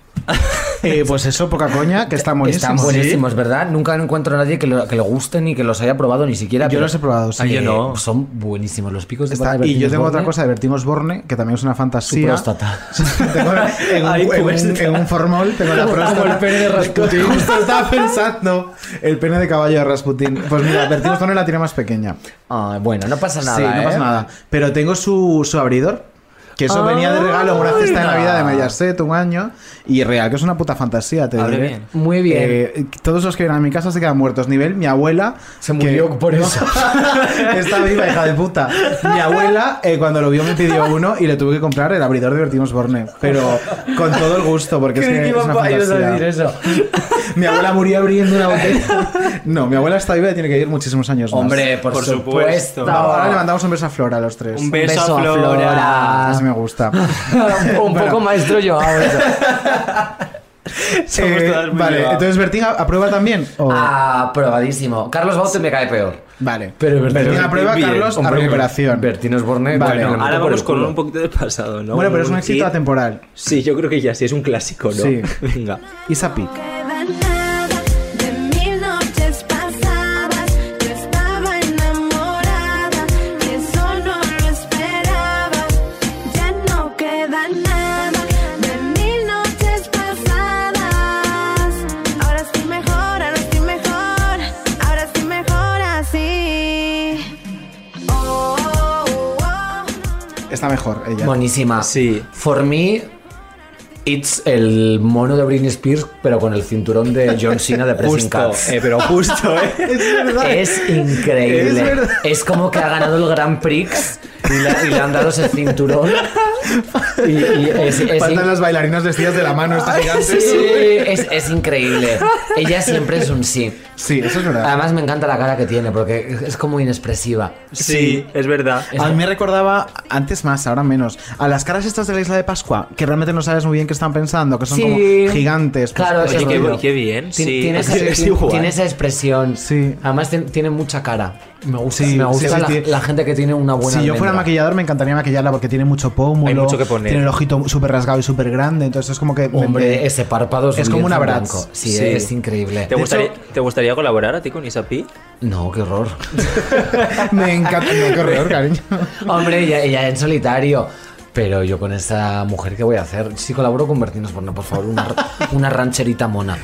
Speaker 5: Eh, pues eso, poca coña, que están buenísimos.
Speaker 7: Están buenísimos, ¿verdad? Nunca encuentro a nadie que lo, que lo guste ni que los haya probado ni siquiera.
Speaker 5: Yo
Speaker 7: pero-
Speaker 5: los he probado, sí.
Speaker 2: Ah, yo
Speaker 7: Eh,
Speaker 2: no.
Speaker 7: Son
Speaker 5: [laughs]
Speaker 7: buenísimos los picos de
Speaker 5: Está-
Speaker 7: pan. de
Speaker 5: y yo
Speaker 7: Bertino
Speaker 5: tengo otra
Speaker 7: Osborne,
Speaker 5: cosa de Bertín Osborne, que también es una
Speaker 7: Su
Speaker 5: fantasía. [laughs]
Speaker 7: próstata. [laughs]
Speaker 5: tengo en, un-
Speaker 2: Ay,
Speaker 5: en un-
Speaker 2: pues.
Speaker 5: en un
Speaker 2: [laughs]
Speaker 5: formol tengo la
Speaker 7: Como
Speaker 5: próstata.
Speaker 7: el pene de Rasputín.
Speaker 5: Justo [laughs] estaba pensando. El pene de caballo de Rasputín. Pues mira, Bertín Osborne la tiene más pequeña.
Speaker 7: Ah, bueno, no pasa nada.
Speaker 5: sí, no
Speaker 7: ¿eh?
Speaker 5: pasa nada. Pero tengo su, su abridor. Que eso venía de regalo en una cesta de
Speaker 7: Ay,
Speaker 5: Navidad de
Speaker 7: no.
Speaker 5: Mediaset un año. Y real, que es una puta fantasía, te
Speaker 7: Abre
Speaker 5: diré.
Speaker 7: bien. Muy bien.
Speaker 5: Eh, todos los que vienen a mi casa se quedan muertos. Nivel, mi abuela. Se murió por
Speaker 7: eso.
Speaker 5: [laughs] Está viva, hija de puta. Mi abuela, eh, cuando lo vio, me pidió uno y le tuve que comprar el abridor de Bertinos Borne. Pero con todo el gusto, porque es
Speaker 7: Creí
Speaker 5: que
Speaker 7: que
Speaker 5: es
Speaker 7: iba
Speaker 5: una
Speaker 7: pa- ibas a
Speaker 5: fantasía.
Speaker 7: decir
Speaker 5: [laughs]
Speaker 7: eso.
Speaker 5: Mi abuela murió abriendo
Speaker 7: [laughs]
Speaker 5: una botella. No, mi abuela está viva y tiene que vivir muchísimos años más.
Speaker 7: Hombre, por Por supuesto. supuesto.
Speaker 5: Vamos, ahora le mandamos un beso a Flora a los tres.
Speaker 7: Un beso Beso a a Flora. Flora.
Speaker 5: Así me gusta.
Speaker 7: [laughs] un poco maestro yo ah,
Speaker 5: [laughs] Eh, vale, entonces Bertín aprueba también.
Speaker 7: Aprobadísimo. Carlos Baute me cae peor.
Speaker 5: Vale. Pero Bertín aprueba, Carlos, a recuperación.
Speaker 7: Bertín Osborne.
Speaker 5: Vale.
Speaker 7: bueno, le meto
Speaker 6: Ahora
Speaker 7: por el
Speaker 6: vamos con
Speaker 7: culo.
Speaker 6: un poquito del pasado, ¿no?
Speaker 5: Bueno, pero es un éxito
Speaker 6: hit.
Speaker 5: atemporal.
Speaker 6: Sí, yo creo que ya sí, es un clásico, ¿no?
Speaker 5: Sí.
Speaker 6: [laughs] Venga.
Speaker 5: Isa Pic.
Speaker 4: De mil noches pasadas, yo estaba enamorada y eso no lo esperaba. Ya no queda nada de mil noches pasadas. Ahora estoy mejor, ahora estoy mejor, ahora estoy mejor así. Oh, oh, oh, oh.
Speaker 5: Está mejor ella.
Speaker 7: Buenísima. Sí. For me, it's el mono de Britney Spears, pero con el cinturón de John Cena de Pressing
Speaker 6: Justo,
Speaker 7: Cats.
Speaker 6: eh, pero justo, ¿eh?
Speaker 5: Es
Speaker 7: [laughs]
Speaker 5: verdad.
Speaker 7: Es increíble.
Speaker 5: Es
Speaker 7: Es,
Speaker 5: verdad.
Speaker 7: como que ha ganado el Grand Prix y le, y le han
Speaker 5: [laughs]
Speaker 7: dado ese cinturón. Y, y es, es
Speaker 5: Faltan
Speaker 7: in-
Speaker 5: las bailarinas vestidas de la mano, esta gigante.
Speaker 7: Sí,
Speaker 5: [laughs]
Speaker 7: es, es increíble. Ella siempre es un sí.
Speaker 5: Sí, eso es verdad.
Speaker 7: Además me encanta la cara que tiene porque es como inexpresiva.
Speaker 6: Sí, es verdad.
Speaker 5: A mí me recordaba, antes más, ahora menos, a las caras estas de la isla de Pascua, que realmente no sabes muy bien qué están pensando, que son
Speaker 7: Sí.
Speaker 5: como gigantes. pues,
Speaker 7: Claro,
Speaker 5: pues,
Speaker 7: ese
Speaker 5: eso
Speaker 7: rollo.
Speaker 5: digo.
Speaker 6: bien,
Speaker 7: Ti-
Speaker 5: [laughs] sí.
Speaker 7: Tiene, esa,
Speaker 5: Es- es igual.
Speaker 7: tiene esa expresión.
Speaker 5: Sí.
Speaker 7: Además tien- tiene mucha cara. Me gusta,
Speaker 5: Sí,
Speaker 7: me
Speaker 5: sí,
Speaker 7: gusta
Speaker 5: sí,
Speaker 7: la,
Speaker 5: tiene-
Speaker 7: la gente que tiene una buena
Speaker 5: Si yo fuera
Speaker 7: almendra.
Speaker 5: maquillador me encantaría maquillarla porque tiene mucho pómulo,
Speaker 7: Hay mucho que poner.
Speaker 5: tiene el ojito súper rasgado y súper grande, entonces es como que... me-
Speaker 7: Hombre,
Speaker 5: me-
Speaker 7: ese párpado es,
Speaker 5: Es
Speaker 7: un
Speaker 5: como una
Speaker 7: lienzo
Speaker 5: Bratz.
Speaker 7: blanco. Sí,
Speaker 5: Sí.
Speaker 7: es increíble.
Speaker 6: ¿Te gustaría, ¿Te gustaría colaborar a ti con Isapi?
Speaker 7: No, qué horror.
Speaker 5: [laughs] me encanta... No, qué horror, cariño.
Speaker 7: [laughs] Hombre, ella, ella en solitario. Pero yo con esta mujer, ¿qué voy a hacer? Si colaboro con Bertín Osborne, por favor,
Speaker 5: [laughs]
Speaker 7: una, una rancherita mona.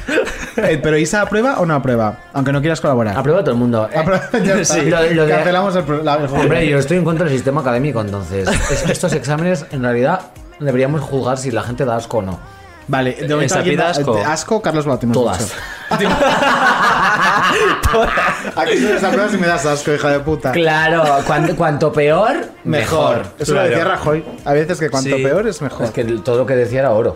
Speaker 5: Eh, Pero Isa, ¿aprueba o no aprueba? Aunque no quieras colaborar.
Speaker 7: Aprueba todo el
Speaker 5: [laughs]
Speaker 7: mundo. eh. [laughs]
Speaker 5: Ya está.
Speaker 7: Sí. Lo- lo de-
Speaker 5: Cancelamos el
Speaker 7: [laughs]
Speaker 5: pro- la- el juego.
Speaker 7: Hombre, yo estoy en contra del sistema académico, entonces. Es- estos exámenes, en realidad, deberíamos juzgar si la gente da asco o no.
Speaker 5: Vale, de momento
Speaker 7: Esa
Speaker 5: alguien
Speaker 7: pide
Speaker 5: da-
Speaker 7: asco.
Speaker 5: eh, asco, Carlos Bautista.
Speaker 7: Todas.
Speaker 5: [laughs] Aquí se desaprueba si me das asco, hija de puta.
Speaker 7: Claro,
Speaker 5: [laughs]
Speaker 7: cuan- cuanto peor, mejor.
Speaker 5: Eso lo decía Rajoy. A veces que cuanto peor es mejor.
Speaker 7: Es que todo lo que decía era oro.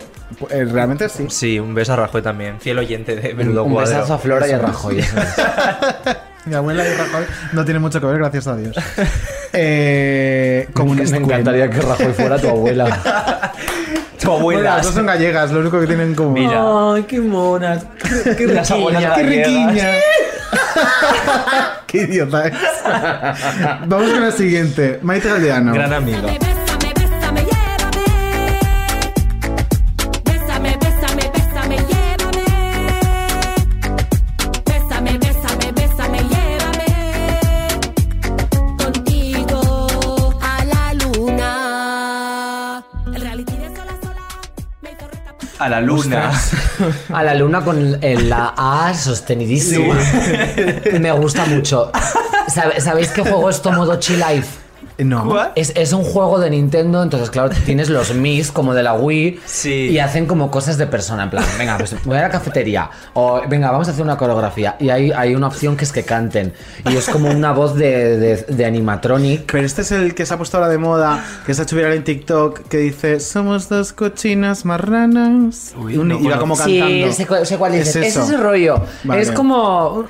Speaker 5: Eh, realmente sí.
Speaker 6: Sí, un beso a Rajoy también. Fiel oyente de Menudo
Speaker 7: Un
Speaker 6: Cuadro.
Speaker 7: besazo a Flora y a Rajoy.
Speaker 5: Mi abuela y Rajoy no tienen mucho que ver, gracias a
Speaker 7: [laughs]
Speaker 5: Dios. Eh, comunista
Speaker 7: Me encantaría
Speaker 5: Queen.
Speaker 7: que Rajoy fuera tu abuela.
Speaker 5: [laughs]
Speaker 6: Tu
Speaker 5: Bueno, las dos son gallegas, lo único que tienen en común.
Speaker 7: Ay, qué monas. Qué, [laughs] qué
Speaker 5: Las abuelas
Speaker 7: riquiña.
Speaker 5: Qué riquiña. [laughs] Qué
Speaker 7: [laughs]
Speaker 5: idiota es. Vamos con la siguiente. Maite Galdeano.
Speaker 6: Gran amigo.
Speaker 4: Bésame, bésame, llévame. Bésame, bésame, bésame, llévame. Bésame, bésame, bésame, llévame. Contigo a la luna. El reality de sola sola.
Speaker 6: A la luna.
Speaker 7: A la luna con el- la A sostenidísima. [laughs] Me gusta mucho. ¿Sabe- ¿Sabéis qué juego es Tomodachi Life?
Speaker 5: No.
Speaker 7: Es, es un juego de Nintendo, entonces claro, tienes los Mis como de la Wii y hacen como cosas de persona, en plan, venga, pues voy a la cafetería o venga, vamos a hacer una coreografía y hay, hay una opción que es que canten y es como una voz de, de- de animatronic.
Speaker 5: Pero este es el que se ha puesto ahora de moda, que se ha hecho viral en TikTok, que dice, somos dos cochinas marranas. y un-
Speaker 6: no
Speaker 5: y va como
Speaker 7: sí,
Speaker 5: cantando.
Speaker 7: sé, cu- sé cuál
Speaker 5: Es
Speaker 7: es. Es,
Speaker 5: eso.
Speaker 7: ese rollo.
Speaker 5: Vale.
Speaker 7: Es como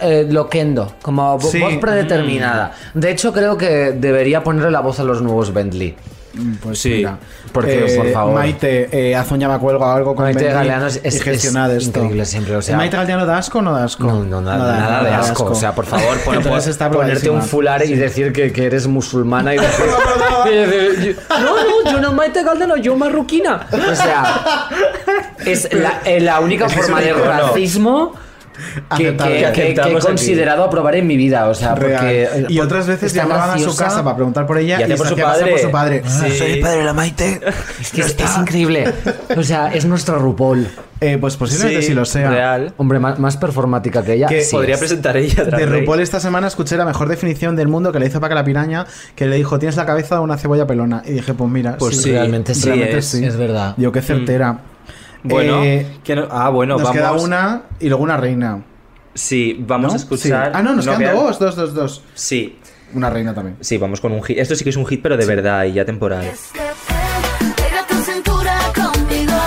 Speaker 7: eh, loquendo, como vo-
Speaker 5: Sí. Mm.
Speaker 7: voz predeterminada. De hecho, creo que debería ponerle la voz a los nuevos Bentley.
Speaker 5: Mm, Pues
Speaker 7: Sí.
Speaker 5: mira.
Speaker 7: Porque,
Speaker 5: Eh,
Speaker 7: por favor.
Speaker 5: Maite, eh, Azoña me cuelgo algo con
Speaker 7: Maite
Speaker 5: Bentley
Speaker 7: Galeano es,
Speaker 5: y
Speaker 7: es-
Speaker 5: gestionad
Speaker 7: es
Speaker 5: esto.
Speaker 7: increíble siempre. O sea,
Speaker 5: ¿Maite Galdeano da asco o no da asco? No,
Speaker 7: nada, nada de asco. O sea, por
Speaker 5: [laughs]
Speaker 7: favor, pon-
Speaker 5: Entonces
Speaker 7: pon-
Speaker 5: está
Speaker 7: ponerte
Speaker 5: aprobadísima.
Speaker 7: un fular y decir que, que eres musulmana y
Speaker 5: [laughs]
Speaker 7: decir. y decir, yo- no, no, yo no Maite Galdano, yo marroquina. O sea, es la, eh, la única
Speaker 6: Es que es
Speaker 7: forma
Speaker 6: un
Speaker 7: de
Speaker 6: icono.
Speaker 7: racismo que,
Speaker 5: Aceptable.
Speaker 7: que-
Speaker 5: Que
Speaker 7: que- que he
Speaker 5: aceptamos aquí.
Speaker 7: considerado probar en mi vida. O sea, porque. eh,
Speaker 5: Real. y otras veces
Speaker 7: está
Speaker 5: llamaban a su
Speaker 7: graciosa.
Speaker 5: casa para preguntar por ella
Speaker 7: Y
Speaker 5: y,
Speaker 7: hacía por
Speaker 5: se
Speaker 7: su
Speaker 5: hacía pasar
Speaker 7: padre.
Speaker 5: por su padre.
Speaker 7: Ah, Sí. soy el padre de
Speaker 5: la Maite.
Speaker 7: Es que es, es increíble. O sea, es nuestro RuPaul.
Speaker 5: pues posiblemente Sí, sí lo sea.
Speaker 7: Real. Hombre, más, más performática que ella.
Speaker 5: Que
Speaker 7: sí es.
Speaker 5: De RuPaul esta semana escuché la mejor definición del mundo que le hizo Paca la Piraña, que le dijo, tienes la cabeza de una cebolla pelona. Y dije, pues mira,
Speaker 7: Pues sí, realmente sí es, es verdad.
Speaker 5: Yo qué certera.
Speaker 6: [laughs] Bueno,
Speaker 5: Eh,
Speaker 6: que no- ah, bueno,
Speaker 5: nos
Speaker 6: vamos.
Speaker 5: queda una y luego una reina.
Speaker 6: Sí, vamos a escuchar.
Speaker 5: Sí. Ah, no, nos quedan
Speaker 6: queda-
Speaker 5: dos, dos, dos, dos.
Speaker 6: Sí.
Speaker 5: Una reina también.
Speaker 6: Sí, vamos con un hit. Esto sí que es un hit, pero de verdad y ya temporal.
Speaker 4: Pega tu cintura conmigo,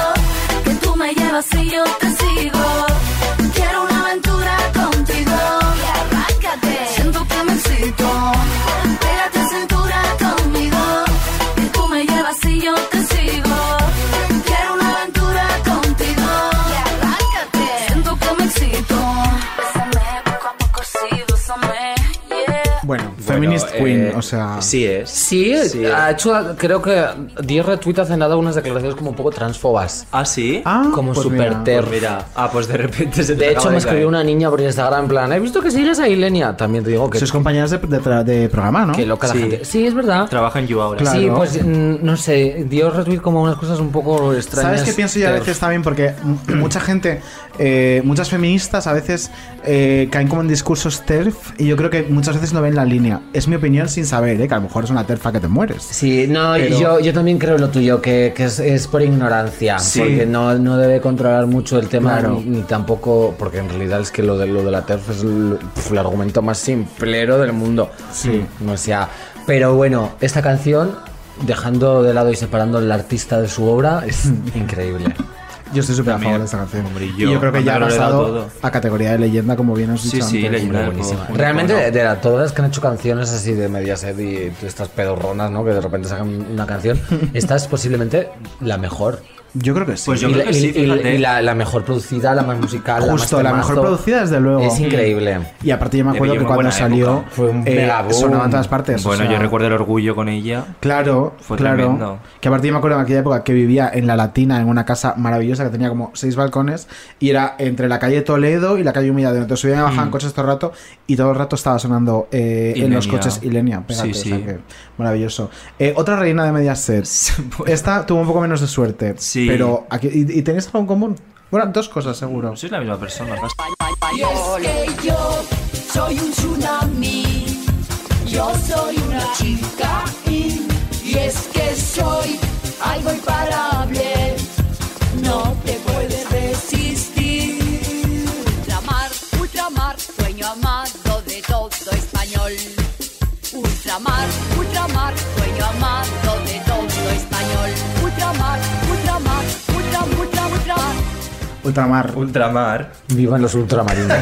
Speaker 4: que tú me llevas y yo te sigo. Quiero una aventura contigo y arráncate. Siento que me excito. Pega tu cintura conmigo, que tú me llevas y yo te sigo. Quiero una aventura contigo y arráncate. Siento que me excito. Bésame poco a poco, sí, bésame, yeah.
Speaker 5: Bueno, Feminist
Speaker 7: eh,
Speaker 5: Queen, o sea...
Speaker 6: Sí es.
Speaker 7: Sí, ha hecho, creo que 10 retweets hace nada unas declaraciones como un poco transfobas.
Speaker 6: ¿Ah, sí?
Speaker 7: como
Speaker 6: pues
Speaker 7: súper
Speaker 6: mira.
Speaker 7: ter.
Speaker 6: Pues mira. [laughs] Ah, pues de repente se te
Speaker 7: De hecho,
Speaker 6: acaba
Speaker 7: me
Speaker 6: de
Speaker 7: escribió
Speaker 6: caer.
Speaker 7: una niña por Instagram en plan, he visto que sigues a Ilenia. También te digo que...
Speaker 5: Sois compañeras de, de tra- de programa, ¿no?
Speaker 7: Qué loca la
Speaker 5: Sí.
Speaker 7: gente. Sí, es verdad.
Speaker 6: Trabaja en You ahora.
Speaker 7: Sí, pues mm, no sé, dio retweet como unas cosas un poco extrañas.
Speaker 5: ¿Sabes qué pienso yo a
Speaker 7: ter.
Speaker 5: veces también? Porque m- mucha gente, eh, muchas feministas a veces eh, caen como en discursos TERF y yo creo que muchas veces no ven la línea. Es mi opinión sin saber, ¿eh? que a lo mejor es una terfa que te mueres.
Speaker 7: Sí, no,
Speaker 5: Pero-
Speaker 7: yo, yo también creo lo tuyo, que, que es, es por ignorancia,
Speaker 5: Sí.
Speaker 7: porque no, no debe controlar mucho el tema,
Speaker 5: Claro.
Speaker 7: ni, ni tampoco, porque en realidad es que lo de, lo de la TERF es el, pf, el argumento más simplero del mundo. Mm,
Speaker 5: Sí.
Speaker 7: O sea, pero bueno, esta canción, dejando de lado y separando al artista de su obra,
Speaker 5: [laughs]
Speaker 7: es increíble.
Speaker 5: Yo estoy súper a favor de esta canción. y yo creo que ya ha
Speaker 7: lo he dado
Speaker 5: pasado a categoría de leyenda, como bien has dicho antes.
Speaker 7: Hombre, buenísima. Realmente, de, de la- todas las que han hecho canciones así de Mediaset y estas pedorronas, ¿no? Que de repente sacan una
Speaker 5: [laughs]
Speaker 7: canción, esta es posiblemente la mejor.
Speaker 5: Yo creo que sí. Pues yo
Speaker 7: y
Speaker 5: creo
Speaker 7: la,
Speaker 5: que sí,
Speaker 7: y- y-
Speaker 5: fíjate.
Speaker 7: y la- la mejor producida, la más musical, la más
Speaker 5: Justo, la
Speaker 7: temazo.
Speaker 5: mejor producida, desde luego.
Speaker 7: Es increíble.
Speaker 5: Y aparte, yo me
Speaker 7: Le
Speaker 5: acuerdo
Speaker 7: pilló
Speaker 5: que
Speaker 7: una
Speaker 5: cuando
Speaker 7: buena
Speaker 5: salió, eh,
Speaker 7: época. Fue [laughs] un mega boom.
Speaker 5: sonaba en todas partes. o
Speaker 6: Bueno, yo
Speaker 5: sea.
Speaker 6: recuerdo el orgullo con ella.
Speaker 5: Claro,
Speaker 6: Fue
Speaker 5: claro.
Speaker 6: tremendo.
Speaker 5: Que aparte yo me acuerdo en aquella época que vivía en la Latina, en una casa maravillosa que tenía como seis balcones y era entre la calle Toledo y la calle Humilladero. Entonces subían y bajaban
Speaker 6: Mm.
Speaker 5: coches todo el rato y todo el rato estaba sonando eh, en
Speaker 6: Ilenia.
Speaker 5: los coches Ilenia. Pégate,
Speaker 6: Sí,
Speaker 5: o sea
Speaker 6: sí.
Speaker 5: que maravilloso. Eh, otra reina
Speaker 6: [laughs]
Speaker 5: de Mediaset. Esta tuvo un poco menos de suerte.
Speaker 6: Sí.
Speaker 5: Pero aquí, ¿y, y tenéis algo en común? Bueno, dos cosas seguro.
Speaker 6: Sois la misma persona. vas-
Speaker 4: Y es que yo soy un tsunami, yo soy una chica in, y es que soy algo imparable, no te puedes resistir. Ultramar, ultramar, sueño amado de todo español. Ultramar, ultramar, sueño amado de todo español. Ultramar, ultramar, ultra, ultra, ultramar.
Speaker 5: Ultramar.
Speaker 6: Ultramar.
Speaker 7: Vivan los
Speaker 5: [laughs]
Speaker 7: ultramarinos.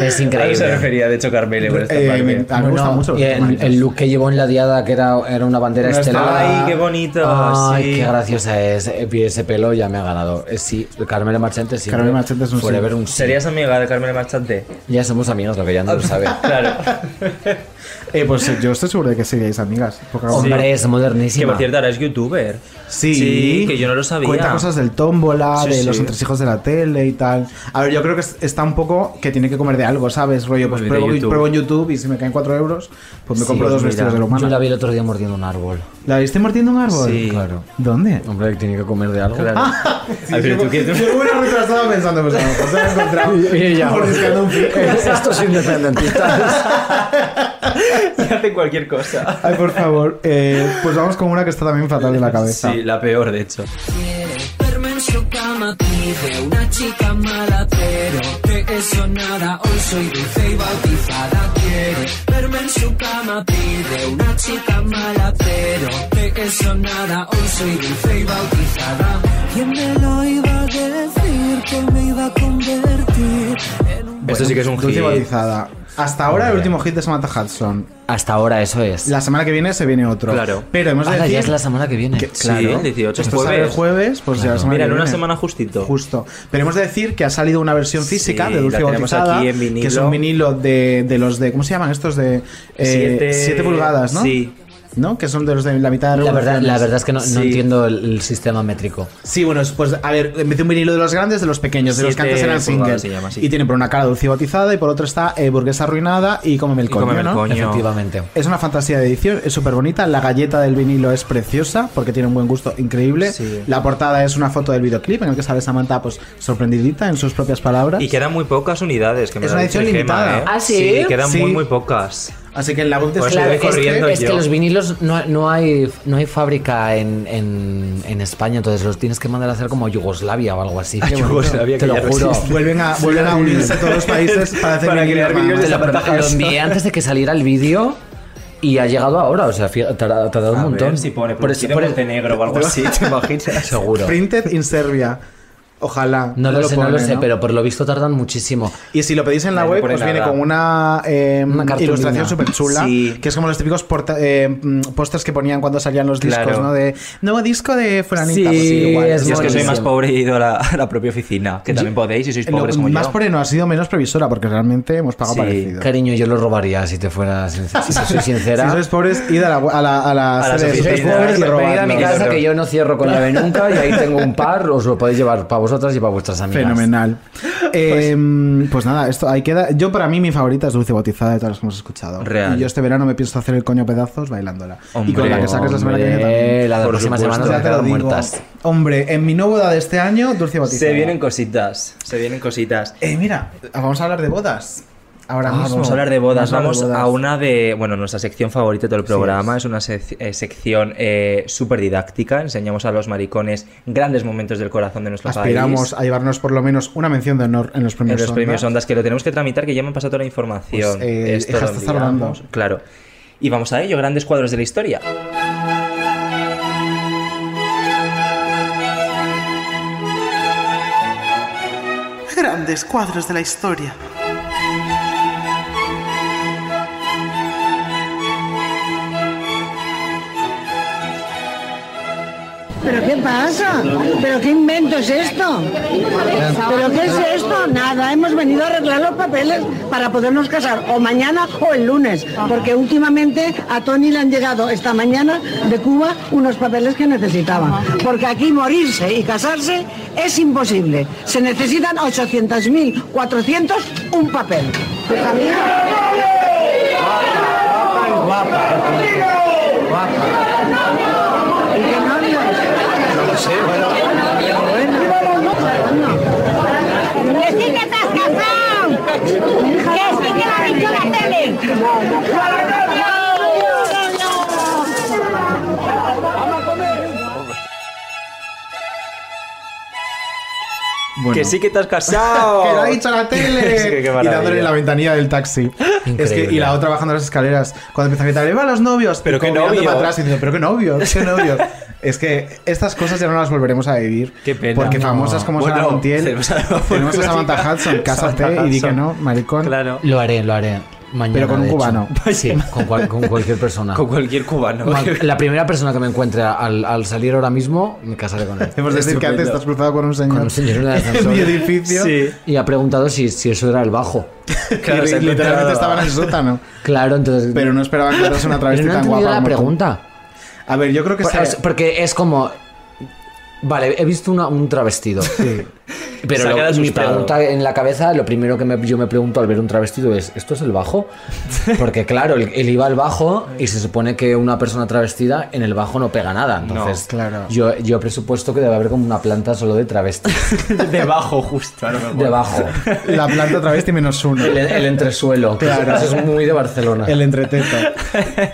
Speaker 7: es
Speaker 6: A
Speaker 7: increíble.
Speaker 6: eso se refería, de hecho, Carmele con esta
Speaker 7: Eh,
Speaker 6: parte.
Speaker 7: me- a mí me gusta
Speaker 6: Bueno,
Speaker 7: mucho los y el, el look que llevó en la diada, que era, era una bandera
Speaker 6: Una
Speaker 7: estelada.
Speaker 6: estelada. Ay, qué bonito,
Speaker 7: Ay,
Speaker 6: sí.
Speaker 7: qué graciosa es. Eh, Ese pelo ya me ha ganado. Eh, Sí, Carmela Marchante sí.
Speaker 6: Carmela
Speaker 5: Marchante
Speaker 6: es un
Speaker 7: Forever
Speaker 6: sí.
Speaker 7: un sí.
Speaker 6: ¿Serías amiga de Carmela Marchante?
Speaker 7: Ya somos amigas, lo que ya no lo sabe.
Speaker 6: [laughs] Claro.
Speaker 5: Eh, pues eh, yo estoy seguro de que seríais amigas. porque-
Speaker 6: Que por cierto, ahora es youtuber.
Speaker 5: Sí.
Speaker 6: que yo no lo sabía.
Speaker 5: Cuenta
Speaker 2: [laughs]
Speaker 5: cosas del tómbola,
Speaker 6: Sí,
Speaker 5: de
Speaker 6: sí.
Speaker 5: los entresijos de la tele y tal. A ver, yo creo que es- está un poco que tiene que comer de algo, ¿sabes? Rollo, pues
Speaker 7: Muy de
Speaker 5: pruebo,
Speaker 7: YouTube.
Speaker 5: pruebo en YouTube y si me caen 4 euros, [laughs] pues me
Speaker 7: Sí,
Speaker 5: compro dos
Speaker 7: mira,
Speaker 5: vestidos de lo humano.
Speaker 7: Yo la vi el otro día mordiendo un árbol.
Speaker 5: ¿La viste mordiendo un árbol?
Speaker 7: claro.
Speaker 5: ¿Dónde?
Speaker 7: Hombre, que tiene que comer de algo.
Speaker 5: Claro.
Speaker 6: Ah,
Speaker 5: [laughs]
Speaker 7: Ay, pero tú quieres-
Speaker 5: Yo una vez la estaba pensando, pues a lo mejor se la he
Speaker 7: [laughs]
Speaker 5: encontrado.
Speaker 7: Y ella,
Speaker 5: mordisqueando
Speaker 7: [laughs]
Speaker 5: un pico.
Speaker 7: Estos independentistas.
Speaker 6: Y hace cualquier cosa.
Speaker 5: Ay, por favor. Eh, pues vamos con una que está también fatal de la cabeza.
Speaker 6: Sí, la peor, de hecho.
Speaker 19: Verme en su cama pide una chica mala, pero de eso nada. Hoy soy dulce y bautizada. Quiere verme en su cama pide una chica mala, pero de eso nada. Hoy soy dulce y bautizada. ¿Quién me lo iba a decir que me iba a convertir en un
Speaker 6: Esto sí que es un
Speaker 5: Dulce
Speaker 6: hit.
Speaker 5: bautizada. Hasta ahora el
Speaker 6: Hombre.
Speaker 5: último hit de Samantha Hudson.
Speaker 7: Hasta ahora eso es.
Speaker 5: La semana que viene se viene otro.
Speaker 6: Claro.
Speaker 5: Pero hemos de
Speaker 7: Ahora
Speaker 5: decir
Speaker 7: ya es la semana que viene.
Speaker 5: Claro.
Speaker 6: el 18 es
Speaker 5: Esto sale el
Speaker 6: jueves.
Speaker 5: jueves, pues ya
Speaker 6: Claro.
Speaker 5: la semana
Speaker 6: Mira,
Speaker 5: que
Speaker 6: en una
Speaker 5: viene.
Speaker 6: semana justito.
Speaker 5: Justo. Pero hemos de decir que ha salido una versión física
Speaker 6: Sí,
Speaker 5: de Dulce
Speaker 6: la tenemos
Speaker 5: Bautizada,
Speaker 6: aquí en vinilo.
Speaker 5: que es un vinilo de, de los de, ¿cómo se llaman estos? De eh,
Speaker 6: Siete-
Speaker 5: 7 pulgadas, ¿no?
Speaker 6: Sí.
Speaker 5: ¿no? Que son de los de la mitad de
Speaker 7: La verdad,
Speaker 5: revoluciones.
Speaker 7: la verdad es que no, no
Speaker 5: Sí.
Speaker 7: entiendo el, el sistema métrico.
Speaker 5: Sí, bueno, es- pues a ver, en vez de un vinilo de los grandes, de los pequeños, de los que
Speaker 7: Siete
Speaker 5: antes eran
Speaker 7: pulgadas
Speaker 5: singles.
Speaker 7: se llama, sí.
Speaker 5: Y tienen por una cara dulce y bautizada y por otra está eh, burguesa arruinada y cómeme el coño.
Speaker 7: Cómeme el
Speaker 5: ¿no?
Speaker 7: coño. Efectivamente.
Speaker 5: Es una fantasía de edición, es súper bonita. La galleta del vinilo es preciosa porque tiene un buen gusto increíble. La portada es una foto del videoclip en el que sale Samantha, pues sorprendidita en sus propias palabras.
Speaker 2: Y quedan muy pocas unidades. Que me
Speaker 5: Es
Speaker 2: lo ha
Speaker 5: una
Speaker 2: dicho
Speaker 5: edición
Speaker 2: Gemma,
Speaker 5: limitada.
Speaker 2: ¿eh?
Speaker 5: ¿Ah, sí?
Speaker 2: quedan
Speaker 5: Sí.
Speaker 2: muy, muy pocas.
Speaker 5: Así que en la web de
Speaker 2: Por eso
Speaker 7: Claro,
Speaker 2: voy
Speaker 7: es,
Speaker 2: corriendo
Speaker 7: que, es que
Speaker 2: yo.
Speaker 7: los vinilos no, no hay, no hay fábrica en, en- en España, entonces los tienes que mandar a hacer como a Yugoslavia o algo así.
Speaker 5: Qué bonito.
Speaker 7: te lo juro.
Speaker 5: Vuelven a, vuelven a unirse todos los países para hacer vinilo, hermano.
Speaker 7: Te lo prometo, Lo envié antes de que saliera el vídeo y ha llegado ahora, o sea, fí- ha tardado ha tardado un
Speaker 2: A
Speaker 7: montón.
Speaker 2: ver si pone producido en Montenegro o algo así, ¿te imaginas?
Speaker 7: Seguro.
Speaker 5: Printed in Serbia. Ojalá.
Speaker 7: No, lo, sé, no lo
Speaker 5: ponen,
Speaker 7: sé, pero por lo visto tardan muchísimo.
Speaker 5: Y si lo pedís en la web, pues viene con una, eh,
Speaker 7: cartulina.
Speaker 5: ilustración súper chula,
Speaker 7: Sí.
Speaker 5: que es como los típicos porta- eh, mm, pósters que ponían cuando salían los discos,
Speaker 2: Claro.
Speaker 5: ¿no? De nuevo disco de Fulanita.
Speaker 2: Sí,
Speaker 5: Pues igual,
Speaker 2: es yo es que soy
Speaker 5: buenísimo.
Speaker 2: más pobre y he ido a la, a la propia oficina, que también podéis si sois
Speaker 5: Lo-
Speaker 2: pobres como
Speaker 5: más
Speaker 2: yo.
Speaker 5: pobre no ha sido menos previsora, porque realmente hemos pagado parecido.
Speaker 7: Cariño, yo lo robaría si te fuera sincera. Si
Speaker 5: [laughs]
Speaker 7: soy sincera.
Speaker 5: Si sois pobres, id a la, a la, a la
Speaker 7: A
Speaker 5: sede
Speaker 7: las
Speaker 5: de
Speaker 7: oficinas.
Speaker 5: sois pobres y
Speaker 7: Venid a mi
Speaker 5: robadlo.
Speaker 7: casa que yo no cierro con llave nunca y ahí tengo un par, os lo podéis llevar para vosotras y para vuestras amigas. [laughs]
Speaker 5: Fenomenal. Eh, pues, nada, esto ahí queda. Yo, para mí, mi favorita es Dulce Bautizada de todas las que hemos escuchado.
Speaker 7: Real.
Speaker 5: Y yo este verano me pienso hacer el coño pedazos bailándola. y con
Speaker 7: Hombre,
Speaker 5: la que saques la semana que viene
Speaker 7: hombre,
Speaker 5: también.
Speaker 7: la de la Por próxima supuesto. semana te
Speaker 5: Ya te
Speaker 7: va a
Speaker 5: lo
Speaker 7: quedar
Speaker 5: digo.
Speaker 7: muertas.
Speaker 5: Hombre, en mi no boda de este año, Dulce Bautizada.
Speaker 2: Se vienen cositas, se vienen cositas.
Speaker 5: Eh, mira, vamos a hablar de bodas. Ahora
Speaker 2: Ah,
Speaker 5: mismo.
Speaker 2: Vamos a hablar de bodas.
Speaker 5: a hablar
Speaker 2: Vamos,
Speaker 5: de bodas.
Speaker 2: a una de. Bueno, nuestra sección favorita de todo el programa. es. una sec- eh, sección eh, súper didáctica. Enseñamos a los maricones grandes momentos del corazón de nuestro
Speaker 5: Aspiramos
Speaker 2: país.
Speaker 5: a llevarnos por lo menos una mención de honor en los
Speaker 2: En
Speaker 5: premios.
Speaker 2: los
Speaker 5: Ondas.
Speaker 2: premios Ondas, que lo tenemos que tramitar, que ya me han pasado toda la información.
Speaker 5: Pues, eh,
Speaker 2: Esto
Speaker 5: hija,
Speaker 2: lo
Speaker 5: estás hablando.
Speaker 2: enviamos. Claro. Y vamos a ello, grandes cuadros de la historia.
Speaker 3: Grandes cuadros de la historia.
Speaker 20: ¿Pero qué pasa? ¿Pero qué invento es esto? ¿Pero qué es esto? Nada, hemos venido a arreglar los papeles para podernos casar o mañana o el lunes, porque últimamente a Tony le han llegado esta mañana de Cuba unos papeles que necesitaba, porque aquí morirse y casarse es imposible. Se necesitan 800.400 un papel.
Speaker 4: ¡Que sí que te has casado! ¡Que sí que lo ha dicho la tele!
Speaker 2: Que sí que te has
Speaker 5: [laughs] [laughs]
Speaker 2: casado.
Speaker 5: que lo ha dicho
Speaker 2: [laughs]
Speaker 5: la tele.
Speaker 2: Es que Oh. qué
Speaker 5: y
Speaker 2: maravilla.
Speaker 5: dándole en la ventanilla del taxi.
Speaker 2: Increíble.
Speaker 5: Es que, y la otra bajando las escaleras. Cuando empieza a gritar, ¡viva los novios!
Speaker 2: Pero
Speaker 5: Y
Speaker 2: qué
Speaker 5: como mirando
Speaker 2: novio.
Speaker 5: para atrás y diciendo, pero qué
Speaker 2: [laughs]
Speaker 5: novios, qué novios. es que estas cosas ya no las volveremos a vivir.
Speaker 2: Qué pena.
Speaker 5: Porque
Speaker 2: No.
Speaker 5: famosas como
Speaker 2: Bueno,
Speaker 5: Sara
Speaker 2: [laughs]
Speaker 5: Montiel,
Speaker 2: tenemos a-
Speaker 5: tenemos a Samantha Hudson, cásate
Speaker 7: Samantha
Speaker 5: y di que
Speaker 7: Hudson.
Speaker 5: no, maricón.
Speaker 2: Claro.
Speaker 7: Lo haré, lo haré. Mañana,
Speaker 5: Pero con un
Speaker 7: de hecho.
Speaker 2: [laughs]
Speaker 5: cubano.
Speaker 7: Sí, con, cual- con cualquier persona.
Speaker 2: Con cualquier cubano.
Speaker 7: Ma- La primera persona que me encuentre al, al salir ahora mismo, me casaré con él.
Speaker 5: Hemos de decir que antes estás cruzado con un señor.
Speaker 7: Con un señor en el
Speaker 5: [laughs]
Speaker 7: ascensor.
Speaker 5: mi edificio.
Speaker 7: Y ha preguntado si, si eso era el bajo.
Speaker 5: Claro, Y se ha literalmente encontrado- estaba en el sótano.
Speaker 7: Claro, entonces.
Speaker 5: Pero no esperaba encontrarse una travesti
Speaker 7: Pero no he
Speaker 5: tan
Speaker 7: entendido
Speaker 5: guapa
Speaker 7: la
Speaker 5: como tú.
Speaker 7: pregunta.
Speaker 5: A ver, yo creo que
Speaker 7: Por-
Speaker 5: se-
Speaker 7: es- Porque es como. Vale, he visto una- un travestido.
Speaker 2: Se ha
Speaker 7: [laughs] Pero lo-
Speaker 2: quedado
Speaker 7: mi
Speaker 2: asustado.
Speaker 7: pregunta en la cabeza, lo primero que me- yo me pregunto al ver un travestido es: ¿esto es el bajo? Porque, claro, él, él iba al bajo y se supone que una persona travestida en el bajo no pega nada. Entonces,
Speaker 5: claro.
Speaker 7: yo, yo presupuesto que debe haber como una planta solo de travestis.
Speaker 2: [laughs] Debajo, justo. a lo mejor.
Speaker 7: Debajo.
Speaker 5: La planta travesti menos uno.
Speaker 7: El, el entresuelo. que
Speaker 5: Claro.
Speaker 7: Eso es muy de Barcelona.
Speaker 5: El entreteto. [laughs]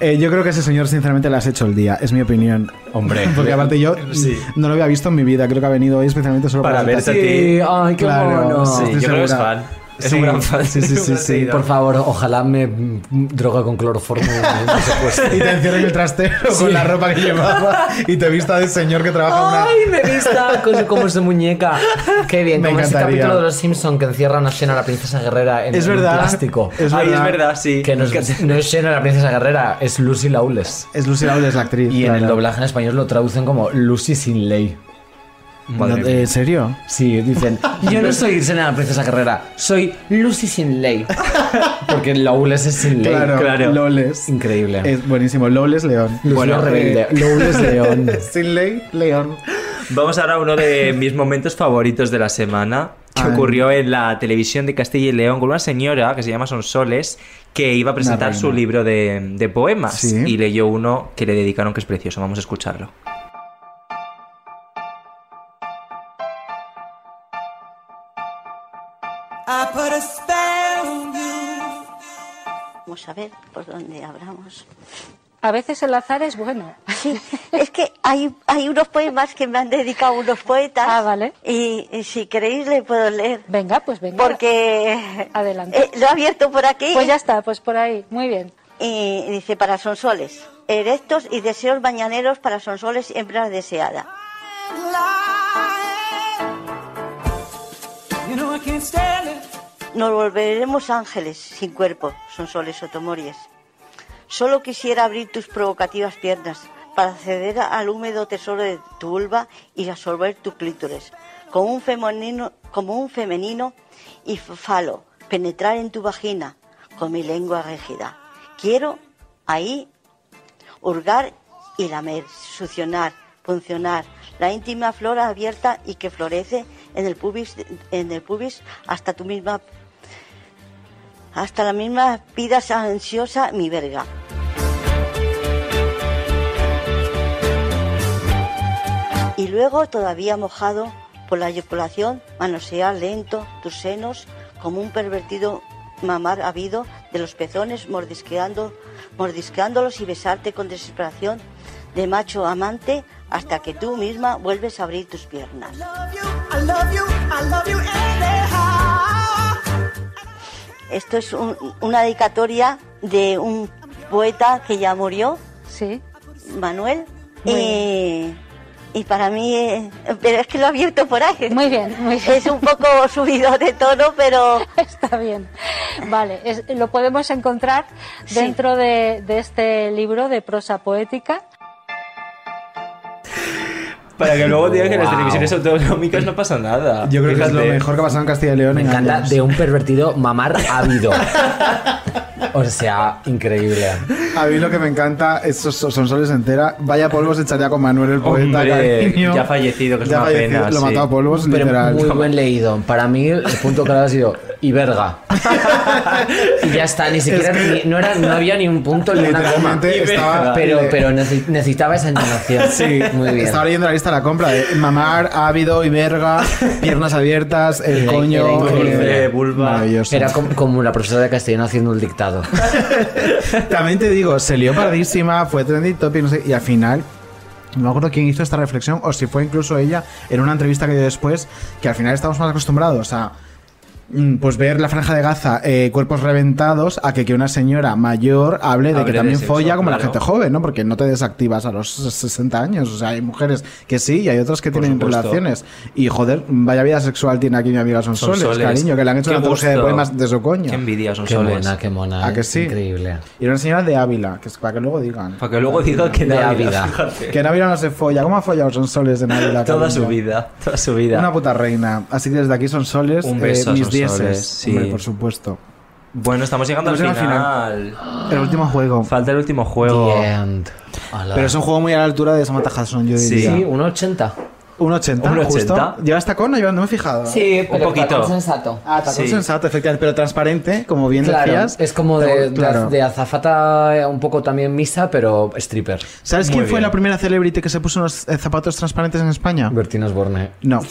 Speaker 5: Eh, yo creo que ese señor, sinceramente, le has hecho el día. Es mi opinión.
Speaker 2: Hombre.
Speaker 5: [laughs] Porque aparte yo
Speaker 2: Sí.
Speaker 5: no lo había visto en mi vida. Creo que ha venido hoy especialmente solo
Speaker 2: Para verte a ti. Sí, ay, qué mono. Sí,
Speaker 5: estoy
Speaker 2: yo creo que es
Speaker 5: segura.
Speaker 2: fan. Es un gran fan.
Speaker 5: Sí,
Speaker 7: [laughs]
Speaker 5: sí, sí. sí.
Speaker 7: Por favor, ojalá me mm, droga con cloroformo. y me secuestre.
Speaker 5: [laughs] Y te encierren el trastero
Speaker 7: Sí.
Speaker 5: con la ropa que llevaba y te vista de señor que trabaja en una...
Speaker 7: ¡Ay, me vista con su- como su muñeca! ¡Qué bien!
Speaker 5: Me
Speaker 7: como ese
Speaker 5: encantaría.
Speaker 7: capítulo de los Simpsons que encierran a Xena la princesa guerrera en,
Speaker 5: Es
Speaker 7: en
Speaker 5: verdad.
Speaker 7: plástico.
Speaker 5: Es Ay, verdad. es
Speaker 2: verdad, sí.
Speaker 7: Que no es, no es Xena la princesa guerrera, es Lucy Laules.
Speaker 5: Es Lucy Laules la actriz.
Speaker 7: Y en el
Speaker 5: claro.
Speaker 7: doblaje en español lo traducen como Lucy sin ley.
Speaker 5: Madre No, mía. Mm. ¿en serio? [laughs]
Speaker 7: Sí, dicen, yo no soy Xena la princesa guerrera, soy Lucy sin ley. Porque Lowless es sin ley.
Speaker 5: Claro, claro. Lowless.
Speaker 7: Increíble.
Speaker 5: Es buenísimo. Lowless León.
Speaker 7: Bueno,
Speaker 5: eh,
Speaker 7: rebelde. Lowless León.
Speaker 5: [laughs] Sin ley, León.
Speaker 2: Vamos ahora a
Speaker 5: [laughs]
Speaker 2: uno de mis momentos favoritos de la semana, que
Speaker 5: Ay.
Speaker 2: ocurrió en la televisión de Castilla y León con una señora que se llama Sonsoles, que iba a presentar
Speaker 5: reina.
Speaker 2: su libro de, de poemas
Speaker 5: Sí.
Speaker 2: y leyó uno que le dedicaron que es precioso. Vamos a escucharlo.
Speaker 11: Vamos a ver por dónde hablamos.
Speaker 21: A veces el azar es bueno. [laughs]
Speaker 11: Sí, es que hay, hay unos poemas que me han dedicado unos poetas. Ah, vale. Y, y si queréis le puedo leer. Venga, pues venga. Porque
Speaker 21: Adelante.
Speaker 11: eh, lo he abierto por aquí.
Speaker 21: Pues ya está, pues por ahí. Muy bien.
Speaker 11: Y dice, para Sonsoles, erectos y deseos mañaneros para Sonsoles, hembra deseada. Nos volveremos ángeles sin cuerpo, Sonsoles Otomories. Solo quisiera abrir tus provocativas piernas para acceder al húmedo tesoro de tu vulva y absorber tu clítores. Como un femenino, como un femenino y f- falo, penetrar en tu vagina con mi lengua rígida. Quiero ahí hurgar y lamer, succionar, funcionar la íntima flora abierta y que florece en el pubis, en el pubis hasta tu misma, hasta la misma pidas ansiosa mi verga. Y luego, todavía mojado por la eyaculación, manosear lento tus senos como un pervertido mamar habido de los pezones mordisqueando, mordisqueándolos y besarte con desesperación de macho amante hasta que tú misma vuelves a abrir tus piernas. Esto es un- una dedicatoria de un poeta que ya murió, Manuel.
Speaker 21: Muy
Speaker 11: eh, y para mí, eh, pero es que lo he abierto por ahí.
Speaker 21: Muy bien, muy bien.
Speaker 11: Es un poco [laughs] subido de tono, pero
Speaker 21: [laughs] Está bien. Vale, es- lo podemos encontrar dentro de, de este libro de prosa poética.
Speaker 2: Para que luego digan que en las
Speaker 7: Wow.
Speaker 2: televisiones autonómicas no pasa [laughs] nada.
Speaker 5: Yo creo que es lo
Speaker 2: Fíjate.
Speaker 5: mejor que ha pasado en Castilla y León.
Speaker 7: Me
Speaker 5: en
Speaker 7: encanta
Speaker 5: años.
Speaker 7: de un pervertido mamar
Speaker 5: [laughs]
Speaker 7: ávido. O sea, increíble.
Speaker 5: A mí lo que me encanta es son son soles entera. Vaya polvos echaría con Manuel el poeta.
Speaker 2: Hombre,
Speaker 5: cariño.
Speaker 2: ya fallecido, que es
Speaker 5: Ya
Speaker 2: una
Speaker 5: fallecido,
Speaker 2: pena.
Speaker 5: Lo
Speaker 2: Pues sí.
Speaker 5: mataba a polvos,
Speaker 7: Pero
Speaker 5: literal.
Speaker 7: muy buen leído. Para mí, el punto claro ha sido y verga. y ya está,
Speaker 5: [laughs]
Speaker 7: ni siquiera
Speaker 5: que-
Speaker 7: ni- no, era, no había ni un punto ni una coma.
Speaker 5: Literalmente estaba-
Speaker 7: pero,
Speaker 5: le-
Speaker 7: pero nece- necesitaba esa
Speaker 2: [laughs]
Speaker 7: animación.
Speaker 5: Sí,
Speaker 7: muy bien.
Speaker 5: Estaba leyendo la lista de la compra de mamar, ávido y verga, piernas abiertas, el
Speaker 7: Era-
Speaker 5: coño.
Speaker 7: era
Speaker 5: eh,
Speaker 7: increíble.
Speaker 5: maravilloso.
Speaker 7: Era como, como la profesora de castellano haciendo el dictado.
Speaker 5: [laughs] También te digo, se lió pardísima, fue trending topic, no sé, y al final. No me acuerdo quién hizo esta reflexión, o si fue incluso ella, en una entrevista que dio después, que al final estamos más acostumbrados a mm, pues ver la franja de Gaza, eh, cuerpos reventados, a que, que una señora mayor hable de
Speaker 2: Hable
Speaker 5: que
Speaker 2: de
Speaker 5: también
Speaker 2: sexo,
Speaker 5: folla como la
Speaker 2: claro.
Speaker 5: gente joven, ¿no? Porque no te desactivas a los 60 años. O sea, hay mujeres que sí y hay otras que tienen
Speaker 2: supuesto.
Speaker 5: relaciones. Y joder, vaya vida sexual tiene aquí mi amiga Sonsoles,
Speaker 2: Sonsoles.
Speaker 5: cariño, que le han hecho
Speaker 2: Qué
Speaker 5: una trilogía de
Speaker 2: gusto.
Speaker 5: poemas de su coño.
Speaker 2: Qué envidia son
Speaker 5: Qué
Speaker 2: soles.
Speaker 5: buena,
Speaker 7: qué mona.
Speaker 2: ¿eh?
Speaker 5: ¿A que sí?
Speaker 7: Increíble.
Speaker 5: Y era una señora de Ávila, que es para que luego digan.
Speaker 2: Para que luego digan que
Speaker 5: De
Speaker 2: da
Speaker 5: Ávila.
Speaker 2: vida. fíjate.
Speaker 5: Que en Ávila no se folla. ¿Cómo ha follado Sonsoles en Ávila?
Speaker 2: [laughs] Toda
Speaker 5: cariño?
Speaker 2: su vida, toda su vida.
Speaker 5: Una puta reina. Así que desde aquí Sonsoles,
Speaker 2: Un beso a
Speaker 5: eh, mis
Speaker 2: Sonsoles,
Speaker 5: dieces.
Speaker 2: sí.
Speaker 5: Hombre, por supuesto.
Speaker 2: Bueno, estamos llegando al
Speaker 5: Estamos llegando
Speaker 2: final.
Speaker 5: El último juego.
Speaker 2: Falta el último juego.
Speaker 7: Ala.
Speaker 5: Pero es un juego muy a la altura de Samantha Hudson, yo
Speaker 2: Sí.
Speaker 5: diría.
Speaker 2: Sí,
Speaker 7: un 80.
Speaker 5: Un 80,
Speaker 2: Un
Speaker 5: justo.
Speaker 2: 80.
Speaker 5: ¿Llevas tacón o yo no me he fijado?
Speaker 7: Sí,
Speaker 2: pero poquito. tacón
Speaker 7: sensato.
Speaker 5: Ah, tacón
Speaker 2: Sí.
Speaker 5: sensato, efectivamente, pero transparente, como bien
Speaker 7: Claro,
Speaker 5: decías.
Speaker 7: es como
Speaker 5: Pero,
Speaker 7: de, de-
Speaker 5: claro.
Speaker 7: de azafata, eh, un poco también misa, pero stripper.
Speaker 5: ¿Sabes quién fue la primera celebrity que se puso unos eh, zapatos transparentes en España?
Speaker 7: Bertín Osborne.
Speaker 5: No. Eh,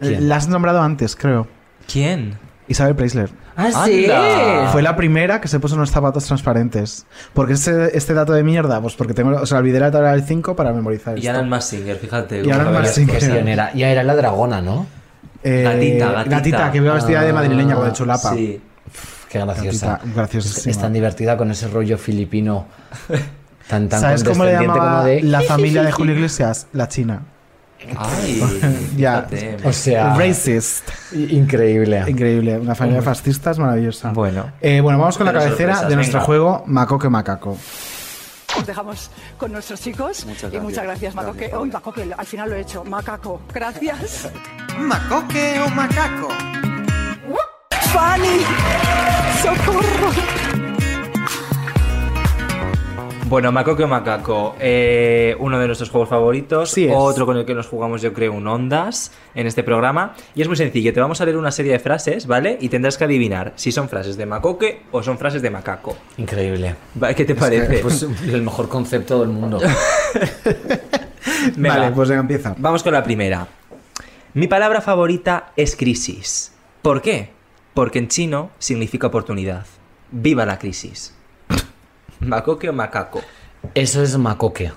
Speaker 7: ¿Quién?
Speaker 5: La has nombrado antes, creo.
Speaker 2: ¿Quién?
Speaker 5: Isabel Preisler.
Speaker 7: Ah, sí. Anda.
Speaker 5: Fue la primera que se puso unos zapatos transparentes. ¿Por qué este, este dato de mierda? Pues porque tengo, o sea, olvidé la tabla del 5 para memorizar
Speaker 2: Y
Speaker 5: esto.
Speaker 2: Alan Massinger, fíjate.
Speaker 5: Y
Speaker 2: cómo
Speaker 5: Alan
Speaker 2: sabe las
Speaker 5: Massinger.
Speaker 2: cosas.
Speaker 5: ¿Quién era?
Speaker 7: Ya era la dragona, ¿no?
Speaker 5: Eh,
Speaker 2: Gatita, gatita.
Speaker 5: que iba vestida de
Speaker 7: Ah,
Speaker 5: madrileña con de chulapa.
Speaker 7: sí. Qué graciosa.
Speaker 5: Gatita, graciosísima.
Speaker 7: Es tan divertida con ese rollo filipino. Tan, tan
Speaker 5: ¿Sabes cómo le
Speaker 7: condescendiente
Speaker 5: llamaba
Speaker 7: como de...
Speaker 5: la familia de
Speaker 2: [laughs]
Speaker 5: Julio Iglesias? La China.
Speaker 2: Ay,
Speaker 5: [laughs] ya.
Speaker 7: O sea...
Speaker 5: Racist.
Speaker 7: Increíble.
Speaker 5: Increíble. Una familia
Speaker 7: Hombre.
Speaker 5: fascista es maravillosa.
Speaker 2: Bueno.
Speaker 5: Eh, bueno, vamos con la
Speaker 2: Pero
Speaker 5: cabecera
Speaker 2: sorpresas,
Speaker 5: de nuestro
Speaker 2: venga.
Speaker 5: juego Macoque Macaco.
Speaker 22: Os dejamos con nuestros chicos.
Speaker 5: Muchas
Speaker 22: y muchas gracias,
Speaker 5: gracias.
Speaker 22: Macoque. Hoy Macoque, al final lo he hecho. Macaco, gracias.
Speaker 15: Macoque o macaco.
Speaker 22: Fanny, ¡Socorro!
Speaker 2: Bueno, Macoco Macaco, eh, uno de nuestros juegos favoritos,
Speaker 5: Sí es.
Speaker 2: otro con el que nos jugamos yo creo un Ondas en este programa. Y es muy sencillo, te vamos a leer una serie de frases, ¿vale? Y tendrás que adivinar si son frases de Macoque o son frases de Macaco.
Speaker 7: Increíble.
Speaker 2: Va, ¿Qué te
Speaker 7: Es
Speaker 2: parece?
Speaker 7: que, pues, el mejor concepto del
Speaker 2: [laughs]
Speaker 7: mundo.
Speaker 2: Venga,
Speaker 5: Vale, pues venga, empieza.
Speaker 2: Vamos con la primera. Mi palabra favorita es crisis. ¿Por qué? Porque en chino significa oportunidad. ¡Viva la crisis! [laughs] ¿Macoque o macaco?
Speaker 7: Eso es macoque.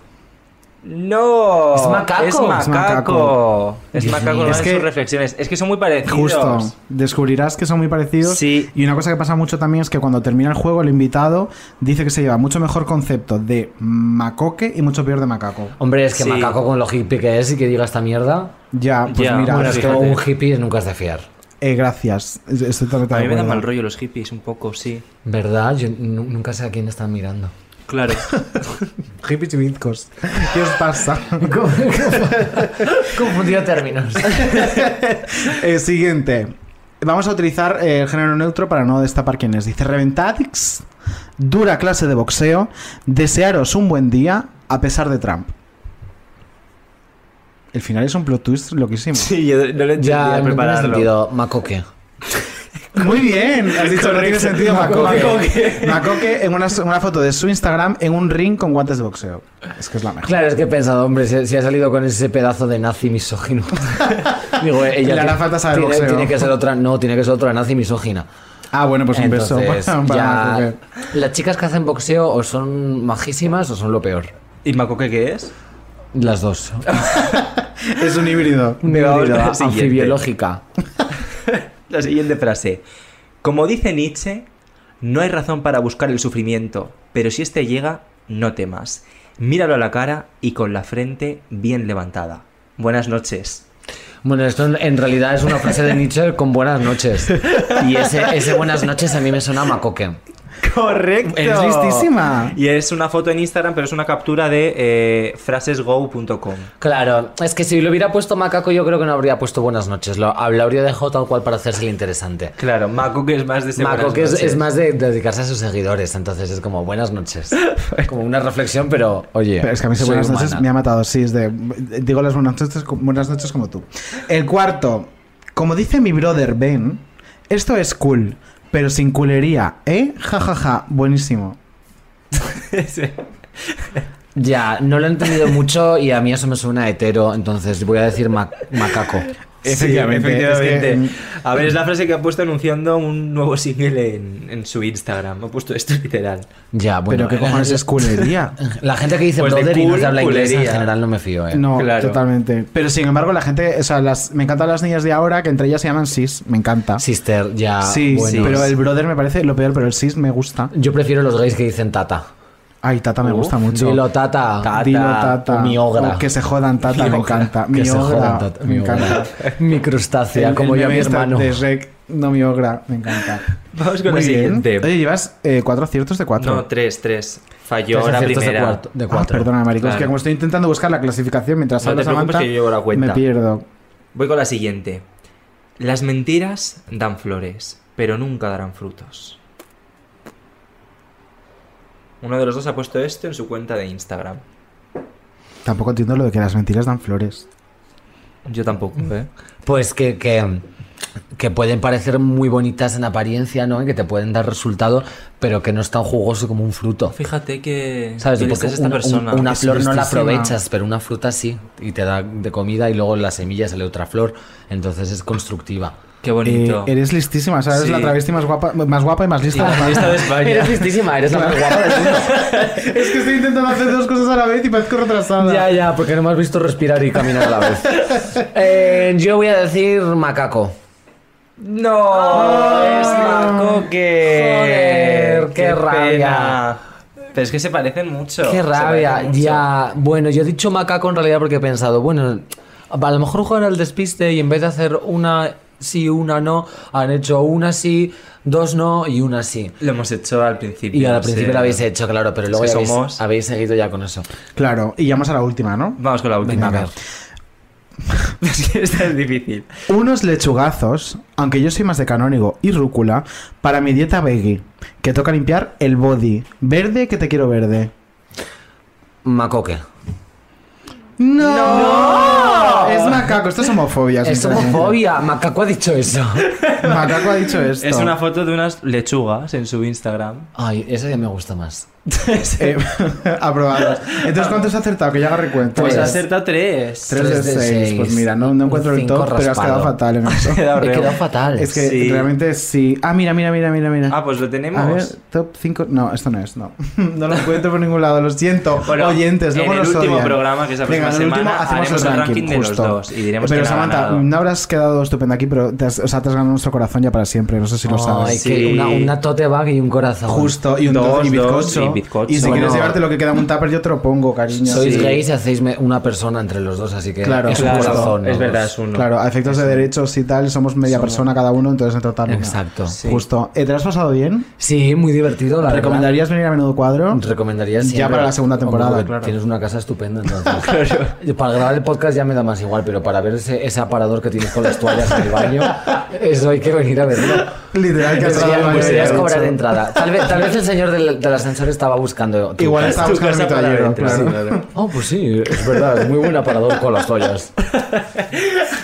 Speaker 2: ¡No!
Speaker 7: ¿Es macaco?
Speaker 2: Es
Speaker 7: Es macaco.
Speaker 2: macaco. Es
Speaker 7: Dios
Speaker 2: macaco
Speaker 7: mío.
Speaker 2: una
Speaker 7: Es
Speaker 2: de
Speaker 7: que-
Speaker 2: sus reflexiones. Es que son muy parecidos.
Speaker 5: Justo, descubrirás que son muy parecidos. Y una cosa que pasa mucho también es que cuando termina el juego, el invitado dice que se lleva mucho mejor concepto de macoque y mucho peor de macaco.
Speaker 7: Hombre, es que
Speaker 5: Sí.
Speaker 7: macaco con lo hippie que es y que diga esta mierda.
Speaker 5: Ya, pues mira,
Speaker 7: Bueno, es que
Speaker 5: fíjate.
Speaker 7: un hippie nunca es de fiar.
Speaker 5: Eh, gracias, es- estoy totalmente
Speaker 2: A
Speaker 5: de
Speaker 2: mí me dan
Speaker 5: acuerdo.
Speaker 2: mal rollo los hippies, un poco, sí.
Speaker 7: ¿Verdad? Yo nu- nunca sé a quién están
Speaker 5: [laughs]
Speaker 7: mirando.
Speaker 2: [laughs] Claro.
Speaker 5: Hippies y bizcos. [laughs] ¿Qué os pasa?
Speaker 7: Confundido términos.
Speaker 5: Eh, siguiente. Vamos a utilizar eh, el género neutro para no destapar quién es. Dice Reventadix, dura clase de boxeo, desearos un buen día a pesar de Trump. El final es un plot twist loquísimo.
Speaker 2: Sí, yo no lo
Speaker 7: Ya, no tiene sentido. Macoque.
Speaker 5: Muy bien, has dicho no tiene
Speaker 7: Correcto.
Speaker 5: sentido
Speaker 7: Macoque.
Speaker 5: Macoque. Macoque en una, en una foto de su Instagram en un ring con guantes de boxeo. Es que es la mejor.
Speaker 7: Claro, es que he pensado, hombre, si, si ha salido con ese pedazo de nazi misógino. Digo, ella
Speaker 5: Le hará
Speaker 7: tiene-
Speaker 5: falta saber
Speaker 7: tiene,
Speaker 5: boxeo.
Speaker 7: tiene que ser otra, no, tiene que ser otra nazi misógina.
Speaker 5: Ah, bueno, pues un beso
Speaker 7: Entonces,
Speaker 5: [laughs] para- para
Speaker 7: ya,
Speaker 5: Macoque.
Speaker 7: las chicas que hacen boxeo o son majísimas o son lo peor.
Speaker 2: ¿Y Macoque qué es?
Speaker 7: Las dos.
Speaker 5: Es un híbrido.
Speaker 7: Un
Speaker 2: Venga, [laughs] vamos
Speaker 7: híbrido,
Speaker 2: con la siguiente.
Speaker 7: anfibiológica.
Speaker 2: La siguiente frase. Como dice Nietzsche, no hay razón para buscar el sufrimiento, pero si éste llega, no temas. Míralo a la cara y con la frente bien levantada. Buenas noches.
Speaker 7: Bueno, esto en- en realidad es una frase
Speaker 2: [laughs]
Speaker 7: de Nietzsche con buenas noches. Y ese, ese buenas noches a mí me suena a macoque.
Speaker 2: Correcto.
Speaker 7: Eres listísima.
Speaker 2: Y es una foto en Instagram, pero es una captura de eh, frasesgo.com.
Speaker 7: Claro, es que si lo hubiera puesto macaco yo creo que no habría puesto buenas noches. Lo, lo habría dejado tal cual para hacerse el interesante.
Speaker 2: Claro, macoque es más de ese
Speaker 7: Macoque es,
Speaker 2: buenas
Speaker 7: es
Speaker 2: noches.
Speaker 7: más de dedicarse a sus seguidores, entonces es como buenas [laughs] noches. Como una reflexión, pero oye.
Speaker 5: Pero es que a mí ese
Speaker 7: soy
Speaker 5: buenas noches
Speaker 7: humana.
Speaker 5: me ha matado. Sí, es de. Digo las buenas noches, buenas noches como tú. El cuarto. Como dice mi brother Ben, esto es cool, pero sin culería, ¿eh? Ja, ja, ja. Buenísimo.
Speaker 7: Ya, no lo he
Speaker 5: [laughs]
Speaker 7: entendido mucho y a mí eso me suena a hetero, entonces voy a decir ma-
Speaker 5: [laughs]
Speaker 7: macaco.
Speaker 2: Efectivamente. efectivamente. mm. A ver, es la frase que ha puesto anunciando un nuevo single en, en su Instagram. Ha puesto esto literal.
Speaker 7: Ya, bueno. eh,
Speaker 5: pero qué
Speaker 7: la-
Speaker 5: cojones es culería.
Speaker 7: [laughs] La gente que dice
Speaker 2: Pues de
Speaker 7: brother y no
Speaker 2: cool,
Speaker 7: se habla inglés en
Speaker 2: culería.
Speaker 7: general no me fío, eh.
Speaker 5: No,
Speaker 2: Claro.
Speaker 5: totalmente. Pero sin embargo, la gente, o sea, las, me encantan las niñas de ahora que entre ellas se llaman sis, me encanta.
Speaker 7: Sister, ya.
Speaker 5: sí,
Speaker 7: Ah, bueno.
Speaker 5: sí, pero el brother me parece lo peor, pero el sis me gusta.
Speaker 7: Yo prefiero los gays que dicen tata.
Speaker 5: Ay, Tata me
Speaker 7: Uf,
Speaker 5: gusta mucho.
Speaker 7: Dilo tata.
Speaker 5: Dilo Tata.
Speaker 7: O miogra.
Speaker 5: O que se jodan Tata, me
Speaker 7: Miogra.
Speaker 5: encanta.
Speaker 7: Que se jodan,
Speaker 5: Miogra,
Speaker 7: tata.
Speaker 5: me
Speaker 7: Miogra.
Speaker 5: encanta.
Speaker 7: [laughs] Mi crustácea,
Speaker 5: El-
Speaker 7: como
Speaker 5: el
Speaker 7: yo a mi
Speaker 5: meme este
Speaker 7: hermano.
Speaker 5: De Shrek, no miogra, me encanta.
Speaker 2: Vamos con
Speaker 5: Muy
Speaker 2: la
Speaker 5: bien.
Speaker 2: siguiente.
Speaker 5: Oye, llevas eh, cuatro aciertos de cuatro.
Speaker 2: No, tres, tres. Falló
Speaker 5: Tres
Speaker 2: la
Speaker 5: aciertos de
Speaker 2: primera.
Speaker 5: cuarto- de cuatro. Ah, perdona, marico, es que como estoy intentando buscar la clasificación mientras
Speaker 2: No te
Speaker 5: hablas
Speaker 2: preocupes que yo llevo la cuenta.
Speaker 5: me pierdo.
Speaker 2: Voy con la siguiente. Las mentiras dan flores, pero nunca darán frutos. Uno de los dos ha puesto esto en su cuenta de Instagram.
Speaker 5: Tampoco entiendo lo de que las mentiras dan flores.
Speaker 2: Yo tampoco, ¿eh?
Speaker 7: Pues que, que, que pueden parecer muy bonitas en apariencia, ¿no? Y que te pueden dar resultado, pero que no es tan jugoso como un fruto.
Speaker 2: Fíjate que.
Speaker 7: ¿Sabes?
Speaker 2: que
Speaker 7: Porque
Speaker 2: eres esta
Speaker 7: un- un-
Speaker 2: persona.
Speaker 7: una
Speaker 2: Es
Speaker 7: flor no la
Speaker 2: tristísima.
Speaker 7: aprovechas, pero una fruta sí. Y te da de comida y luego en la semilla sale otra flor. Entonces es constructiva.
Speaker 2: Qué
Speaker 5: Eh, eres listísima, o sea, eres
Speaker 7: Sí.
Speaker 5: la travesti más guapa, más guapa y más lista.
Speaker 7: Sí, la lista
Speaker 5: [laughs]
Speaker 7: [laughs] de España. Eres listísima, eres la más guapa
Speaker 5: del mundo. [laughs] es que estoy intentando hacer dos cosas a la vez y parezco retrasada.
Speaker 7: Ya, ya, porque no me has visto respirar y caminar a la
Speaker 5: [laughs]
Speaker 7: vez. Eh, yo voy a decir macaco.
Speaker 2: ¡No! ¡Es Macoque!
Speaker 7: Joder, qué rabia.
Speaker 2: pena. Pero es que se parecen mucho.
Speaker 7: Qué
Speaker 2: se
Speaker 7: rabia,
Speaker 2: parecen mucho.
Speaker 7: ya. Bueno, yo he dicho macaco en realidad porque he pensado, bueno, a lo mejor juegan al despiste y en vez de hacer una sí, una no, han hecho una sí, dos no y una sí.
Speaker 2: Lo hemos hecho al principio.
Speaker 7: Y al
Speaker 2: sí.
Speaker 7: principio lo habéis hecho, claro, pero
Speaker 2: Es
Speaker 7: luego
Speaker 2: que
Speaker 7: ya habéis,
Speaker 2: somos-
Speaker 7: habéis seguido ya con eso. [laughs]
Speaker 5: Claro, y ya vamos a la última, ¿no?
Speaker 2: Vamos con la última.
Speaker 5: Venga, a ver.
Speaker 2: Esta es difícil.
Speaker 5: Unos lechugazos, aunque yo soy más de canónigo y rúcula, para mi dieta veggie, que toca limpiar el body. Verde que te quiero verde.
Speaker 7: Macoque.
Speaker 5: ¡No! Es macaco, esto es homofobia.
Speaker 7: Es
Speaker 5: sinceramente.
Speaker 7: homofobia. Macaco ha dicho eso.
Speaker 5: Macaco ha dicho esto.
Speaker 2: [laughs] Es una foto de unas lechugas en su Instagram.
Speaker 7: Ay, esa ya me gusta más.
Speaker 5: Eh, [laughs] aprobados. Entonces, ¿cuántos has acertado? Que ya agarré cuenta.
Speaker 2: Pues acierta tres.
Speaker 5: 3 Eh, de 6. Pues mira, no, no encuentro el
Speaker 2: cinco
Speaker 5: top, pero has
Speaker 2: raspado.
Speaker 5: quedado fatal
Speaker 2: [laughs]
Speaker 5: en eso.
Speaker 2: Has quedado He reo. quedado fatal.
Speaker 5: Es que
Speaker 2: Sí.
Speaker 5: realmente sí. Ah, mira, mira, mira, mira, mira.
Speaker 2: Ah, pues lo tenemos.
Speaker 5: A ver, top 5. No, esto no es, no. No lo encuentro por ningún lado, lo siento.
Speaker 2: [laughs] Bueno,
Speaker 5: oyentes, luego
Speaker 2: en el
Speaker 5: los
Speaker 2: último
Speaker 5: odian.
Speaker 2: programa, que es la
Speaker 5: Venga, en
Speaker 2: próxima
Speaker 5: el último
Speaker 2: semana,
Speaker 5: hacemos
Speaker 2: haremos
Speaker 5: el
Speaker 2: el
Speaker 5: ranking,
Speaker 2: ranking de los
Speaker 5: justo.
Speaker 2: dos y diremos
Speaker 5: Pero
Speaker 2: quién ha
Speaker 5: Samantha, mm,
Speaker 2: ganado.
Speaker 5: no habrás quedado estupenda aquí, pero te has, o sea, te has ganado nuestro corazón ya para siempre. No sé si lo sabes.
Speaker 7: Ay, que una, una tote bag y un corazón.
Speaker 5: Justo, y un dos, y bizcocho. Y si quieres
Speaker 7: Bueno,
Speaker 5: llevarte lo que queda en un tupper, yo te lo pongo, cariño.
Speaker 7: Sois
Speaker 5: Sí.
Speaker 7: gays y hacéis me- una persona entre los dos, así que
Speaker 5: Claro,
Speaker 7: es un
Speaker 5: justo.
Speaker 7: corazón. ¿no? Pues
Speaker 5: Claro, a efectos de derechos y tal, somos media persona cada uno, entonces en total. una.
Speaker 7: Exacto. Sí.
Speaker 5: Justo. Eh, ¿Te lo has pasado bien?
Speaker 7: Sí, muy divertido. La
Speaker 5: ¿Recomendarías [laughs] venir a menudo cuadro?
Speaker 7: Recomendaría siempre.
Speaker 5: Ya para la segunda
Speaker 7: Hombre,
Speaker 5: temporada,
Speaker 7: porque
Speaker 5: claro.
Speaker 7: Tienes una casa estupenda, entonces. Yo Para grabar el podcast ya me da más igual, pero para ver ese, ese aparador que tienes con las toallas en el baño, eso hay que venir a verlo.
Speaker 5: Literal, que
Speaker 7: Eso
Speaker 5: has dado
Speaker 7: ya
Speaker 5: el baño
Speaker 7: podrías
Speaker 5: ya
Speaker 7: cobrar
Speaker 5: hecho.
Speaker 7: entrada. Tal vez, tal vez el señor del, del ascensor estaba buscando. tu
Speaker 5: Igual
Speaker 7: casa.
Speaker 5: estaba buscando mi toallero, claro.
Speaker 7: Oh, pues sí, es verdad, es muy buen aparador con las toallas.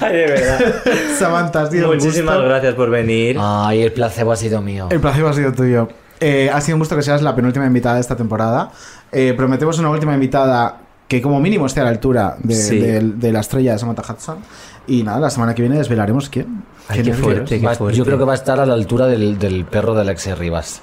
Speaker 2: Ay, de verdad.
Speaker 5: Samantha, has sido un
Speaker 2: Muchísimas
Speaker 5: gusto.
Speaker 2: gracias por venir.
Speaker 7: Ay, el placebo ha sido mío.
Speaker 5: El placer ha sido tuyo. Eh, ha sido un gusto que seas la penúltima invitada de esta temporada. Eh, prometemos una última invitada que como mínimo esté a la altura de,
Speaker 2: Sí.
Speaker 5: de- de la estrella de Samantha Hudson. Y nada, la semana que viene desvelaremos quién.
Speaker 7: Ay,
Speaker 5: ¿Quién
Speaker 7: qué
Speaker 5: es?
Speaker 7: fuerte, qué fuerte. Yo creo que va a estar a la altura del, del perro de Alexis Rivas.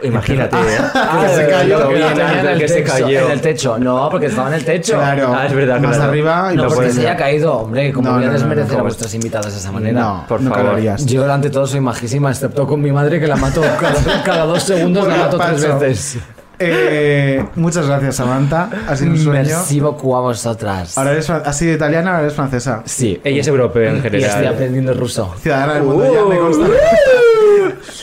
Speaker 2: Imagínate, ¿eh?
Speaker 7: Ah,
Speaker 2: Que se
Speaker 7: del-
Speaker 2: cayó,
Speaker 7: del-
Speaker 2: que la
Speaker 7: del-
Speaker 2: tenían
Speaker 7: del
Speaker 2: en el
Speaker 7: techo,
Speaker 2: cayó.
Speaker 7: En el techo. No, porque estaba en el techo.
Speaker 2: Claro. Ah, es verdad,
Speaker 7: Más
Speaker 2: claro.
Speaker 7: arriba y
Speaker 2: No
Speaker 7: no, porque
Speaker 2: puede
Speaker 7: se
Speaker 2: ser.
Speaker 7: haya caído, hombre. Como
Speaker 2: No,
Speaker 7: voy a
Speaker 2: no, no, no,
Speaker 7: desmerecer
Speaker 2: no,
Speaker 7: a
Speaker 2: por-
Speaker 7: vuestras invitadas de esa manera.
Speaker 2: No, por nunca lo favor. harías.
Speaker 7: Yo delante de todos soy majísima, excepto con mi madre que la mato
Speaker 5: [laughs]
Speaker 7: cada, cada dos segundos, la
Speaker 5: Bueno,
Speaker 7: mato
Speaker 5: Pancho.
Speaker 7: tres veces.
Speaker 5: Eh, muchas gracias, Samantha. Ha sido un sueño.
Speaker 7: Merci beaucoup a vosotras.
Speaker 5: Ahora eres, fran- has sido italiana, ahora eres francesa.
Speaker 7: Sí.
Speaker 2: Ella es europea en
Speaker 7: Y estoy
Speaker 2: general. Uh.
Speaker 7: aprendiendo ruso.
Speaker 5: Ciudadana del mundo, ya me
Speaker 2: [laughs]
Speaker 5: consta.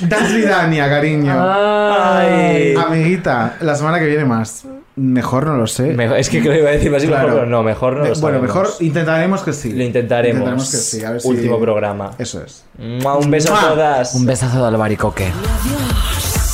Speaker 5: Das Vidania, cariño.
Speaker 2: Ay.
Speaker 5: Amiguita, la semana que viene más. Mejor no lo sé.
Speaker 2: Mejor- es que creo que iba a decir más y mejor, pero no, mejor no lo
Speaker 5: Eh, Bueno,
Speaker 2: sabemos.
Speaker 5: mejor intentaremos que sí.
Speaker 2: Lo intentaremos.
Speaker 5: Intentaremos que sí, a ver si-
Speaker 2: Último programa.
Speaker 5: Eso es.
Speaker 2: Un beso a
Speaker 5: ¡Mua!
Speaker 2: todas.
Speaker 7: Un besazo de albaricoque.
Speaker 19: Adiós.